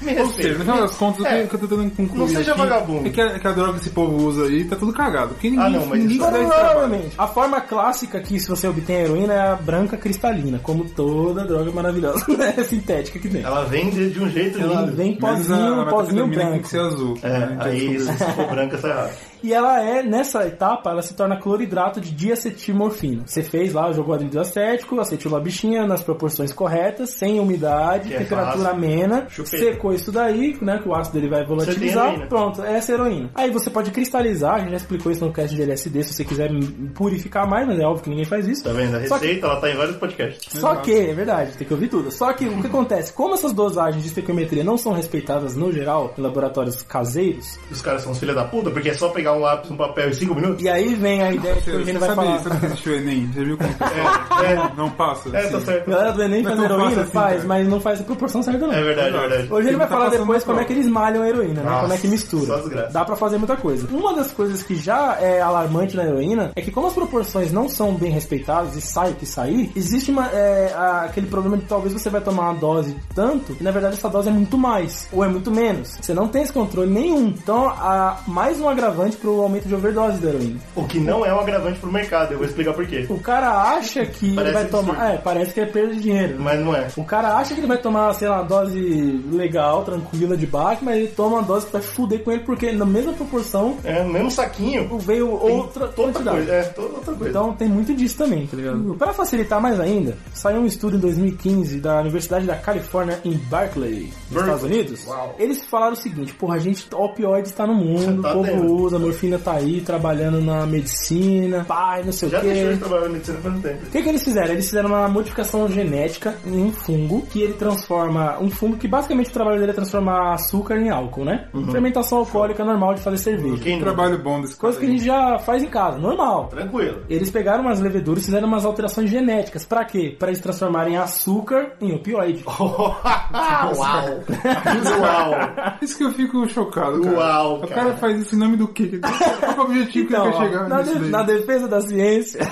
[SPEAKER 1] Me
[SPEAKER 2] [laughs] Ou seja, no
[SPEAKER 1] respeita.
[SPEAKER 2] final das contas,
[SPEAKER 1] É.
[SPEAKER 2] o que eu tô tentando concluir.
[SPEAKER 1] Não seja
[SPEAKER 2] aqui
[SPEAKER 1] vagabundo.
[SPEAKER 2] É que a, que a droga que esse povo usa aí tá tudo cagado. Porque ninguém,
[SPEAKER 1] Ah, não, mas
[SPEAKER 2] ninguém
[SPEAKER 1] isso-
[SPEAKER 2] se dá esse trabalho.
[SPEAKER 3] Provavelmente. A forma clássica que se você obtém a heroína é a branca cristalina, como toda droga maravilhosa [laughs] né, sintética que tem.
[SPEAKER 1] Ela vem de, de um jeito
[SPEAKER 3] Ela
[SPEAKER 1] lindo.
[SPEAKER 3] vem
[SPEAKER 2] Mas a-
[SPEAKER 3] pozinho,
[SPEAKER 2] a
[SPEAKER 3] pozinho
[SPEAKER 2] metafetamina tem
[SPEAKER 3] branco.
[SPEAKER 2] que ser azul.
[SPEAKER 1] É,
[SPEAKER 2] né? Já
[SPEAKER 1] aí
[SPEAKER 2] descobri.
[SPEAKER 1] se for branca, sai errado.
[SPEAKER 3] E ela é, nessa etapa, ela se torna cloridrato de diacetilmorfina. Você fez lá, jogou adendo acético, acetilou a bichinha nas proporções corretas, sem umidade,
[SPEAKER 1] Que é
[SPEAKER 3] temperatura
[SPEAKER 1] fácil.
[SPEAKER 3] amena,
[SPEAKER 1] Chupeta.
[SPEAKER 3] secou isso daí, né, que o ácido dele vai volatilizar,
[SPEAKER 1] heroína.
[SPEAKER 3] pronto, essa é a heroína. Aí você pode cristalizar, a gente já explicou isso no cast de LSD, se você quiser purificar mais, mas é óbvio que ninguém faz isso.
[SPEAKER 1] Tá vendo? A
[SPEAKER 3] Só que-
[SPEAKER 1] receita, ela tá em vários podcasts.
[SPEAKER 3] só que, é verdade, tem que ouvir tudo. Só que o que acontece? Como essas dosagens de estequiometria não são respeitadas no geral em laboratórios caseiros,
[SPEAKER 1] Os caras são os filhos da puta, porque é só pegar um lápis, um papel em 5
[SPEAKER 2] [laughs]
[SPEAKER 1] minutos.
[SPEAKER 3] e aí vem a ideia que o
[SPEAKER 2] Você
[SPEAKER 3] Eugênio vai
[SPEAKER 2] sabe,
[SPEAKER 3] falar.
[SPEAKER 2] sabe que existe o Enem? Já viu como que
[SPEAKER 1] É, é.
[SPEAKER 2] Não passa.
[SPEAKER 1] É, tá
[SPEAKER 2] Sim.
[SPEAKER 3] A
[SPEAKER 1] certo.
[SPEAKER 3] galera do Enem
[SPEAKER 2] Não é
[SPEAKER 3] faz
[SPEAKER 2] tão fácil
[SPEAKER 3] heroína?
[SPEAKER 2] assim,
[SPEAKER 3] faz,
[SPEAKER 2] cara.
[SPEAKER 3] mas não faz a proporção certa não.
[SPEAKER 1] É verdade, é verdade.
[SPEAKER 3] Hoje ele vai
[SPEAKER 2] Tá
[SPEAKER 3] falar
[SPEAKER 2] passando
[SPEAKER 3] depois
[SPEAKER 2] na
[SPEAKER 3] como é
[SPEAKER 2] prova.
[SPEAKER 3] que eles malham a heroína, né?
[SPEAKER 1] Nossa,
[SPEAKER 3] Como é que mistura.
[SPEAKER 1] só desgraça.
[SPEAKER 3] Dá pra fazer muita coisa. Uma das coisas que já é alarmante na heroína é que como as proporções não são bem respeitadas e sai o que sair, existe uma, é, a- aquele problema de talvez você vai tomar uma dose de tanto e na verdade essa dose é muito mais ou é muito menos. Você não tem esse controle nenhum. Então, a, mais um agravante pro aumento de overdose da heroína.
[SPEAKER 1] O que não é um agravante pro mercado, eu vou explicar por quê.
[SPEAKER 3] O cara acha que ele
[SPEAKER 1] Parece um
[SPEAKER 3] vai
[SPEAKER 1] absurdo.
[SPEAKER 3] tomar... É, parece que é perda de dinheiro.
[SPEAKER 1] Mas não é.
[SPEAKER 3] O cara acha que ele vai tomar, sei lá, uma dose legal, tranquila de baque, mas ele toma uma dose que vai fuder com ele, porque na mesma proporção
[SPEAKER 1] É, no mesmo saquinho,
[SPEAKER 3] veio
[SPEAKER 1] tem
[SPEAKER 3] outra
[SPEAKER 1] toda outra
[SPEAKER 3] quantidade.
[SPEAKER 1] coisa. É, toda outra coisa.
[SPEAKER 3] Então tem muito disso também, tá ligado? Pra facilitar mais ainda, saiu um estudo em 2015 da Universidade da Califórnia em Berkeley, nos Estados Unidos. Eles falaram o seguinte, porra, a gente, opioide está no mundo,
[SPEAKER 1] [laughs] Tá
[SPEAKER 3] o povo
[SPEAKER 1] dentro.
[SPEAKER 3] usa, morfina tá aí, trabalhando na medicina, pai, não sei
[SPEAKER 1] Já
[SPEAKER 3] o quê.
[SPEAKER 1] deixou de trabalhar na medicina faz um tempo.
[SPEAKER 3] O que, que eles fizeram? Eles fizeram uma modificação genética em um fungo que ele transforma. Um fungo que basicamente o trabalho dele é transformar açúcar em álcool, né?
[SPEAKER 2] Uhum.
[SPEAKER 3] Fermentação alcoólica normal de fazer cerveja.
[SPEAKER 1] Quem
[SPEAKER 2] Um
[SPEAKER 1] não?
[SPEAKER 2] Trabalho bom desse
[SPEAKER 3] Coisa que a gente já faz em casa, normal.
[SPEAKER 1] Tranquilo.
[SPEAKER 3] [laughs] Eles pegaram umas leveduras e fizeram umas alterações genéticas. Pra quê? Pra eles transformarem açúcar em opioide.
[SPEAKER 1] Uau! Uau!
[SPEAKER 2] Isso que eu fico chocado, cara.
[SPEAKER 1] Uau,
[SPEAKER 2] O
[SPEAKER 1] cara.
[SPEAKER 2] cara faz isso em nome do
[SPEAKER 3] [laughs]
[SPEAKER 2] quê? Qual que é o objetivo
[SPEAKER 3] Então,
[SPEAKER 2] que ele quer
[SPEAKER 3] ó,
[SPEAKER 2] chegar
[SPEAKER 3] na,
[SPEAKER 2] nisso
[SPEAKER 3] de-
[SPEAKER 2] daí?
[SPEAKER 3] na defesa da ciência, [laughs]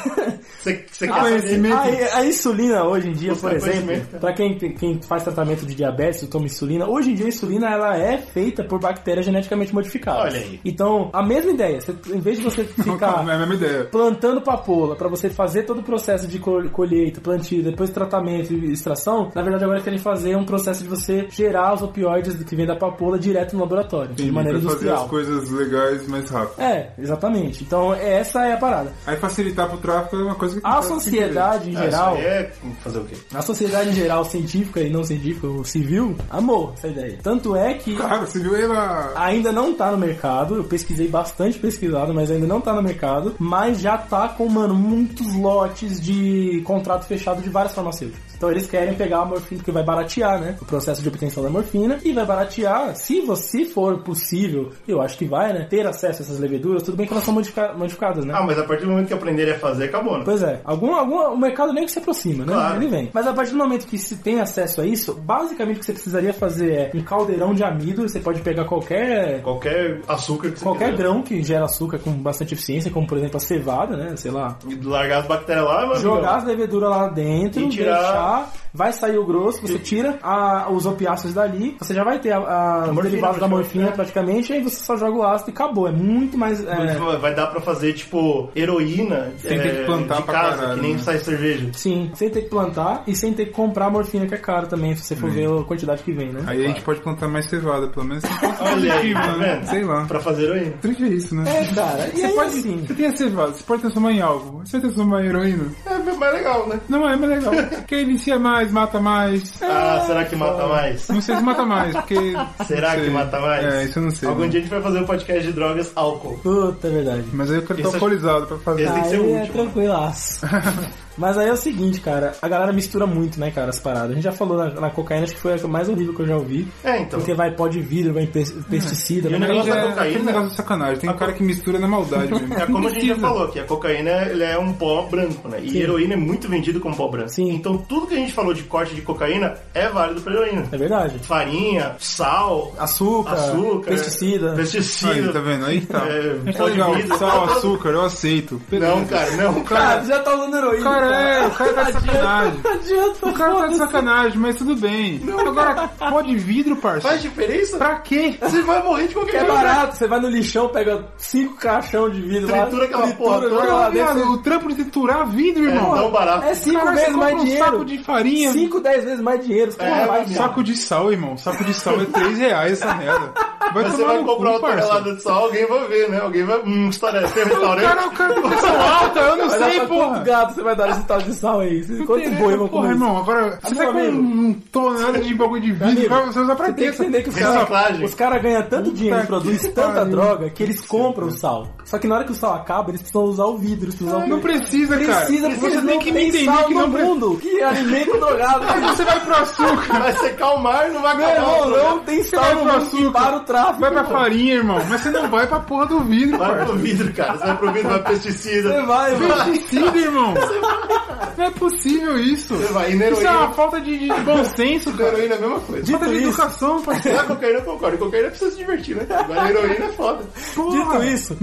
[SPEAKER 1] Você você
[SPEAKER 2] Ah,
[SPEAKER 1] quer saber?
[SPEAKER 2] conhecimento.
[SPEAKER 3] é, A, a insulina hoje em dia,
[SPEAKER 1] Busca
[SPEAKER 3] por exemplo,
[SPEAKER 1] conhecimento.
[SPEAKER 3] para quem, tem- quem faz tratamento de diabetes e toma insulina, hoje em dia a insulina ela é feita por bactérias geneticamente modificadas.
[SPEAKER 1] Olha aí.
[SPEAKER 3] Então, a mesma ideia, você- em vez
[SPEAKER 1] [laughs]
[SPEAKER 3] de você
[SPEAKER 2] Não, calma, é a
[SPEAKER 3] ficar
[SPEAKER 2] mesma ideia.
[SPEAKER 3] plantando papoula para você fazer todo o processo de col- colheita, plantio, depois tratamento e extração, na verdade agora querem fazer um processo de você gerar os opioides que vem da papoula direto no laboratório, de
[SPEAKER 2] Sim,
[SPEAKER 3] maneira
[SPEAKER 2] pra fazer as
[SPEAKER 3] industrial.
[SPEAKER 2] coisas legais mais rápido.
[SPEAKER 3] É, exatamente. Então, essa é a parada.
[SPEAKER 2] Aí facilitar pro tráfico é uma coisa que...
[SPEAKER 3] A sociedade em geral.
[SPEAKER 1] Ah, isso aí Então, é fazer o quê?
[SPEAKER 3] A sociedade em geral, científica e não científica, ou civil, amou essa ideia. Tanto é que
[SPEAKER 2] Claro, você viu ela...
[SPEAKER 3] ainda não tá no mercado, eu pesquisei bastante pesquisado, mas ainda não tá no mercado, mas já tá com, mano, muitos lotes de contrato fechado de várias farmacêuticas. Então eles querem pegar a morfina, porque vai baratear, né? O processo de obtenção da morfina, e vai baratear, se você for possível, eu acho que vai, né? Ter acesso a essas leveduras, tudo bem que elas são modifica- modificadas, né?
[SPEAKER 1] Ah, mas a partir do momento que aprenderem a fazer, acabou, né?
[SPEAKER 3] Pois é, algum, algum, o mercado nem que se aproxima, né?
[SPEAKER 1] Claro.
[SPEAKER 3] Ele vem. Mas a partir do momento que se tem acesso a isso, basicamente o que você precisaria fazer é um caldeirão de amido, você pode pegar qualquer.
[SPEAKER 1] Qualquer açúcar que você
[SPEAKER 3] é. Qualquer
[SPEAKER 1] quiser.
[SPEAKER 3] grão que gera açúcar com bastante eficiência, como por exemplo a cevada, né? Sei lá.
[SPEAKER 1] E largar as bactérias lá, mas
[SPEAKER 3] Jogar as leveduras lá dentro,
[SPEAKER 1] E tirar-
[SPEAKER 3] deixar, vai sair o grosso, você tira a- os opiáceos dali, você já vai ter a, a, os
[SPEAKER 1] morfina,
[SPEAKER 3] derivados da
[SPEAKER 1] praticamente,
[SPEAKER 3] morfina
[SPEAKER 1] né?
[SPEAKER 3] praticamente, aí você só joga o ácido e acabou. É muito mais. é,
[SPEAKER 1] Vai dar pra fazer, tipo, heroína é,
[SPEAKER 2] Tem que plantar
[SPEAKER 1] de
[SPEAKER 2] pra
[SPEAKER 1] casa,
[SPEAKER 2] caralho,
[SPEAKER 1] que nem
[SPEAKER 2] né?
[SPEAKER 1] sai cerveja.
[SPEAKER 3] Sim, sem ter que plantar e sem ter que comprar a morfina, que é caro também, se
[SPEAKER 1] Hum.
[SPEAKER 3] você for ver a quantidade que vem, né?
[SPEAKER 2] Aí a gente pode plantar mais cevada, pelo menos.
[SPEAKER 1] Olha aí, tá
[SPEAKER 2] mano.
[SPEAKER 1] vendo?
[SPEAKER 2] Sei lá.
[SPEAKER 1] Pra fazer heroína.
[SPEAKER 2] Triste é isso, né?
[SPEAKER 3] É, cara, e
[SPEAKER 2] Você
[SPEAKER 3] aí,
[SPEAKER 2] pode,
[SPEAKER 3] assim,
[SPEAKER 2] você tem a cevada, você pode transformar em algo. Você pode transformar em heroína.
[SPEAKER 1] É mais legal, né?
[SPEAKER 2] Não, é mais legal. Porque aí vicia mais, mata mais.
[SPEAKER 1] Ah, será que mata mais?
[SPEAKER 2] Não sei se mata mais, porque...
[SPEAKER 1] Será
[SPEAKER 2] não
[SPEAKER 1] que
[SPEAKER 2] sei.
[SPEAKER 1] mata mais?
[SPEAKER 2] É, isso eu não sei.
[SPEAKER 1] Algum
[SPEAKER 2] né?
[SPEAKER 1] dia a gente vai fazer um podcast de drogas álcool.
[SPEAKER 3] puta, é verdade.
[SPEAKER 2] Mas aí eu quero
[SPEAKER 1] Isso
[SPEAKER 2] estar
[SPEAKER 1] é-
[SPEAKER 2] alcoolizado pra fazer. Ah,
[SPEAKER 1] Esse tem que ser o
[SPEAKER 3] Aí é
[SPEAKER 1] último.
[SPEAKER 3] tranquilaço. Mas aí é o seguinte, cara, a galera mistura muito, né, cara, as paradas. A gente já falou na, na cocaína, acho que foi a mais horrível que eu já ouvi.
[SPEAKER 1] É, então.
[SPEAKER 3] Porque vai pó de vidro, vai pes- pesticida,
[SPEAKER 1] E o
[SPEAKER 3] vai-
[SPEAKER 1] negócio
[SPEAKER 2] Mas
[SPEAKER 1] da
[SPEAKER 2] é
[SPEAKER 1] cocaína-
[SPEAKER 2] aquele negócio de sacanagem. Tem um cara que mistura na maldade mesmo.
[SPEAKER 1] [laughs] É como a gente já
[SPEAKER 2] Precisa.
[SPEAKER 1] falou, que a cocaína ele é um pó branco, né? E heroína é muito vendido como pó branco.
[SPEAKER 3] Sim.
[SPEAKER 1] Então tudo que a gente falou de corte de cocaína é válido pra heroína.
[SPEAKER 3] É verdade.
[SPEAKER 1] Farinha, sal,
[SPEAKER 3] Açúcar,
[SPEAKER 1] açúcar,
[SPEAKER 3] pesticida.
[SPEAKER 1] pesticida.
[SPEAKER 2] Aí, tá vendo? Aí tá.
[SPEAKER 1] É,
[SPEAKER 2] tá
[SPEAKER 1] pode
[SPEAKER 2] legal.
[SPEAKER 1] vir.
[SPEAKER 2] Sal, açúcar, eu aceito.
[SPEAKER 1] Não, cara, não,
[SPEAKER 3] Cara,
[SPEAKER 1] cara.
[SPEAKER 3] já tá usando heroína.
[SPEAKER 2] Cara, é, o cara tá de sacanagem.
[SPEAKER 3] Não adianta,
[SPEAKER 2] O cara tá de sacanagem, mas tudo bem. Agora, pó de vidro,
[SPEAKER 1] Faz
[SPEAKER 2] parça.
[SPEAKER 1] diferença?
[SPEAKER 2] Pra quê?
[SPEAKER 1] Você vai morrer de
[SPEAKER 3] É
[SPEAKER 1] qualquer né? maneira.
[SPEAKER 3] barato, você vai no lixão, pega cinco caixão de vidro
[SPEAKER 2] né?
[SPEAKER 3] lá. É
[SPEAKER 1] Tritura é aquela porra
[SPEAKER 3] tritura, joga
[SPEAKER 1] toda,
[SPEAKER 3] lá
[SPEAKER 2] Viado,
[SPEAKER 3] dentro.
[SPEAKER 2] O trampo de triturar vidro,
[SPEAKER 1] É
[SPEAKER 2] irmão.
[SPEAKER 1] tão barato.
[SPEAKER 3] É cinco
[SPEAKER 2] Cara,
[SPEAKER 3] vezes
[SPEAKER 2] você
[SPEAKER 3] mais
[SPEAKER 2] compra um
[SPEAKER 3] dinheiro.
[SPEAKER 2] saco de farinha.
[SPEAKER 3] Cinco, dez vezes mais dinheiro. Você
[SPEAKER 1] É,
[SPEAKER 3] vai,
[SPEAKER 1] meu.
[SPEAKER 2] Saco de sal, irmão. Saco de sal é 3 reais essa merda. Vai
[SPEAKER 1] Mas você
[SPEAKER 2] tomar
[SPEAKER 1] vai
[SPEAKER 2] no
[SPEAKER 1] comprar
[SPEAKER 2] cu,
[SPEAKER 1] uma
[SPEAKER 2] parça.
[SPEAKER 1] tonelada de sal, alguém vai ver, né? Alguém vai. Hum, que história é essa? Tem
[SPEAKER 2] O
[SPEAKER 1] restaurante?
[SPEAKER 2] cara, o cara tá com alta, eu não
[SPEAKER 3] vai dar pra
[SPEAKER 2] sei,
[SPEAKER 3] quanto
[SPEAKER 2] porra.
[SPEAKER 3] gato você vai dar esse tal de sal aí? Quantos boi
[SPEAKER 2] Porra,
[SPEAKER 3] vão comer? isso?
[SPEAKER 2] irmão, agora você
[SPEAKER 3] Meu
[SPEAKER 2] tá com
[SPEAKER 3] amigo.
[SPEAKER 2] um tonelada de bagulho de vidro,
[SPEAKER 3] Amigo,
[SPEAKER 2] cara, você usa pra
[SPEAKER 3] Você tem
[SPEAKER 2] quê?
[SPEAKER 3] que entender que os
[SPEAKER 1] Reciclagem.
[SPEAKER 3] caras cara ganham tanto
[SPEAKER 2] Puta
[SPEAKER 3] dinheiro
[SPEAKER 2] que
[SPEAKER 3] e produzem tanta
[SPEAKER 2] pariu. é
[SPEAKER 3] droga que eles compram o sal. Só que na hora que o sal acaba, eles precisam usar o vidro. Eles precisam usar o
[SPEAKER 2] Não
[SPEAKER 3] vidro.
[SPEAKER 2] precisa, cara.
[SPEAKER 3] Precisa, porque
[SPEAKER 2] você
[SPEAKER 3] eles
[SPEAKER 2] tem
[SPEAKER 3] não
[SPEAKER 2] que me
[SPEAKER 3] têm
[SPEAKER 2] entender
[SPEAKER 3] sal
[SPEAKER 2] que
[SPEAKER 3] no
[SPEAKER 2] não precisa.
[SPEAKER 3] mundo. Que alimento drogado.
[SPEAKER 2] [laughs] Você vai pro
[SPEAKER 3] [laughs]
[SPEAKER 2] açúcar,
[SPEAKER 1] Vai secar o mar, não vai
[SPEAKER 3] Meu
[SPEAKER 1] acabar.
[SPEAKER 3] irmão,
[SPEAKER 1] o programa.
[SPEAKER 3] não tem
[SPEAKER 2] você
[SPEAKER 3] sal
[SPEAKER 2] vai
[SPEAKER 3] Tá no
[SPEAKER 2] pro
[SPEAKER 3] mundo que
[SPEAKER 2] açúcar,
[SPEAKER 3] para o tráfico.
[SPEAKER 2] vai pra
[SPEAKER 3] pô.
[SPEAKER 2] farinha, irmão, mas você não vai pra porra do vidro,
[SPEAKER 1] Vai
[SPEAKER 2] parça.
[SPEAKER 1] pro vidro, cara. Você vai pro vidro, vai pro pesticida.
[SPEAKER 3] Você vai, mano.
[SPEAKER 2] Pesticida, irmão. Não é possível isso.
[SPEAKER 1] Você vai. E na
[SPEAKER 2] Isso é uma
[SPEAKER 1] heroína,
[SPEAKER 2] falta de, de bom senso,
[SPEAKER 1] na
[SPEAKER 2] cara.
[SPEAKER 1] heroína é a mesma coisa.
[SPEAKER 2] Falta de
[SPEAKER 3] Dito isso-
[SPEAKER 2] educação, parceiro.
[SPEAKER 1] Na cocaína eu concordo. Cocaína precisa se divertir, né? Agora a heroína é foda.
[SPEAKER 3] Dito isso,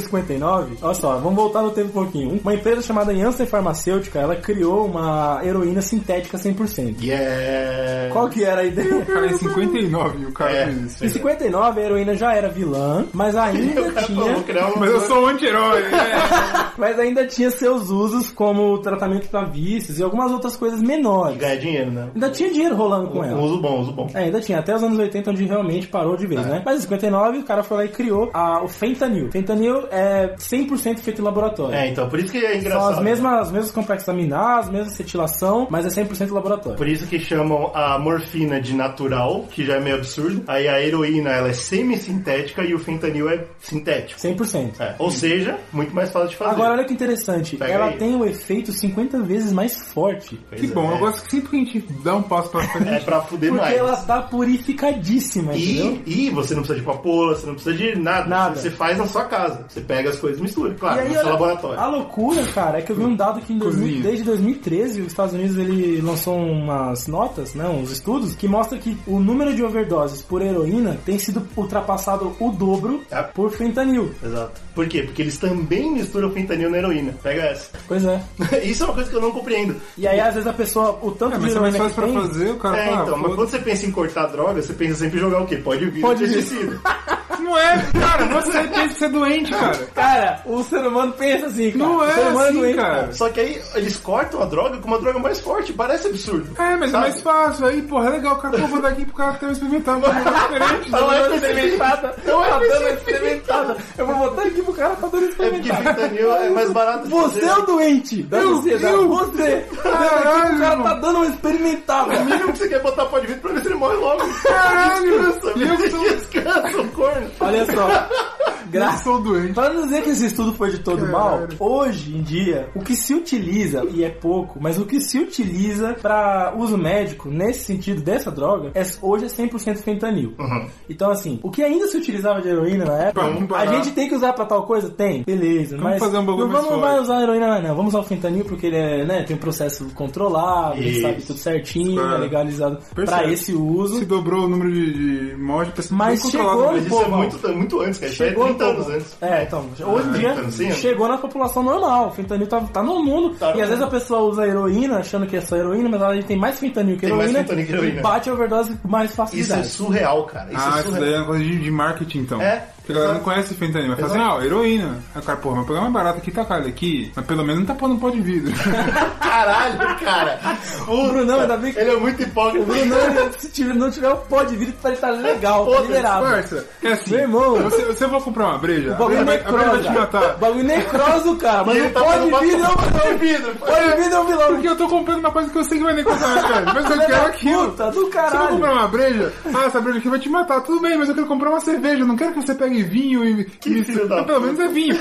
[SPEAKER 3] 1959, olha só, vamos voltar no tempo um pouquinho. Uma empresa chamada Janssen Farmacêutica, ela criou uma heroína sintética 100%.
[SPEAKER 1] Yeah.
[SPEAKER 3] Qual que era a ideia?
[SPEAKER 2] Cara, é 59 o cara
[SPEAKER 1] É.
[SPEAKER 2] fez isso.
[SPEAKER 3] Em 59 a heroína já era vilã, mas ainda
[SPEAKER 1] [laughs] O cara tá né? falou,
[SPEAKER 3] tinha,
[SPEAKER 1] criar uma.
[SPEAKER 2] Mas eu sou um anti-herói. É.
[SPEAKER 3] mas ainda tinha seus usos como tratamento para vícios e algumas outras coisas menores.
[SPEAKER 1] Ganhar dinheiro, né? Um
[SPEAKER 3] Ainda tinha dinheiro rolando com ela.
[SPEAKER 1] Uso bom, uso bom.
[SPEAKER 3] É, ainda tinha, até os anos 80, onde realmente parou de
[SPEAKER 1] É.
[SPEAKER 3] vez, né? Mas em 59, o cara foi lá e criou a- o fentanil. Fentanil é 100% feito em laboratório.
[SPEAKER 1] É, então, por isso que é
[SPEAKER 3] São
[SPEAKER 1] engraçado.
[SPEAKER 3] as mesmas, os mesmos complexos aminás, mesma acetilação, mas é 100% laboratório.
[SPEAKER 1] Por isso que chamam a morfina de natural, que já é meio absurdo. Aí a heroína, ela é semissintética e o fentanil é sintético.
[SPEAKER 3] 100%.
[SPEAKER 1] É. Ou seja, muito mais fácil de fazer.
[SPEAKER 3] Agora, olha que interessante.
[SPEAKER 1] Pega
[SPEAKER 3] ela
[SPEAKER 1] aí.
[SPEAKER 3] tem um efeito 50 vezes mais forte.
[SPEAKER 1] Pois
[SPEAKER 2] Que
[SPEAKER 1] é.
[SPEAKER 2] bom, eu gosto que sempre que a gente dá um passo pra frente,
[SPEAKER 1] É pra fuder
[SPEAKER 3] né, Porque
[SPEAKER 1] mais.
[SPEAKER 3] ela tá purificadíssima, entendeu?
[SPEAKER 1] E, e você não precisa de papoula, você não precisa de nada.
[SPEAKER 3] Nada.
[SPEAKER 1] Você faz na sua casa. Você pega as coisas e mistura, claro,
[SPEAKER 3] E aí,
[SPEAKER 1] no seu
[SPEAKER 3] olha,
[SPEAKER 1] laboratório.
[SPEAKER 3] A loucura, cara, é que eu vi um dado que em 2000
[SPEAKER 2] Cozinha.
[SPEAKER 3] desde 2013 os Estados Unidos ele lançou umas notas, né, uns estudos, que mostra que o número de overdoses por heroína tem sido ultrapassado o dobro
[SPEAKER 1] É.
[SPEAKER 3] por fentanil.
[SPEAKER 1] Exato. Por quê? Porque eles também misturam fentanil na heroína. Pega essa. [laughs]
[SPEAKER 3] Pois é.
[SPEAKER 1] Isso é uma coisa que eu não compreendo.
[SPEAKER 3] E aí, às vezes, a pessoa, o tanto
[SPEAKER 2] é,
[SPEAKER 3] de
[SPEAKER 2] mas é mais
[SPEAKER 3] heroína
[SPEAKER 2] fácil
[SPEAKER 3] que
[SPEAKER 2] pra
[SPEAKER 3] tem,
[SPEAKER 2] fazer, o cara
[SPEAKER 1] É,
[SPEAKER 2] fala,
[SPEAKER 1] então,
[SPEAKER 2] ah,
[SPEAKER 1] mas quando você pensa em cortar droga, você pensa sempre em jogar o quê? Pode vir um
[SPEAKER 3] Pode vir. [laughs]
[SPEAKER 1] pesticida.
[SPEAKER 2] foda-se. Não é, cara, você tem que ser doente, cara.
[SPEAKER 3] Cara, o ser humano pensa assim, cara.
[SPEAKER 2] Não
[SPEAKER 3] o ser
[SPEAKER 2] é
[SPEAKER 3] humano
[SPEAKER 2] assim,
[SPEAKER 3] doente,
[SPEAKER 2] cara.
[SPEAKER 1] Só que aí eles cortam a droga com uma droga mais forte. Parece absurdo.
[SPEAKER 2] É, mas é
[SPEAKER 1] Sabe?
[SPEAKER 2] mais fácil. Aí, porra, é legal, cara, pô, vou daqui pro cara ter um experimentado, um negócio diferente.
[SPEAKER 1] Não é
[SPEAKER 3] Tá dando
[SPEAKER 1] específico.
[SPEAKER 3] experimentada.
[SPEAKER 1] Não é
[SPEAKER 3] tá dando
[SPEAKER 1] específico.
[SPEAKER 3] experimentada. Eu vou botar aqui pro cara, tá dando
[SPEAKER 1] É porque
[SPEAKER 3] experimentada.
[SPEAKER 1] fentanil é mais barato. de
[SPEAKER 3] Você é
[SPEAKER 1] fazer.
[SPEAKER 3] o doente da
[SPEAKER 2] Eu-
[SPEAKER 3] sociedade.
[SPEAKER 2] eu-
[SPEAKER 3] Você.
[SPEAKER 2] Caralho,
[SPEAKER 3] o cara tá
[SPEAKER 2] irmão.
[SPEAKER 3] dando uma experimentada.
[SPEAKER 1] O mínimo que você quer botar pó de vidro pra ver se ele morre logo.
[SPEAKER 2] Caralho.
[SPEAKER 1] Descansa, [laughs]
[SPEAKER 2] E eu que sou-
[SPEAKER 1] descansa, o corno.
[SPEAKER 3] Olha só.
[SPEAKER 2] Eu
[SPEAKER 3] [laughs] Graças
[SPEAKER 2] sou doente.
[SPEAKER 3] Pra não dizer que esse estudo foi de todo mal,
[SPEAKER 2] Caralho.
[SPEAKER 3] hoje em dia, o que se utiliza, e é pouco, mas o que se utiliza pra uso médico, nesse sentido dessa droga, é, hoje é 100% fentanil.
[SPEAKER 2] Uhum.
[SPEAKER 3] Então, assim, o que ainda se utilizava de heroína na época,
[SPEAKER 2] Pra comparar.
[SPEAKER 3] a gente tem que usar pra tal coisa? Tem. Beleza,
[SPEAKER 2] Vamos
[SPEAKER 3] mas
[SPEAKER 2] fazer um bagulho
[SPEAKER 3] não
[SPEAKER 2] mais
[SPEAKER 3] vamos
[SPEAKER 2] forte.
[SPEAKER 3] mais usar a heroína mais não. Vamos usar o fentanil porque ele é, né, tem um processo controlado, ele
[SPEAKER 1] Isso.
[SPEAKER 3] sabe tudo certinho,
[SPEAKER 2] Claro.
[SPEAKER 3] é legalizado pra
[SPEAKER 2] Percebe.
[SPEAKER 3] esse uso.
[SPEAKER 2] Se dobrou o número de, de mortes, parece que
[SPEAKER 3] Mas
[SPEAKER 2] tudo controlado,
[SPEAKER 3] chegou-
[SPEAKER 1] Mas isso
[SPEAKER 3] Pô,
[SPEAKER 1] é muito, muito antes, cara. Isso é 30
[SPEAKER 3] no-
[SPEAKER 1] anos antes.
[SPEAKER 3] É, então, hoje em
[SPEAKER 1] 30
[SPEAKER 3] dia
[SPEAKER 1] anos, sim.
[SPEAKER 3] chegou na população normal. O fentanil tá, tá no mundo.
[SPEAKER 1] Tá
[SPEAKER 3] e
[SPEAKER 1] no
[SPEAKER 3] às vezes
[SPEAKER 1] mundo.
[SPEAKER 3] a pessoa usa heroína, achando que é só heroína, mas ela tem mais fentanil que
[SPEAKER 1] Tem mais
[SPEAKER 3] heroína.
[SPEAKER 1] fentanil que heroína.
[SPEAKER 3] E bate a overdose com mais
[SPEAKER 1] Isso é
[SPEAKER 3] facilidade.
[SPEAKER 1] surreal, cara. Isso
[SPEAKER 2] Ah,
[SPEAKER 1] é
[SPEAKER 2] isso daí
[SPEAKER 1] surreal.
[SPEAKER 2] é uma coisa de, de marketing, então.
[SPEAKER 1] É,
[SPEAKER 2] Porque a galera não
[SPEAKER 1] exato.
[SPEAKER 2] conhece fentanil. Vai falar assim, ah, heroína. Aí o cara, porra, mas pegar mais barato aqui, tacar ele aqui. Mas pelo menos não tá pondo um pó de vidro. [laughs]
[SPEAKER 1] Caralho, cara.
[SPEAKER 3] [laughs] o Brunão, ainda bem que
[SPEAKER 1] Ele é muito
[SPEAKER 3] o
[SPEAKER 1] hipócrita.
[SPEAKER 3] Brunão, ele- se tiver, não tiver o pó de vidro, ele tá legal, tá
[SPEAKER 1] Foda-se,
[SPEAKER 3] liberado.
[SPEAKER 2] Parça, é assim.
[SPEAKER 3] Meu irmão.
[SPEAKER 2] Você, você vai comprar uma breja?
[SPEAKER 3] O
[SPEAKER 2] A breja
[SPEAKER 3] bagulho é
[SPEAKER 2] vai, a breja vai te
[SPEAKER 3] necrosa.
[SPEAKER 2] matar.
[SPEAKER 3] O bagulho necrosa, o cara.
[SPEAKER 1] E
[SPEAKER 3] Mas
[SPEAKER 1] ele
[SPEAKER 3] o
[SPEAKER 1] tá
[SPEAKER 3] pó de
[SPEAKER 1] fazendo uma-
[SPEAKER 3] vidro é um
[SPEAKER 1] Pó de vidro.
[SPEAKER 3] Pó de vidro é um vilão.
[SPEAKER 2] Porque eu tô comprando uma coisa que eu sei que vai necrosar, minha pele. Mas eu
[SPEAKER 3] Filha
[SPEAKER 2] quero
[SPEAKER 3] da
[SPEAKER 2] aquilo.
[SPEAKER 3] puta, do
[SPEAKER 2] Você vai
[SPEAKER 3] caralho.
[SPEAKER 2] comprar uma breja? Ah, essa breja aqui vai te matar. Tudo bem, mas eu quero comprar uma cerveja. Eu não quero que você pegue vinho e... Que
[SPEAKER 1] filho da
[SPEAKER 2] Pelo menos é vinho.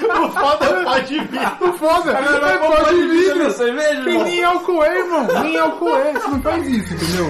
[SPEAKER 1] O foda é o pó de vidro.
[SPEAKER 2] Não foda.
[SPEAKER 3] vai
[SPEAKER 2] É
[SPEAKER 3] comprar
[SPEAKER 2] pó de vidro.
[SPEAKER 3] cerveja,
[SPEAKER 2] Tem
[SPEAKER 3] irmão?
[SPEAKER 2] nem álcool, é, irmão. Nem álcool é. Você não faz isso, entendeu?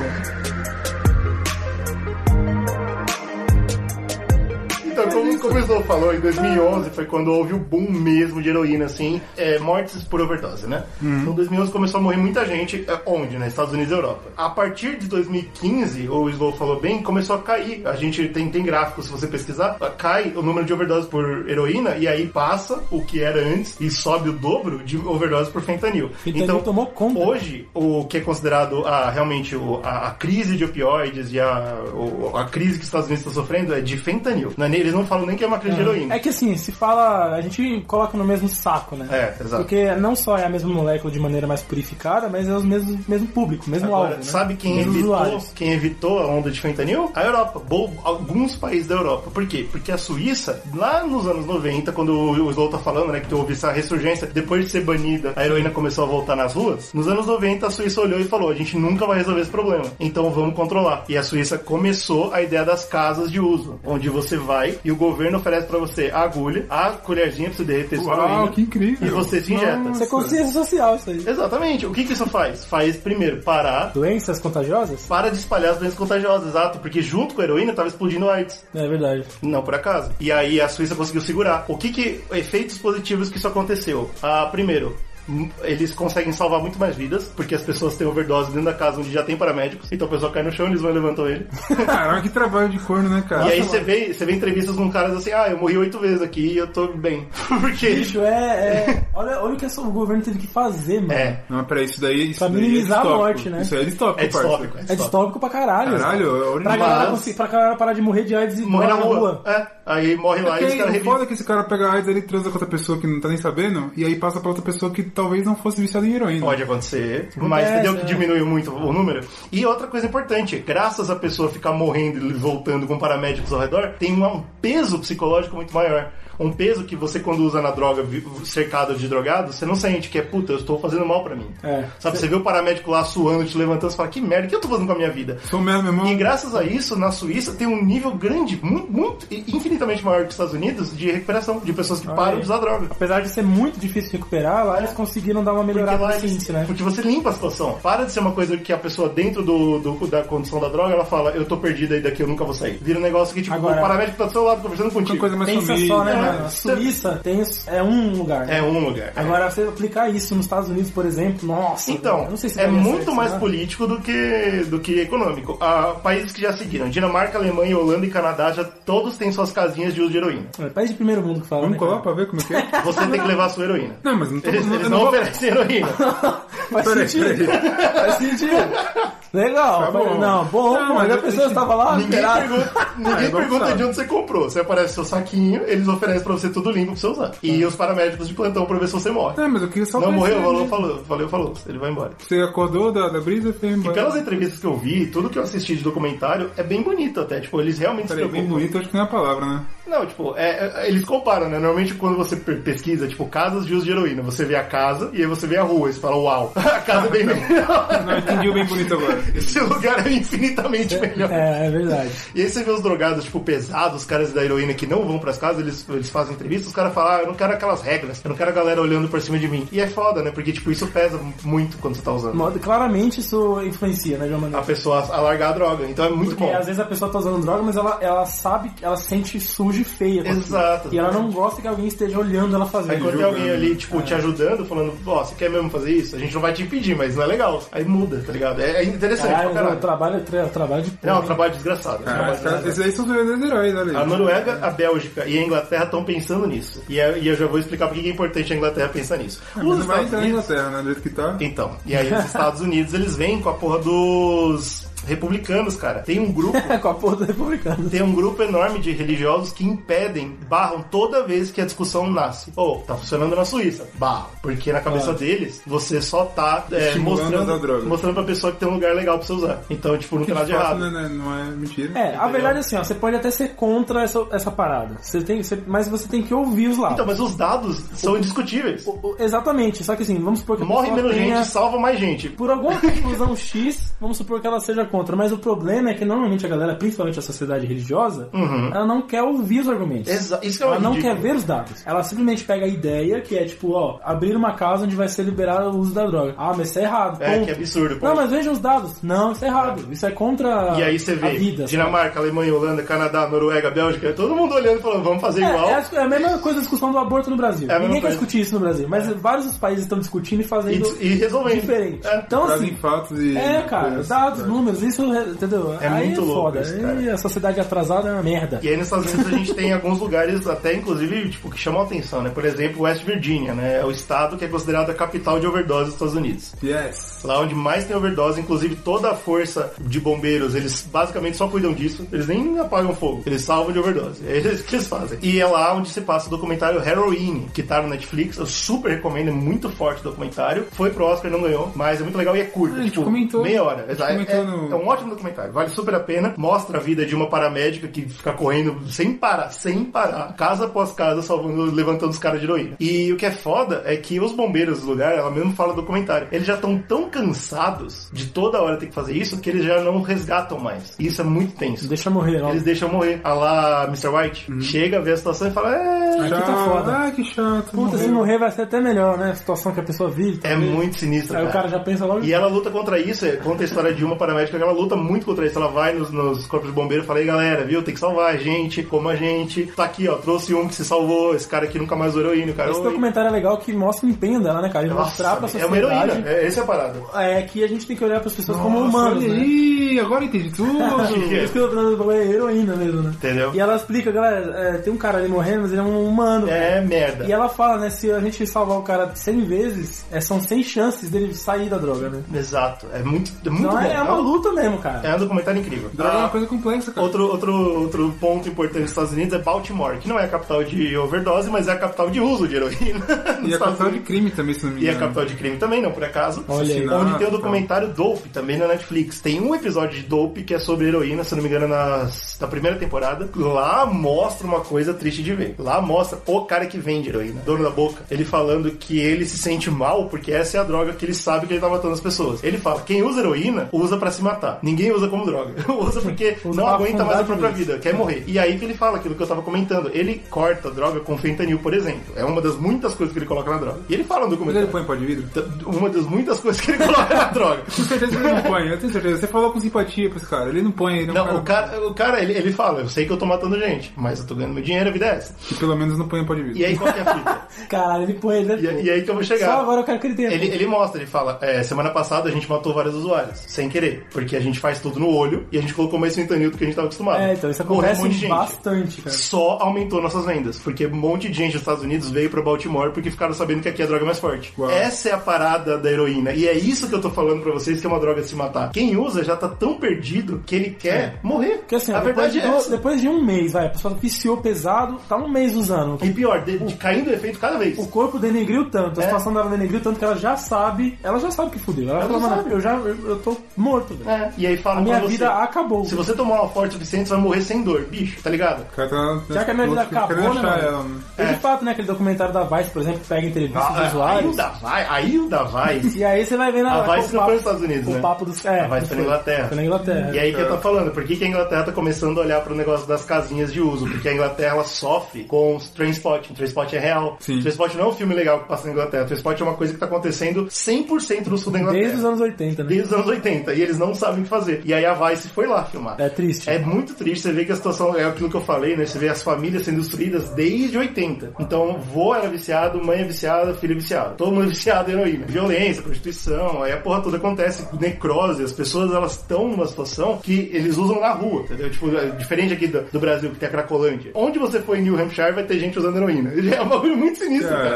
[SPEAKER 1] Então, como como o Slow falou, em 2011 foi quando houve o boom mesmo de heroína, assim, é, mortes por overdose, né?
[SPEAKER 3] Hum.
[SPEAKER 1] Então, em 2011 começou a morrer muita gente, é, onde, né? Estados Unidos e Europa. A partir de 2015, o Slow falou bem, começou a cair. A gente tem, tem gráfico, se você pesquisar, ah, cai o número de overdose por heroína e aí passa o que era antes e sobe o dobro de overdose por fentanil. Então,
[SPEAKER 3] Fentanil tomou conta.
[SPEAKER 1] Hoje, o que é considerado a, realmente o- a, a crise de opioides e a, o- a crise que os Estados Unidos estão sofrendo é de fentanil. Não é nem- eles não falam nem que é uma crise de heroína.
[SPEAKER 3] É que assim, se fala, a gente coloca no mesmo saco, né?
[SPEAKER 1] É, exato.
[SPEAKER 3] Porque não só é a mesma molécula de maneira mais purificada, mas é o mesmo, mesmo público, mesmo
[SPEAKER 1] Agora,
[SPEAKER 3] alvo. né?
[SPEAKER 1] sabe quem
[SPEAKER 3] Mesmos
[SPEAKER 1] evitou,
[SPEAKER 3] usuários.
[SPEAKER 1] quem evitou a onda de fentanil? A Europa. Bo- alguns países da Europa. Por quê? Porque a Suíça, lá nos anos 90, quando o o Slow tá falando, né, que houve essa ressurgência, depois de ser banida, a heroína começou a voltar nas ruas. Nos anos 90, a Suíça olhou e falou: a gente nunca vai resolver esse problema. Então vamos controlar. E a Suíça começou a ideia das casas de uso, onde você vai e o governo oferece pra você a agulha, a colherzinha pra você derreter sua
[SPEAKER 2] Uau,
[SPEAKER 1] heroína,
[SPEAKER 2] que incrível.
[SPEAKER 1] e você se injeta.
[SPEAKER 2] Nossa.
[SPEAKER 3] Isso é consciência social, isso aí.
[SPEAKER 1] Exatamente. O que que isso faz? Faz primeiro parar
[SPEAKER 3] Doenças contagiosas?
[SPEAKER 1] para de espalhar as doenças contagiosas, exato, porque junto com a heroína tava explodindo o AIDS,
[SPEAKER 3] É verdade.
[SPEAKER 1] não por acaso. E aí a Suíça conseguiu segurar. O que que efeitos positivos que isso aconteceu? Ah, primeiro, m- eles conseguem salvar muito mais vidas, porque as pessoas têm overdose dentro da casa onde já tem paramédicos, então o pessoal cai no chão, eles vão e levantam [laughs] ele.
[SPEAKER 2] Caraca, que trabalho de corno, né, cara?
[SPEAKER 1] e aí você vê, você vê entrevistas com caras assim, ah, eu morri oito vezes aqui e eu tô bem. [laughs] porque
[SPEAKER 3] Bicho, é. é- olha, olha o que essa- o governo teve que fazer, mano.
[SPEAKER 1] É.
[SPEAKER 2] Não, mas peraí, isso daí. Isso
[SPEAKER 3] Pra
[SPEAKER 2] daí é
[SPEAKER 3] minimizar a
[SPEAKER 2] distópico.
[SPEAKER 3] morte, né?
[SPEAKER 2] Isso aí é distópico,
[SPEAKER 1] é distópico, é
[SPEAKER 2] parça.
[SPEAKER 3] É
[SPEAKER 1] distópico.
[SPEAKER 3] distópico pra caralho.
[SPEAKER 2] Caralho, é
[SPEAKER 3] Pra
[SPEAKER 2] original.
[SPEAKER 3] galera,
[SPEAKER 1] Mas-
[SPEAKER 3] conseguir- pra galera parar de morrer de AIDS e
[SPEAKER 1] Morre
[SPEAKER 3] morar
[SPEAKER 1] na rua. É. Aí morre lá e os
[SPEAKER 2] Porque
[SPEAKER 1] caras
[SPEAKER 2] o
[SPEAKER 1] revivem.
[SPEAKER 2] foda é que esse cara pega AIDS, ele transa com outra pessoa que não tá nem sabendo, e aí passa pra outra pessoa que talvez não fosse viciada em né? heroína.
[SPEAKER 1] Pode acontecer, mas
[SPEAKER 3] Acontece,
[SPEAKER 1] entendeu que
[SPEAKER 3] é.
[SPEAKER 1] diminuiu muito o número? E outra coisa importante, graças a pessoa ficar morrendo e voltando com paramédicos ao redor, tem um- um peso psicológico muito maior. Um peso que você, quando usa na droga, vi- cercado de drogados, você não sente que é puta, eu estou fazendo mal pra mim.
[SPEAKER 3] É.
[SPEAKER 1] Sabe, você vê o paramédico lá suando, te levantando, você fala, que merda, o que eu tô fazendo com a minha vida?
[SPEAKER 2] Sou mesmo, meu irmão.
[SPEAKER 1] E graças a isso, na Suíça tem um nível grande, muito, muito infinitamente maior que os Estados Unidos, de recuperação, de pessoas que param
[SPEAKER 3] aí.
[SPEAKER 1] de usar droga.
[SPEAKER 3] Apesar de ser muito difícil recuperar, lá eles conseguiram dar uma
[SPEAKER 1] Porque,
[SPEAKER 3] melhorada
[SPEAKER 1] lá
[SPEAKER 3] na
[SPEAKER 1] eles-
[SPEAKER 3] ciência, né?
[SPEAKER 1] porque você limpa a situação. Para de ser uma coisa que a pessoa dentro do, do- da condição da droga, ela fala, eu tô perdida e daqui eu nunca vou sair. Vira um negócio que, tipo,
[SPEAKER 3] Agora-
[SPEAKER 1] o paramédico tá do seu lado conversando
[SPEAKER 2] Uma
[SPEAKER 1] contigo.
[SPEAKER 2] coisa mais
[SPEAKER 3] Pensa
[SPEAKER 2] família.
[SPEAKER 3] só, né,
[SPEAKER 1] É.
[SPEAKER 3] mano? A Suíça tem, é um lugar. né?
[SPEAKER 1] É um lugar.
[SPEAKER 3] Agora, você aplicar isso nos Estados Unidos, por exemplo, nossa.
[SPEAKER 1] Então,
[SPEAKER 3] eu não sei se
[SPEAKER 1] é
[SPEAKER 3] daria
[SPEAKER 1] muito
[SPEAKER 3] certo,
[SPEAKER 1] mais
[SPEAKER 3] né?
[SPEAKER 1] político do que, do que econômico. Ah, países que já seguiram, Dinamarca, Alemanha, Holanda e Canadá, já todos têm suas casinhas de uso de heroína.
[SPEAKER 3] É país de primeiro mundo que fala.
[SPEAKER 2] Vamos
[SPEAKER 3] né, cara?
[SPEAKER 2] colar pra ver como é que é?
[SPEAKER 1] Você
[SPEAKER 3] [laughs]
[SPEAKER 1] tem que levar a sua heroína.
[SPEAKER 2] Não, mas não tô
[SPEAKER 1] Eles,
[SPEAKER 2] não-
[SPEAKER 1] eles
[SPEAKER 2] eu
[SPEAKER 1] não
[SPEAKER 2] vou-
[SPEAKER 1] oferecem heroína.
[SPEAKER 3] Faz
[SPEAKER 2] Peraí,
[SPEAKER 3] sentido. Faz sentido. Legal.
[SPEAKER 2] Tá bom.
[SPEAKER 3] Não, bom,
[SPEAKER 2] Não,
[SPEAKER 3] mas
[SPEAKER 2] mas
[SPEAKER 3] a
[SPEAKER 2] eu-
[SPEAKER 3] pessoa estava lá,
[SPEAKER 1] Ah, Ninguém
[SPEAKER 3] liberada.
[SPEAKER 1] pergunta, ninguém
[SPEAKER 2] Ah, vamos
[SPEAKER 1] pergunta
[SPEAKER 2] lá.
[SPEAKER 1] de onde você comprou. Você aparece seu saquinho, eles oferecem pra você tudo limpo pra você usar. E os paramédicos de plantão pra ver se você morre.
[SPEAKER 2] Não, mas eu queria só
[SPEAKER 1] Não
[SPEAKER 2] conhecer,
[SPEAKER 1] morreu, falou,
[SPEAKER 2] né?
[SPEAKER 1] falou, valeu, falou. Ele vai embora.
[SPEAKER 2] Você acordou da, da brisa e foi
[SPEAKER 1] E
[SPEAKER 2] embora.
[SPEAKER 1] pelas entrevistas que eu vi, tudo que eu assisti de documentário é bem bonito até. Tipo, eles realmente
[SPEAKER 2] Peraí,
[SPEAKER 1] se
[SPEAKER 2] bem
[SPEAKER 1] preocupam.
[SPEAKER 2] bonito, acho que não é a palavra, né?
[SPEAKER 1] Não, tipo, é- é- eles comparam, né? Normalmente quando você pe- pesquisa, tipo, casas de uso de heroína, você vê a casa e aí você vê a rua. E você fala, uau, [laughs] a casa é bem melhor. [laughs]
[SPEAKER 2] Não, eu entendi o bem bonito agora.
[SPEAKER 1] Esse lugar é infinitamente melhor.
[SPEAKER 3] É, é verdade.
[SPEAKER 1] E aí você vê os drogados, tipo, pesados, os caras da heroína que não vão pras casas, eles, eles fazem entrevistas, os caras falam, ah, eu não quero aquelas regras, eu não quero a galera olhando por cima de mim. E é foda, né? Porque, tipo, isso pesa muito quando você tá usando.
[SPEAKER 3] Modo- Claramente isso influencia, né, de uma
[SPEAKER 1] A
[SPEAKER 3] maneira.
[SPEAKER 1] pessoa a largar a droga, então é muito
[SPEAKER 3] Porque
[SPEAKER 1] bom.
[SPEAKER 3] às vezes a pessoa tá usando droga, mas ela, ela sabe, que ela sente suja e feia. com aquilo.
[SPEAKER 1] Exato.
[SPEAKER 3] E ela não gosta que alguém esteja olhando ela fazer.
[SPEAKER 1] Aí quando tem alguém
[SPEAKER 3] né?
[SPEAKER 1] ali, tipo,
[SPEAKER 3] É.
[SPEAKER 1] te ajudando, falando, ó, você quer mesmo fazer isso? A gente não vai te impedir, mas não é legal. Aí muda, tá ligado? É, é interessante
[SPEAKER 3] Caralho,
[SPEAKER 1] pra caralho.
[SPEAKER 3] eu trabalho, tra- trabalho de
[SPEAKER 1] Não, é um
[SPEAKER 3] porra.
[SPEAKER 1] trabalho desgraçado. é um trabalho
[SPEAKER 2] Esses
[SPEAKER 1] desgraçado.
[SPEAKER 2] esses aí são os verdadeiros heróis, olha aí.
[SPEAKER 1] A Noruega, a Bélgica e a Inglaterra estão pensando nisso. E, é- e eu já vou explicar por que que é importante a Inglaterra pensar nisso. Os
[SPEAKER 2] Mas não
[SPEAKER 3] é
[SPEAKER 1] Estados
[SPEAKER 2] vai entrar na
[SPEAKER 1] Unidos
[SPEAKER 2] Inglaterra, né? Do jeito que tá.
[SPEAKER 1] Então, e aí os Estados Unidos, eles vêm com a porra dos republicanos, cara. Tem um grupo, [laughs]
[SPEAKER 3] com a porra [laughs] do republicano.
[SPEAKER 1] tem um grupo enorme de religiosos que impedem, barram toda vez que a discussão nasce. Ou, tá funcionando na Suíça, barra. Porque na cabeça deles, você só tá é,
[SPEAKER 2] Estimulando a
[SPEAKER 1] mostrando,
[SPEAKER 2] droga.
[SPEAKER 1] mostrando pra pessoa que tem um lugar legal pra você usar. Então, tipo, não
[SPEAKER 2] Que
[SPEAKER 1] tem nada de
[SPEAKER 2] fato,
[SPEAKER 1] errado.
[SPEAKER 2] né, né, Não é mentira.
[SPEAKER 3] É, a verdade é assim, ó, você pode até ser contra essa, essa parada. Você tem, você- mas você tem que ouvir os lados.
[SPEAKER 1] Então, mas os dados são indiscutíveis.
[SPEAKER 3] O- o- exatamente, só que assim, vamos supor que a
[SPEAKER 1] Morre
[SPEAKER 3] pessoa
[SPEAKER 1] menos
[SPEAKER 3] tenha-
[SPEAKER 1] gente, salva mais gente.
[SPEAKER 3] Por alguma conclusão X, vamos supor que ela seja contra, mas o problema é que normalmente a galera, principalmente a sociedade religiosa, ela não quer ouvir os argumentos.
[SPEAKER 1] Uhum. Exa- isso que é
[SPEAKER 3] ela
[SPEAKER 1] o
[SPEAKER 3] não
[SPEAKER 1] ridículo.
[SPEAKER 3] quer ver os dados. Ela simplesmente pega a ideia que é tipo, ó, abrir uma casa onde vai ser liberado o uso da droga. Ah, mas isso é errado.
[SPEAKER 1] É,
[SPEAKER 3] ponto.
[SPEAKER 1] que absurdo, ponto.
[SPEAKER 3] Não, mas veja os dados. Não, isso é errado. Isso é contra
[SPEAKER 1] E aí você
[SPEAKER 3] a
[SPEAKER 1] vê
[SPEAKER 3] vida. sabe?
[SPEAKER 1] Dinamarca, Alemanha, Holanda, Canadá, Noruega, Bélgica, todo mundo olhando e falando, vamos fazer
[SPEAKER 3] É,
[SPEAKER 1] igual.
[SPEAKER 3] é a- é a mesma coisa a discussão do aborto no Brasil.
[SPEAKER 1] É a mesma
[SPEAKER 3] Ninguém quer
[SPEAKER 1] coisa. É.
[SPEAKER 3] discutir isso no Brasil, mas vários dos países estão discutindo e
[SPEAKER 1] e,
[SPEAKER 3] fazendo
[SPEAKER 1] e resolvendo.
[SPEAKER 3] diferente.
[SPEAKER 1] É.
[SPEAKER 3] Então,
[SPEAKER 2] Trazem
[SPEAKER 3] assim,
[SPEAKER 2] fatos e.
[SPEAKER 3] É, cara,
[SPEAKER 2] coisas.
[SPEAKER 3] dados, números, isso, entendeu?
[SPEAKER 1] É
[SPEAKER 3] aí
[SPEAKER 1] muito
[SPEAKER 3] é
[SPEAKER 1] louco
[SPEAKER 3] foda.
[SPEAKER 1] isso, cara.
[SPEAKER 3] Aí a sociedade atrasada é uma merda.
[SPEAKER 1] E aí nos Estados Unidos a gente tem alguns lugares até, inclusive, tipo, que chamam a atenção, né? Por exemplo, West Virginia, né? É o estado que é considerado a capital de overdose dos Estados Unidos.
[SPEAKER 2] Yes.
[SPEAKER 1] Lá onde mais tem overdose, inclusive toda a força de bombeiros, eles basicamente só cuidam disso. Eles nem apagam fogo, eles salvam de overdose. É isso que eles fazem. E é lá onde se passa o documentário Heroin, que tá no Netflix. Eu super recomendo, é muito forte o documentário. Foi pro Oscar, não ganhou, mas é muito legal e é curto.
[SPEAKER 2] A gente
[SPEAKER 1] tipo,
[SPEAKER 2] comentou.
[SPEAKER 1] Meia hora.
[SPEAKER 2] A gente
[SPEAKER 1] É- é-
[SPEAKER 2] comentou no-
[SPEAKER 1] é um um ótimo documentário, vale super a pena. Mostra a vida de uma paramédica que fica correndo sem parar, sem parar, casa após casa, salvando, levantando os caras de heroína. E o que é foda é que os bombeiros do lugar, ela mesmo fala no documentário, eles já estão tão cansados de toda hora ter que fazer isso que eles já não resgatam mais. E isso é muito tenso.
[SPEAKER 3] Deixa Uhum. morrer, ó.
[SPEAKER 1] Eles deixam morrer. A lá, Mr. White chega, vê a situação e fala: É.
[SPEAKER 3] tá foda.
[SPEAKER 2] Ah, que chato.
[SPEAKER 3] Puta, se
[SPEAKER 2] morreu.
[SPEAKER 3] morrer vai ser até melhor, né? A situação que a pessoa vive.
[SPEAKER 1] É
[SPEAKER 3] talvez.
[SPEAKER 1] muito sinistro.
[SPEAKER 3] Aí o cara já pensa logo.
[SPEAKER 1] E ela luta contra isso, é, conta a história de uma paramédica que ela luta muito contra isso. Ela vai nos, nos corpos de bombeiro e fala, ei galera, viu? Tem que salvar a gente, como a gente. Tá aqui, ó, trouxe um que se salvou, esse cara aqui nunca mais usou heroína, o cara.
[SPEAKER 3] Esse
[SPEAKER 1] "Oi."
[SPEAKER 3] documentário é legal que mostra o empenho dela, né, cara? De
[SPEAKER 1] Nossa,
[SPEAKER 3] mostrar pra
[SPEAKER 1] é uma heroína,
[SPEAKER 3] sociedade.
[SPEAKER 1] é, essa é a parada.
[SPEAKER 3] É que a gente tem que olhar pras pessoas como
[SPEAKER 2] Nossa,
[SPEAKER 3] humanos,
[SPEAKER 2] olha
[SPEAKER 3] né?
[SPEAKER 2] aí, agora entendi tudo.
[SPEAKER 3] Por isso que eu tô falando, é heroína mesmo, né?
[SPEAKER 1] Entendeu?
[SPEAKER 3] E ela explica, galera, é, tem um cara ali morrendo, mas ele é um humano.
[SPEAKER 1] É merda.
[SPEAKER 3] E ela fala, né, se a gente salvar o cara 100 vezes, é, são 100 chances dele sair da droga, né?
[SPEAKER 1] Exato, é muito, é muito
[SPEAKER 3] Então
[SPEAKER 1] bom.
[SPEAKER 3] é, é uma luta mesmo, cara.
[SPEAKER 1] É um documentário incrível.
[SPEAKER 2] Droga é
[SPEAKER 1] Ah,
[SPEAKER 2] uma coisa complexa, cara.
[SPEAKER 1] Outro, outro, outro ponto importante dos Estados Unidos é Baltimore, que não é a capital de overdose, mas é a capital de uso de heroína. [laughs] nos
[SPEAKER 2] E a
[SPEAKER 1] Estados
[SPEAKER 2] capital de
[SPEAKER 1] Unidos.
[SPEAKER 2] crime também, se não me
[SPEAKER 1] E é
[SPEAKER 2] engano.
[SPEAKER 1] a capital de crime também, não por acaso.
[SPEAKER 3] Olha aí.
[SPEAKER 1] Onde tem o
[SPEAKER 2] Então.
[SPEAKER 1] documentário Dope também na Netflix. Tem um episódio de Dope que é sobre heroína, se não me engano, na, na primeira temporada. Lá mostra uma coisa triste de ver. Lá mostra o cara que vende heroína, dono da boca, ele falando que ele se sente mal porque essa é a droga que ele sabe que ele tá matando as pessoas. Ele fala: quem usa heroína usa pra se matar. Ninguém usa como droga. [laughs] usa porque
[SPEAKER 3] Usa
[SPEAKER 1] não
[SPEAKER 3] pra
[SPEAKER 1] aguenta mais a
[SPEAKER 3] afundar
[SPEAKER 1] própria
[SPEAKER 3] de
[SPEAKER 1] vida
[SPEAKER 3] vez.
[SPEAKER 1] vida, quer morrer. E aí que ele fala aquilo que eu tava comentando. Ele corta a droga com fentanil, por exemplo. É uma das muitas coisas que ele coloca na droga. E ele fala no
[SPEAKER 2] Ele
[SPEAKER 1] documentário.
[SPEAKER 2] põe pó de vidro?
[SPEAKER 1] Uma das muitas coisas que ele [laughs] coloca na droga.
[SPEAKER 2] Com certeza ele não põe, eu tenho certeza. Você falou com simpatia pra esse cara. Ele não põe, ele é um
[SPEAKER 1] Não, o cara, o cara ele, ele fala, eu sei que eu tô matando gente, mas eu tô ganhando meu dinheiro, a vida é essa.
[SPEAKER 2] que pelo menos não põe pó de vidro.
[SPEAKER 1] E aí qual que é a fita?
[SPEAKER 3] [laughs] Caralho, ele põe ele. né,
[SPEAKER 1] E, e aí que eu vou
[SPEAKER 3] pô?
[SPEAKER 1] chegar.
[SPEAKER 3] Só agora eu quero que ele tenha.
[SPEAKER 1] Ele, ele mostra, ele fala, é, semana passada a gente matou vários usuários, sem querer, porque a gente faz tudo no olho e a gente colocou mais fentanil do que a gente tava acostumado.
[SPEAKER 3] É, então isso
[SPEAKER 1] Morreu um
[SPEAKER 3] acontece bastante, cara.
[SPEAKER 1] só aumentou nossas vendas, porque um monte de gente dos Estados Unidos veio pra Baltimore porque ficaram sabendo que aqui é a droga mais forte.
[SPEAKER 2] Uau.
[SPEAKER 1] Essa é a parada da heroína e é isso que eu tô falando pra vocês que é uma droga de se matar. Quem usa já tá tão perdido que ele quer morrer.
[SPEAKER 3] Porque assim,
[SPEAKER 1] a
[SPEAKER 3] depois,
[SPEAKER 1] verdade
[SPEAKER 3] de,
[SPEAKER 1] é
[SPEAKER 3] do-
[SPEAKER 1] essa.
[SPEAKER 3] depois de um mês, vai, a pessoa viciou pesado, tá um mês usando.
[SPEAKER 1] E pior, de, de caindo o efeito cada vez.
[SPEAKER 3] O corpo denegriu tanto, a
[SPEAKER 1] É.
[SPEAKER 3] situação dela denegriu tanto que ela já sabe, ela já sabe que fudeu. Ela,
[SPEAKER 1] Ela
[SPEAKER 3] fala, mano,
[SPEAKER 1] sabe.
[SPEAKER 3] eu já eu, eu tô morto, velho.
[SPEAKER 1] É, e aí
[SPEAKER 3] A
[SPEAKER 1] falam
[SPEAKER 3] minha
[SPEAKER 1] pra você.
[SPEAKER 3] vida acabou.
[SPEAKER 1] Se você tomar uma forte o suficiente, você vai morrer sem dor, bicho, tá ligado?
[SPEAKER 2] O cara tá.
[SPEAKER 3] Já que a minha vida
[SPEAKER 2] querendo
[SPEAKER 3] acabou, né,
[SPEAKER 2] achar
[SPEAKER 3] mano?
[SPEAKER 2] ela, né?
[SPEAKER 3] E de fato, né, aquele documentário da Vice, por exemplo, que pega entrevistas
[SPEAKER 1] É. Ah,
[SPEAKER 3] dos usuários.
[SPEAKER 1] ainda vai, ainda [laughs] vai.
[SPEAKER 3] E aí você vai vendo
[SPEAKER 1] A
[SPEAKER 3] ah,
[SPEAKER 1] Vice
[SPEAKER 3] o
[SPEAKER 1] não
[SPEAKER 3] papo-
[SPEAKER 1] foi nos Estados Unidos,
[SPEAKER 3] o
[SPEAKER 1] né?
[SPEAKER 3] papo dos... É,
[SPEAKER 1] A Vice foi na Inglaterra.
[SPEAKER 3] Foi na Inglaterra.
[SPEAKER 1] E aí que eu tô falando, por que, que a Inglaterra tá começando a olhar pro negócio das casinhas de uso? Porque a Inglaterra ela sofre com os Trainspotting. Trainspotting é real.
[SPEAKER 2] Sim.
[SPEAKER 1] Trainspotting não é um filme legal que passa na Inglaterra. Trainspotting é uma coisa que tá acontecendo 100% no sul da Inglaterra.
[SPEAKER 3] Desde os anos 80, né?
[SPEAKER 1] Desde os anos 80. E eles não sabem o que fazer. E aí a Vice foi lá filmar.
[SPEAKER 3] É triste.
[SPEAKER 1] É muito triste, você vê que a situação é aquilo que eu falei, né? Você vê as famílias sendo destruídas desde 80. Então, vô era viciado, mãe é viciada, filho é viciado. Todo mundo é viciado em heroína. Violência, prostituição, aí a porra toda acontece. Necrose, as pessoas elas estão numa situação que eles usam na rua, entendeu? Tipo, é diferente aqui do, do Brasil, que tem a Cracolândia. Onde você for em New Hampshire, vai ter gente usando heroína. [laughs] É um bagulho muito sinistro, cara.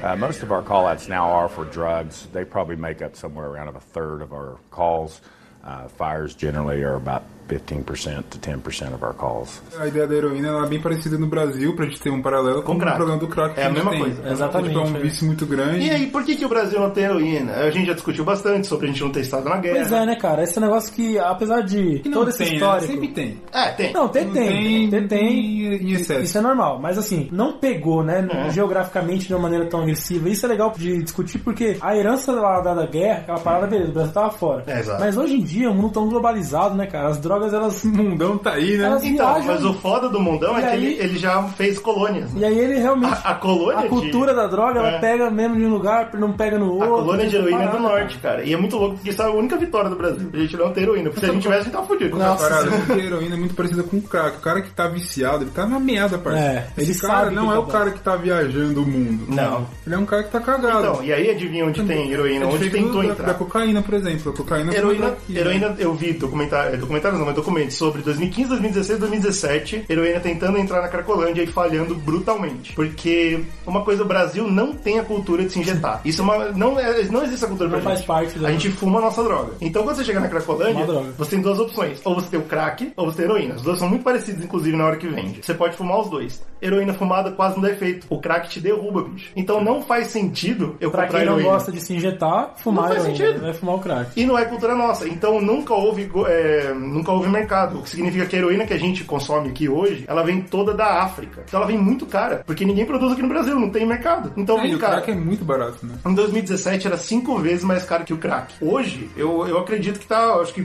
[SPEAKER 2] Caralho.
[SPEAKER 8] Uh, most of our call outs now are for drugs. They probably make up somewhere around a third of our calls. Uh, fires generally are about 15% to 10% of our calls.
[SPEAKER 2] A ideia da heroína ela é bem parecida no Brasil, pra gente ter um paralelo com,
[SPEAKER 1] Com
[SPEAKER 2] o
[SPEAKER 1] crack.
[SPEAKER 2] problema do crack. que
[SPEAKER 1] É a
[SPEAKER 2] gente
[SPEAKER 1] mesma
[SPEAKER 2] tem.
[SPEAKER 1] coisa.
[SPEAKER 3] Exatamente,
[SPEAKER 2] Tipo, é um
[SPEAKER 3] é.
[SPEAKER 2] vício muito grande.
[SPEAKER 1] E aí, por que, que o Brasil não tem heroína? A gente já discutiu bastante sobre a gente não ter estado na guerra.
[SPEAKER 3] Pois é, né, cara? Esse negócio que, apesar de
[SPEAKER 2] Que não
[SPEAKER 3] todo esse
[SPEAKER 2] tem, né?
[SPEAKER 3] histórico.
[SPEAKER 2] Sempre tem.
[SPEAKER 1] É, tem.
[SPEAKER 3] Não, tem,
[SPEAKER 2] Não
[SPEAKER 3] tem.
[SPEAKER 2] tem
[SPEAKER 3] Tem, tem.
[SPEAKER 2] em- em excesso.
[SPEAKER 3] Isso é normal, mas assim, não pegou, né,
[SPEAKER 1] É.
[SPEAKER 3] geograficamente de uma maneira tão agressiva. Isso é legal de discutir porque a herança lá da, da guerra, aquela parada, beleza, o Brasil tava fora.
[SPEAKER 1] É, exato.
[SPEAKER 3] Mas hoje em dia, o mundo tão globalizado, né, cara? As drogas, elas.
[SPEAKER 2] Esse [laughs] mundão tá aí, né?
[SPEAKER 3] Elas-
[SPEAKER 1] Então,
[SPEAKER 3] viagem-
[SPEAKER 1] mas o foda do mundão é
[SPEAKER 3] E
[SPEAKER 1] que
[SPEAKER 3] aí-
[SPEAKER 1] ele, ele já fez colônias. né?
[SPEAKER 3] E aí ele realmente.
[SPEAKER 1] A, a colônia
[SPEAKER 3] a cultura
[SPEAKER 1] de,
[SPEAKER 3] da droga, ela
[SPEAKER 1] É.
[SPEAKER 3] pega mesmo de um lugar, não pega no
[SPEAKER 1] A
[SPEAKER 3] outro.
[SPEAKER 1] colônia de heroína é
[SPEAKER 3] Parada,
[SPEAKER 1] do norte, cara. E é muito louco, porque isso é a única vitória do Brasil. A gente não tem heroína. Porque se a gente tivesse, a gente tava fudido.
[SPEAKER 3] Nossa,
[SPEAKER 2] Parada, porque a heroína é muito parecida com o crack. O cara que tá viciado, ele tá na merda, parceiro.
[SPEAKER 3] É, ele
[SPEAKER 2] Esse cara
[SPEAKER 3] sabe
[SPEAKER 2] não
[SPEAKER 3] que
[SPEAKER 2] é
[SPEAKER 3] tá
[SPEAKER 2] o cara que tá viajando o mundo.
[SPEAKER 1] Não.
[SPEAKER 2] Ele é um cara que tá cagado.
[SPEAKER 1] Então, e aí adivinha onde tem heroína?
[SPEAKER 2] É
[SPEAKER 1] Onde
[SPEAKER 2] diferente
[SPEAKER 1] tentou
[SPEAKER 2] da, Da
[SPEAKER 1] entrar?
[SPEAKER 2] cocaína, por exemplo. A
[SPEAKER 3] tá
[SPEAKER 2] cocaína
[SPEAKER 1] Heroína,
[SPEAKER 2] aqui, né?
[SPEAKER 1] heroína, eu vi documentário, documentários não, mas documentos sobre 2015, 2016, 2017, heroína tentando entrar na Cracolândia e falhando brutalmente. Porque uma coisa, o Brasil não tem a cultura de se injetar. Isso é uma, não, é- não existe essa cultura
[SPEAKER 3] Não
[SPEAKER 1] pra
[SPEAKER 3] faz
[SPEAKER 1] gente.
[SPEAKER 3] parte da-
[SPEAKER 1] A gente fuma a nossa droga. Então quando você chega na Cracolândia,
[SPEAKER 3] Uma droga.
[SPEAKER 1] você tem duas opções. Ou você tem o crack, ou você tem heroína. Os dois são muito parecidos, inclusive, na hora que vende. Você pode fumar os dois. Heroína fumada quase não dá efeito. O crack te derruba, bicho. Então não faz sentido eu
[SPEAKER 3] Pra
[SPEAKER 1] comprar
[SPEAKER 3] quem não
[SPEAKER 1] heroína.
[SPEAKER 3] gosta de se injetar, fumar
[SPEAKER 1] Não faz
[SPEAKER 3] heroína,
[SPEAKER 1] sentido.
[SPEAKER 3] vai fumar o crack.
[SPEAKER 1] E não é cultura nossa. Então nunca houve, go- é, nunca houve mercado. O que significa que a heroína que a gente consome aqui hoje, ela vem toda da África. Então ela vem muito cara, porque ninguém produz aqui no Brasil, não tem mercado. Então
[SPEAKER 3] Ah,
[SPEAKER 2] É, e
[SPEAKER 1] vem
[SPEAKER 2] o
[SPEAKER 1] cara.
[SPEAKER 2] crack é muito barato, né?
[SPEAKER 1] Em 2017 era cinco vezes mais caro que o crack. Hoje, eu, eu acredito que tá, acho que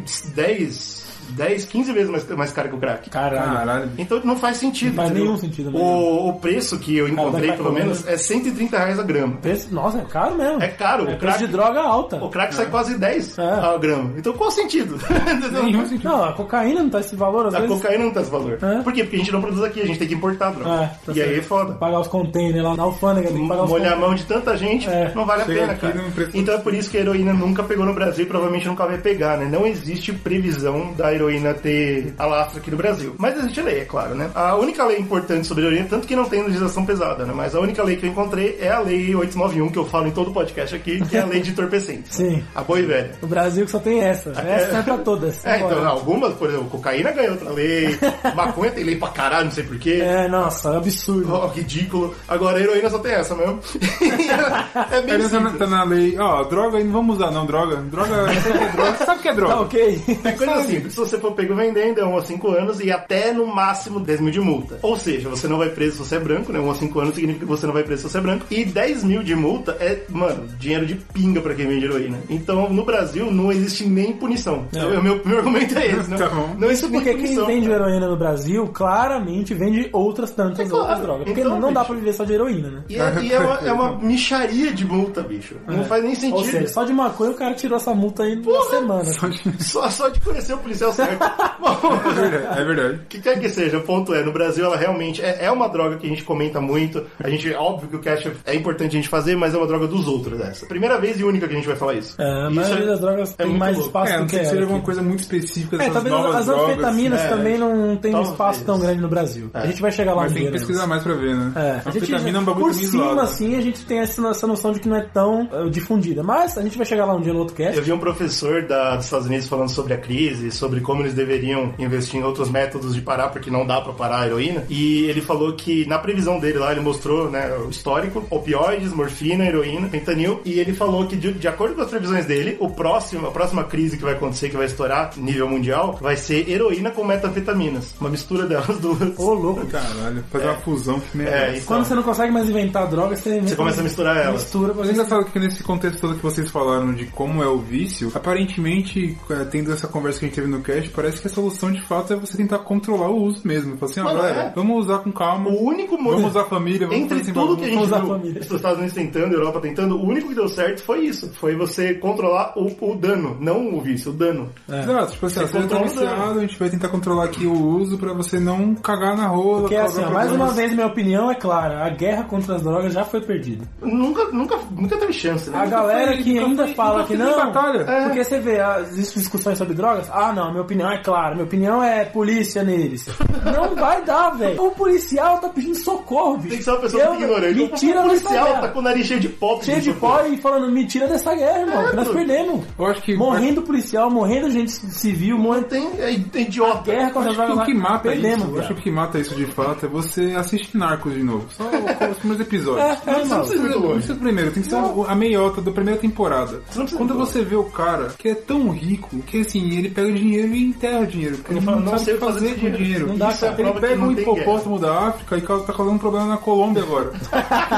[SPEAKER 1] 10, 10, 15 vezes mais, mais caro que o crack.
[SPEAKER 3] Caralho.
[SPEAKER 2] Caralho. bicho.
[SPEAKER 1] Então não faz sentido.
[SPEAKER 3] Não faz
[SPEAKER 1] entendeu?
[SPEAKER 3] nenhum sentido né? mesmo.
[SPEAKER 1] O, o preço que eu encontrei,
[SPEAKER 3] Cara,
[SPEAKER 1] pelo menos, é 130 reais a grama.
[SPEAKER 3] Preço- Nossa, é caro mesmo.
[SPEAKER 1] É caro.
[SPEAKER 3] É
[SPEAKER 1] o
[SPEAKER 3] preço
[SPEAKER 1] crack,
[SPEAKER 3] de droga alta.
[SPEAKER 1] o crack sai quase 10
[SPEAKER 3] É.
[SPEAKER 1] a grama. Então qual o sentido? [laughs]
[SPEAKER 2] Nenhum sentido.
[SPEAKER 3] Não, a cocaína não tá esse valor, às
[SPEAKER 1] A
[SPEAKER 3] vezes.
[SPEAKER 1] cocaína não tem esse valor.
[SPEAKER 3] É.
[SPEAKER 1] Por quê? Porque a gente não produz aqui, a gente tem que importar droga.
[SPEAKER 3] É, tá
[SPEAKER 1] e
[SPEAKER 3] certo.
[SPEAKER 1] aí é foda.
[SPEAKER 3] Pagar os containers lá na alfândega, tem que pagar os
[SPEAKER 1] Molhar a
[SPEAKER 3] containers.
[SPEAKER 1] mão de tanta gente
[SPEAKER 3] É.
[SPEAKER 1] não vale a
[SPEAKER 2] Chega
[SPEAKER 1] pena,
[SPEAKER 2] aqui,
[SPEAKER 1] cara.
[SPEAKER 2] não precisa.
[SPEAKER 1] Então é por isso que a heroína nunca pegou no Brasil e provavelmente nunca vai pegar, né? Não existe previsão da heroína ter alastro aqui no Brasil. Mas existe lei, é claro, né? A única lei importante sobre a heroína, tanto que não tem legislação pesada, né? Mas a única lei que eu encontrei é a lei 891, que eu falo em todo podcast aqui, que é a lei de entorpecentes.
[SPEAKER 3] Sim.
[SPEAKER 1] A boa e velha.
[SPEAKER 3] O Brasil que só tem essa. Essa é pra todas.
[SPEAKER 1] [laughs] É, então,
[SPEAKER 3] Agora.
[SPEAKER 1] algumas, por exemplo, cocaína ganhou outra
[SPEAKER 3] [laughs]
[SPEAKER 1] lei, maconha tem lei pra caralho, não sei porquê.
[SPEAKER 3] É, nossa, é absurdo.
[SPEAKER 1] Oh, ridículo. Agora a heroína só tem essa mesmo. [laughs] é
[SPEAKER 2] A
[SPEAKER 1] bem
[SPEAKER 2] heroína tá na,
[SPEAKER 1] simples.
[SPEAKER 2] tá na lei. Ó, droga aí não vamos usar, não. Droga. Droga, sabe o que é droga? Sabe o que é droga?
[SPEAKER 3] Tá ok.
[SPEAKER 1] É coisa simples. Se você for pego vendendo, é 1 a 5 anos e até no máximo 10 mil de multa. Ou seja, você não vai preso se você é branco, né? 1 a 5 anos significa que você não vai preso se você é branco. E 10 mil de multa é, mano, dinheiro de pinga pra quem vende heroína. Então, no Brasil, não existe nem punição.
[SPEAKER 3] É.
[SPEAKER 1] O meu, meu argumento é esse, né?
[SPEAKER 2] [laughs] Tá bom.
[SPEAKER 1] Não existe
[SPEAKER 3] Isso
[SPEAKER 1] nem
[SPEAKER 3] [laughs] porque quem
[SPEAKER 1] punição.
[SPEAKER 3] vende
[SPEAKER 1] cara.
[SPEAKER 3] heroína no Brasil claramente vende outras tantas
[SPEAKER 1] É claro.
[SPEAKER 3] outras drogas. Porque
[SPEAKER 1] Então,
[SPEAKER 3] não dá
[SPEAKER 1] bicho.
[SPEAKER 3] pra viver só de heroína, né?
[SPEAKER 1] E é, e é uma, é uma
[SPEAKER 3] [laughs]
[SPEAKER 1] micharia de multa, bicho. Não faz nem sentido.
[SPEAKER 3] É. Ou seja, só de maconha o cara tirou essa multa aí numa
[SPEAKER 1] Porra!
[SPEAKER 3] semana.
[SPEAKER 1] [laughs] Só, só de conhecer o policial
[SPEAKER 3] [laughs]
[SPEAKER 1] certo. Bom,
[SPEAKER 2] É verdade, é verdade.
[SPEAKER 1] o que quer que seja, o ponto é, no Brasil ela realmente é, é uma droga que a gente comenta muito. A gente, óbvio que o cash é importante a gente fazer, mas é uma droga dos outros essa. Primeira vez e única que a gente vai falar isso.
[SPEAKER 3] É, a
[SPEAKER 1] Isso
[SPEAKER 3] maioria das drogas tem
[SPEAKER 1] muito
[SPEAKER 3] mais
[SPEAKER 1] louco.
[SPEAKER 3] espaço
[SPEAKER 2] É, a
[SPEAKER 3] do
[SPEAKER 2] não
[SPEAKER 3] que
[SPEAKER 2] ser que seja
[SPEAKER 3] ela
[SPEAKER 2] alguma
[SPEAKER 3] aqui.
[SPEAKER 2] coisa muito específica
[SPEAKER 3] É,
[SPEAKER 2] dessas
[SPEAKER 3] talvez
[SPEAKER 2] novas
[SPEAKER 3] as
[SPEAKER 2] drogas.
[SPEAKER 3] anfetaminas
[SPEAKER 1] é,
[SPEAKER 3] também não tem um
[SPEAKER 1] talvez. É.
[SPEAKER 3] espaço tão grande no Brasil. A gente vai chegar lá
[SPEAKER 2] Mas
[SPEAKER 3] um
[SPEAKER 2] tem
[SPEAKER 3] dia.
[SPEAKER 2] que
[SPEAKER 3] né?
[SPEAKER 2] pesquisar mais pra ver, né?
[SPEAKER 3] É, a gente,
[SPEAKER 2] Anfetamina é um bagulho
[SPEAKER 3] por
[SPEAKER 2] também
[SPEAKER 3] cima,
[SPEAKER 1] né?
[SPEAKER 2] isolado.
[SPEAKER 3] assim, a gente tem essa, essa noção de que não é tão eh, difundida. Mas a gente vai chegar lá um dia no outro cast.
[SPEAKER 1] Eu vi um professor da- dos Estados Unidos falando sobre a crise, sobre como eles deveriam investir em outros métodos de parar, porque não dá pra parar a heroína. E ele falou que na previsão dele lá, ele mostrou né, o histórico, opioides, morfina, heroína, fentanil. E ele falou que, de, de acordo com as previsões dele, o próximo, a próxima crise que vai acontecer, que vai estourar nível mundial, vai ser heroína com metanfetaminas. Uma mistura delas duas.
[SPEAKER 3] Ô, louco.
[SPEAKER 2] Caralho, fazer uma fusão que merda.
[SPEAKER 1] É, então,
[SPEAKER 3] Quando você não consegue mais inventar droga, você,
[SPEAKER 1] você começa a misturar elas.
[SPEAKER 3] mistura.
[SPEAKER 2] Mas é engraçado que nesse contexto todo que vocês falaram de como é o vício, aparentemente, eh, tendo essa conversa que a gente teve no cast, parece que a solução de fato é você tentar controlar o uso mesmo. Falar assim, ah,
[SPEAKER 1] Mas
[SPEAKER 2] galera,
[SPEAKER 1] é.
[SPEAKER 2] vamos usar com calma.
[SPEAKER 1] O único modo-
[SPEAKER 2] Vamos usar a família, vamos
[SPEAKER 1] Entre
[SPEAKER 2] fazer
[SPEAKER 1] tudo que a gente
[SPEAKER 3] vamos usar
[SPEAKER 1] viu,
[SPEAKER 3] a família.
[SPEAKER 1] os Estados Unidos tentando, a Europa tentando, o único que deu certo foi isso. Foi você controlar o, o dano, não o vício, o dano.
[SPEAKER 2] Exato, tipo assim, ah, você já tá
[SPEAKER 1] controla o
[SPEAKER 2] viciado,
[SPEAKER 1] dano.
[SPEAKER 2] a gente vai tentar controlar aqui o uso pra você não cagar na rola.
[SPEAKER 3] Porque assim,
[SPEAKER 2] causar
[SPEAKER 3] ó, mais uma
[SPEAKER 2] problemas.
[SPEAKER 3] vez, minha opinião é clara: a guerra contra as drogas já foi perdida.
[SPEAKER 1] Nunca, nunca, nunca teve chance, né?
[SPEAKER 3] A galera
[SPEAKER 2] fui-
[SPEAKER 3] que
[SPEAKER 2] nunca
[SPEAKER 3] ainda
[SPEAKER 2] fui-
[SPEAKER 3] fala
[SPEAKER 2] nunca
[SPEAKER 3] que
[SPEAKER 2] fui em
[SPEAKER 3] não. É.
[SPEAKER 2] batalha.
[SPEAKER 3] Porque você vê, ah, existem discussões sobre drogas. Ah, não, meu opinião é clara, minha opinião é
[SPEAKER 1] [laughs]
[SPEAKER 3] polícia neles. Não vai dar, velho. O policial tá pedindo socorro, bicho.
[SPEAKER 1] É, Tem que ser uma pessoa
[SPEAKER 3] Eu-
[SPEAKER 1] muito ignorante.
[SPEAKER 3] Me tira
[SPEAKER 1] o policial tá
[SPEAKER 3] dessa guerra.
[SPEAKER 1] com o nariz cheio de pop.
[SPEAKER 3] Cheio de pó e falando, me tira dessa guerra, irmão, que nós
[SPEAKER 1] Certo.
[SPEAKER 3] perdemos.
[SPEAKER 2] Eu acho que.
[SPEAKER 3] Morrendo policial, morrendo gente civil, morrendo
[SPEAKER 1] Tem, é idiota.
[SPEAKER 3] guerra contra as
[SPEAKER 2] Acho que
[SPEAKER 3] drogas
[SPEAKER 2] o
[SPEAKER 3] lá.
[SPEAKER 2] que mata
[SPEAKER 3] perdemos,
[SPEAKER 2] isso, eu Tá acho
[SPEAKER 3] cara.
[SPEAKER 2] que o que mata isso de fato é você assistir Narcos de novo. Só os primeiros episódios.
[SPEAKER 3] É, é,
[SPEAKER 2] Não
[SPEAKER 3] mano.
[SPEAKER 2] precisa
[SPEAKER 1] muito longe.
[SPEAKER 2] não precisa do primeiro, tem que ser a meiota da primeira temporada.
[SPEAKER 1] não precisa
[SPEAKER 2] Quando
[SPEAKER 1] muito
[SPEAKER 2] você vê o cara que é tão rico que assim, ele pega o dinheiro e enterra o dinheiro. Porque ele
[SPEAKER 1] fala,
[SPEAKER 2] não,
[SPEAKER 1] não
[SPEAKER 2] sabe
[SPEAKER 1] sei
[SPEAKER 2] o que fazer com o dinheiro.
[SPEAKER 3] Não dá,
[SPEAKER 1] Isso é a
[SPEAKER 3] cara.
[SPEAKER 2] Ele
[SPEAKER 1] prova que
[SPEAKER 2] pega
[SPEAKER 1] não
[SPEAKER 2] um
[SPEAKER 1] tem
[SPEAKER 2] hipopótamo da África e ca- tá causando um problema na Colômbia agora.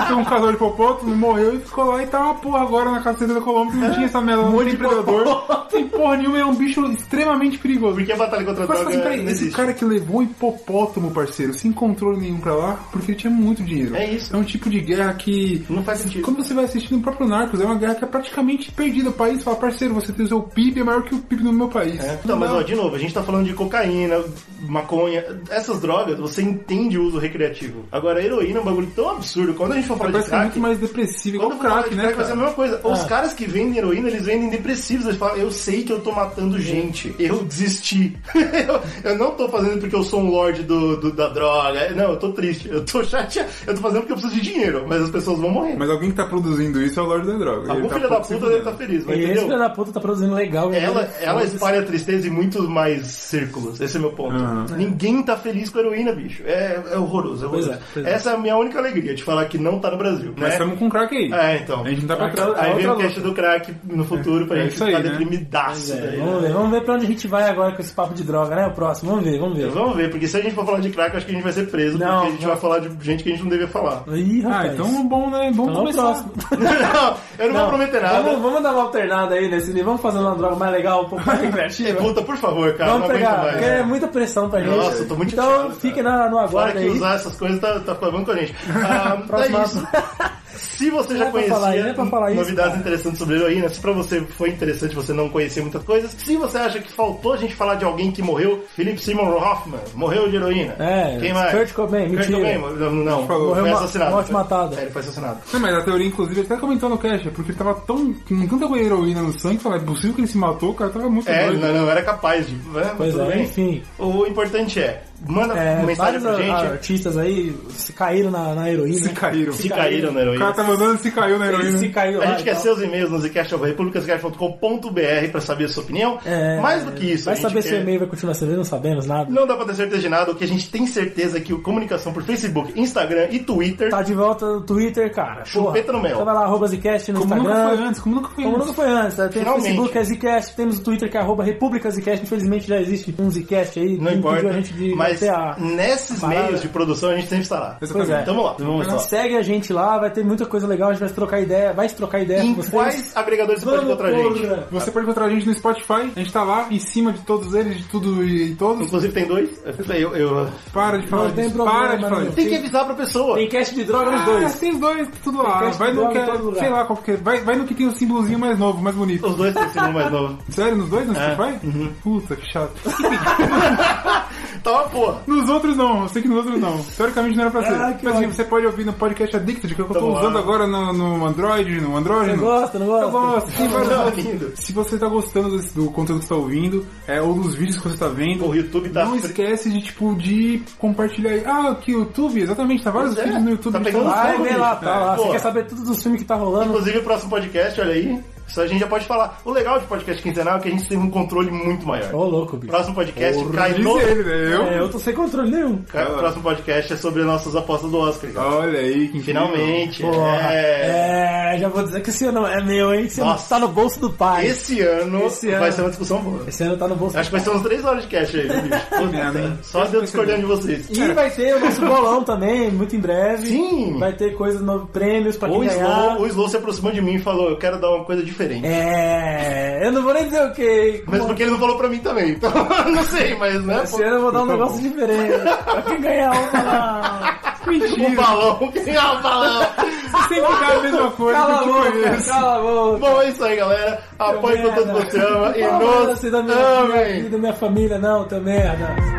[SPEAKER 2] Tem um casal de hipopótamo morreu e ficou lá e tá uma porra agora na caceta da Colômbia que não tinha essa merda, não tem predador. Tem porra nenhuma, é um bicho extremamente perigoso.
[SPEAKER 1] Porque é a batalha contra a
[SPEAKER 2] Mas
[SPEAKER 1] droga
[SPEAKER 2] assim, peraí,
[SPEAKER 1] não
[SPEAKER 2] esse
[SPEAKER 1] existe.
[SPEAKER 2] cara que levou um hipopótamo, parceiro, sem controle nenhum pra lá, porque ele tinha muito dinheiro.
[SPEAKER 1] É isso.
[SPEAKER 2] É um tipo de guerra que.
[SPEAKER 1] Não faz sentido.
[SPEAKER 2] Quando você vai assistindo o próprio Narcos, é uma guerra que é praticamente perdida. O país fala, parceiro, você tem o seu PIB é maior que o PIB do meu país.
[SPEAKER 1] Então, mas ó, de novo, a gente tá falando de cocaína, maconha, essas drogas, você entende o uso recreativo. Agora, a heroína é um bagulho tão absurdo. Quando a gente for falar
[SPEAKER 2] Parece
[SPEAKER 1] de
[SPEAKER 2] que é
[SPEAKER 1] crack,
[SPEAKER 2] muito mais depressivo, igual
[SPEAKER 1] quando
[SPEAKER 2] o
[SPEAKER 1] for falar
[SPEAKER 2] crack,
[SPEAKER 1] de
[SPEAKER 2] né?
[SPEAKER 1] crack é vai ser a
[SPEAKER 2] Cara? É.
[SPEAKER 1] mesma coisa. Os caras que vendem heroína, eles vendem depressivos. Eles falam, eu sei que eu tô matando gente. Eu desisti. [laughs] eu, eu não tô fazendo porque eu sou um lorde do, do- da droga. Não, eu tô triste. Eu tô [laughs] chateado. Eu tô fazendo porque eu preciso de dinheiro. Mas as pessoas vão morrer.
[SPEAKER 2] Mas alguém que tá produzindo isso é o Lorde da Droga.
[SPEAKER 1] Algum
[SPEAKER 2] Ele tá
[SPEAKER 1] filho da
[SPEAKER 2] pouco se
[SPEAKER 1] puta deve
[SPEAKER 2] fudendo. é
[SPEAKER 1] estar feliz, mas
[SPEAKER 3] E esse filho
[SPEAKER 1] entendeu?
[SPEAKER 3] da puta tá produzindo legal.
[SPEAKER 1] Ela,
[SPEAKER 3] velho.
[SPEAKER 1] ela espalha tristeza em muito mais círculos. Esse é meu ponto. Ninguém tá feliz com a heroína, bicho. É, é horroroso. é
[SPEAKER 3] Pois
[SPEAKER 1] horroroso.
[SPEAKER 3] é, pois é.
[SPEAKER 1] Essa é a minha única alegria, de falar que não tá no Brasil.
[SPEAKER 2] Mas
[SPEAKER 1] né?
[SPEAKER 2] estamos com crack aí.
[SPEAKER 1] É, então.
[SPEAKER 2] A gente não tá pra trás.
[SPEAKER 1] Aí
[SPEAKER 3] É
[SPEAKER 1] vem
[SPEAKER 3] outra
[SPEAKER 1] o cast do crack no futuro pra
[SPEAKER 2] É
[SPEAKER 1] gente
[SPEAKER 2] isso aí,
[SPEAKER 1] ficar
[SPEAKER 2] né?
[SPEAKER 1] deprimidaço.
[SPEAKER 3] É,
[SPEAKER 1] daí, né?
[SPEAKER 3] vamos ver, vamos ver pra onde a gente vai agora com esse papo de droga, né? O próximo, vamos ver, vamos ver.
[SPEAKER 1] Vamos ver, porque se a gente for falar de crack, eu acho que a gente vai ser preso,
[SPEAKER 3] Não,
[SPEAKER 1] porque a gente
[SPEAKER 3] não.
[SPEAKER 1] vai falar de gente que a gente não devia falar. [laughs]
[SPEAKER 3] Ih,
[SPEAKER 2] Ah,
[SPEAKER 3] rapaz.
[SPEAKER 2] então bom, né? Bom
[SPEAKER 3] Vamos
[SPEAKER 2] começar.
[SPEAKER 3] ao próximo.
[SPEAKER 1] não, eu não, vou prometer nada.
[SPEAKER 3] Vamos, vamos dar uma alternada aí nesse livro. Vamos fazer uma droga mais legal, um pouco
[SPEAKER 1] [laughs]
[SPEAKER 3] mais
[SPEAKER 1] É,
[SPEAKER 3] divertida.
[SPEAKER 1] Puta, por favor, cara,
[SPEAKER 3] Vamos
[SPEAKER 1] não aguento
[SPEAKER 3] pegar,
[SPEAKER 1] mais. né?
[SPEAKER 3] porque é muita pressão pra gente.
[SPEAKER 1] Nossa, eu tô muito
[SPEAKER 3] Então
[SPEAKER 1] chateado, cara.
[SPEAKER 3] fique na, no
[SPEAKER 1] Fora
[SPEAKER 3] aguardo
[SPEAKER 1] que
[SPEAKER 3] aí.
[SPEAKER 1] usar essas coisas tá, tá acabando com a
[SPEAKER 3] [laughs]
[SPEAKER 1] gente. Ah,
[SPEAKER 3] Próximo
[SPEAKER 1] é isso. [laughs] Se você
[SPEAKER 3] Não
[SPEAKER 1] já
[SPEAKER 3] é pra falar,
[SPEAKER 1] conhecia
[SPEAKER 3] não é pra falar isso,
[SPEAKER 1] novidades
[SPEAKER 3] cara.
[SPEAKER 1] interessantes sobre heroína, se pra você foi interessante você não conhecer muitas coisas, se você acha que faltou a gente falar de alguém que morreu, Philip Seymour Hoffman morreu de heroína.
[SPEAKER 3] É,
[SPEAKER 1] Quem mais?
[SPEAKER 3] Kurt Cobain,
[SPEAKER 1] Kurt
[SPEAKER 3] mentira.
[SPEAKER 1] Cobain, não, não,
[SPEAKER 2] Falou.
[SPEAKER 1] foi
[SPEAKER 3] Morreu ma-
[SPEAKER 1] assassinado.
[SPEAKER 3] morte matada.
[SPEAKER 1] É, ele foi assassinado.
[SPEAKER 2] Não, mas a teoria, inclusive, ele até comentou no cash, é porque ele tava tão. com tanta heroína no sangue, falava, é possível que ele se matou, o cara tava muito
[SPEAKER 1] É,
[SPEAKER 2] doido.
[SPEAKER 1] não, não era capaz de. né?
[SPEAKER 3] Pois
[SPEAKER 1] Tudo
[SPEAKER 3] é,
[SPEAKER 1] bem.
[SPEAKER 3] enfim.
[SPEAKER 1] O importante é, manda
[SPEAKER 3] É,
[SPEAKER 1] mensagem
[SPEAKER 3] vários
[SPEAKER 1] pra gente.
[SPEAKER 3] a- artistas aí se caíram na, na heroína.
[SPEAKER 2] Se caíram.
[SPEAKER 3] Ah,
[SPEAKER 1] se caíram na
[SPEAKER 2] O
[SPEAKER 1] heroína.
[SPEAKER 2] cara tava andando e se caiu na
[SPEAKER 3] Eles
[SPEAKER 2] heroína.
[SPEAKER 3] se Ah, então, caiu
[SPEAKER 1] A
[SPEAKER 3] lá
[SPEAKER 1] gente
[SPEAKER 3] e
[SPEAKER 1] quer
[SPEAKER 3] tal.
[SPEAKER 1] seus e-mails no zcast.republicascast.com.br pra saber a sua opinião.
[SPEAKER 3] É,
[SPEAKER 1] Mais do que isso, a
[SPEAKER 3] Vai
[SPEAKER 1] gente
[SPEAKER 3] saber se o
[SPEAKER 1] quer-
[SPEAKER 3] e-mail vai continuar sendo, não sabemos nada.
[SPEAKER 1] Não dá pra ter certeza de nada, o que a gente tem certeza é que o comunicação por Facebook, Instagram e Twitter.
[SPEAKER 3] Tá de volta no Twitter, cara.
[SPEAKER 1] Chupeta
[SPEAKER 3] Porra.
[SPEAKER 1] no mel.
[SPEAKER 3] Então vai lá, arroba Zcast no
[SPEAKER 2] Como
[SPEAKER 3] Instagram.
[SPEAKER 2] nunca foi antes, como nunca foi
[SPEAKER 3] Como
[SPEAKER 2] antes.
[SPEAKER 3] nunca foi antes. Tem
[SPEAKER 1] Finalmente.
[SPEAKER 3] o Facebook, é Zcast. Temos o Twitter, que é arroba República Zcast. Infelizmente já existe um Zcast aí.
[SPEAKER 1] Não
[SPEAKER 3] que impediu
[SPEAKER 1] importa.
[SPEAKER 3] a gente de
[SPEAKER 1] mas
[SPEAKER 3] manter a...
[SPEAKER 1] nesses
[SPEAKER 3] a parada.
[SPEAKER 1] meios de produção a gente sempre estará.
[SPEAKER 3] Pois é.
[SPEAKER 1] Então vamos lá. Vamos lá.
[SPEAKER 3] Segue a gente lá, vai ter muita coisa legal, a gente vai trocar ideia, vai se trocar ideia
[SPEAKER 1] Em
[SPEAKER 3] com vocês.
[SPEAKER 1] quais agregadores você pode
[SPEAKER 3] Vamos, né?
[SPEAKER 1] encontrar a gente?
[SPEAKER 3] porra.
[SPEAKER 2] Você pode encontrar a gente no Spotify, a gente tá lá, em cima de todos eles, de tudo e e todos.
[SPEAKER 1] Inclusive tem dois. Eu, eu-
[SPEAKER 2] Para de falar
[SPEAKER 3] Não tem
[SPEAKER 2] disso,
[SPEAKER 3] problema,
[SPEAKER 2] para de falar
[SPEAKER 3] não.
[SPEAKER 2] disso.
[SPEAKER 1] Tem que avisar pra pessoa.
[SPEAKER 3] Tem cast de droga nos
[SPEAKER 2] Ah,
[SPEAKER 3] dois.
[SPEAKER 2] tem os dois, tudo lá.
[SPEAKER 3] Tem
[SPEAKER 2] Vai no
[SPEAKER 3] dois
[SPEAKER 2] que
[SPEAKER 3] em todo
[SPEAKER 2] é,
[SPEAKER 3] lugar.
[SPEAKER 2] sei lá, qual que é. Vai, vai no que tem o símbolozinho mais novo, mais bonito.
[SPEAKER 3] [laughs]
[SPEAKER 1] Os dois têm esse nome mais novo.
[SPEAKER 2] Sério, nos dois no
[SPEAKER 3] É.
[SPEAKER 2] Spotify?
[SPEAKER 3] Uhum.
[SPEAKER 2] Puta, que chato.
[SPEAKER 1] Tá uma porra.
[SPEAKER 2] Nos outros não, eu sei que nos outros não. Teoricamente não era pra ser.
[SPEAKER 3] Ah, que
[SPEAKER 2] Mas assim,
[SPEAKER 3] ódio.
[SPEAKER 2] você pode ouvir no podcast Addicted, que é o que eu tô
[SPEAKER 1] Tamo lá.
[SPEAKER 2] usando agora no, no Android, no Android.
[SPEAKER 3] Você
[SPEAKER 2] no-
[SPEAKER 3] gosta, não
[SPEAKER 2] Eu
[SPEAKER 3] gosta?
[SPEAKER 2] gosto, tem
[SPEAKER 1] [laughs]
[SPEAKER 2] vários
[SPEAKER 1] Tá
[SPEAKER 2] outros.
[SPEAKER 1] lindo.
[SPEAKER 2] Se você tá gostando desse- do conteúdo que você tá ouvindo, é, ou dos vídeos que você tá vendo,
[SPEAKER 1] O YouTube tá
[SPEAKER 2] não
[SPEAKER 1] fri-
[SPEAKER 2] esquece de, tipo, de compartilhar aí. Ah, que YouTube, exatamente, tá vários
[SPEAKER 1] Pois é,
[SPEAKER 2] vídeos no YouTube.
[SPEAKER 1] tá
[SPEAKER 2] de
[SPEAKER 1] pegando
[SPEAKER 2] todos os
[SPEAKER 3] Vai
[SPEAKER 1] fogo,
[SPEAKER 2] canais.
[SPEAKER 3] ver lá, tá
[SPEAKER 1] É,
[SPEAKER 3] lá. Você
[SPEAKER 1] porra.
[SPEAKER 3] quer saber tudo dos filmes que tá rolando?
[SPEAKER 1] Inclusive o próximo podcast, olha aí. Isso a gente já pode falar. O legal de podcast quinzenal é que a gente tem um controle muito maior.
[SPEAKER 3] Ô, louco, bicho.
[SPEAKER 1] Próximo podcast cai
[SPEAKER 2] Diz
[SPEAKER 1] no.
[SPEAKER 2] ele, né? Eu?
[SPEAKER 3] É, eu tô sem controle nenhum.
[SPEAKER 1] cai- Próximo podcast é sobre nossas apostas do Oscar. cara.
[SPEAKER 2] Olha aí, que incrível.
[SPEAKER 1] Finalmente.
[SPEAKER 3] Porra.
[SPEAKER 1] é.
[SPEAKER 3] É, já vou dizer que esse ano é meu, hein? Esse ano
[SPEAKER 1] Nossa.
[SPEAKER 3] tá no bolso do pai. Esse,
[SPEAKER 1] Esse ano
[SPEAKER 3] Esse ano.
[SPEAKER 1] vai ser uma discussão boa.
[SPEAKER 3] ano tá no bolso
[SPEAKER 1] Acho que
[SPEAKER 3] do
[SPEAKER 1] vai ser umas 3 horas de cast aí, viu, bicho? Puta,
[SPEAKER 2] merda, hein?
[SPEAKER 1] Só de eu discordando de vocês.
[SPEAKER 3] E vai ter o nosso bolão também, muito em breve.
[SPEAKER 1] Sim.
[SPEAKER 3] Vai ter coisas, novos prêmios pra quem
[SPEAKER 1] O
[SPEAKER 3] ganhar.
[SPEAKER 1] Slow, o Slow se aproximou de mim e falou: Eu quero dar uma coisa diferente.
[SPEAKER 3] É, eu não vou nem dizer o que.
[SPEAKER 1] Mas porque ele não falou pra mim também. Então, [laughs] não sei, mas né?
[SPEAKER 3] Esse ano eu vou dar um negócio diferente. Pra quem ganhar um falar.
[SPEAKER 1] [laughs] O um balão, quem é o balão?
[SPEAKER 2] Sempre dá É a mesma coisa
[SPEAKER 3] Cala a
[SPEAKER 2] que eu te
[SPEAKER 3] boca,
[SPEAKER 2] conheço.
[SPEAKER 3] cala a boca.
[SPEAKER 1] Bom, é isso aí, galera. Apoie
[SPEAKER 3] Seu
[SPEAKER 1] com todo
[SPEAKER 3] [laughs] merda.
[SPEAKER 1] você ama e
[SPEAKER 3] Não fala
[SPEAKER 1] nos
[SPEAKER 3] assim da minha, minha
[SPEAKER 1] amem.
[SPEAKER 3] vida, minha família, não, teu merda.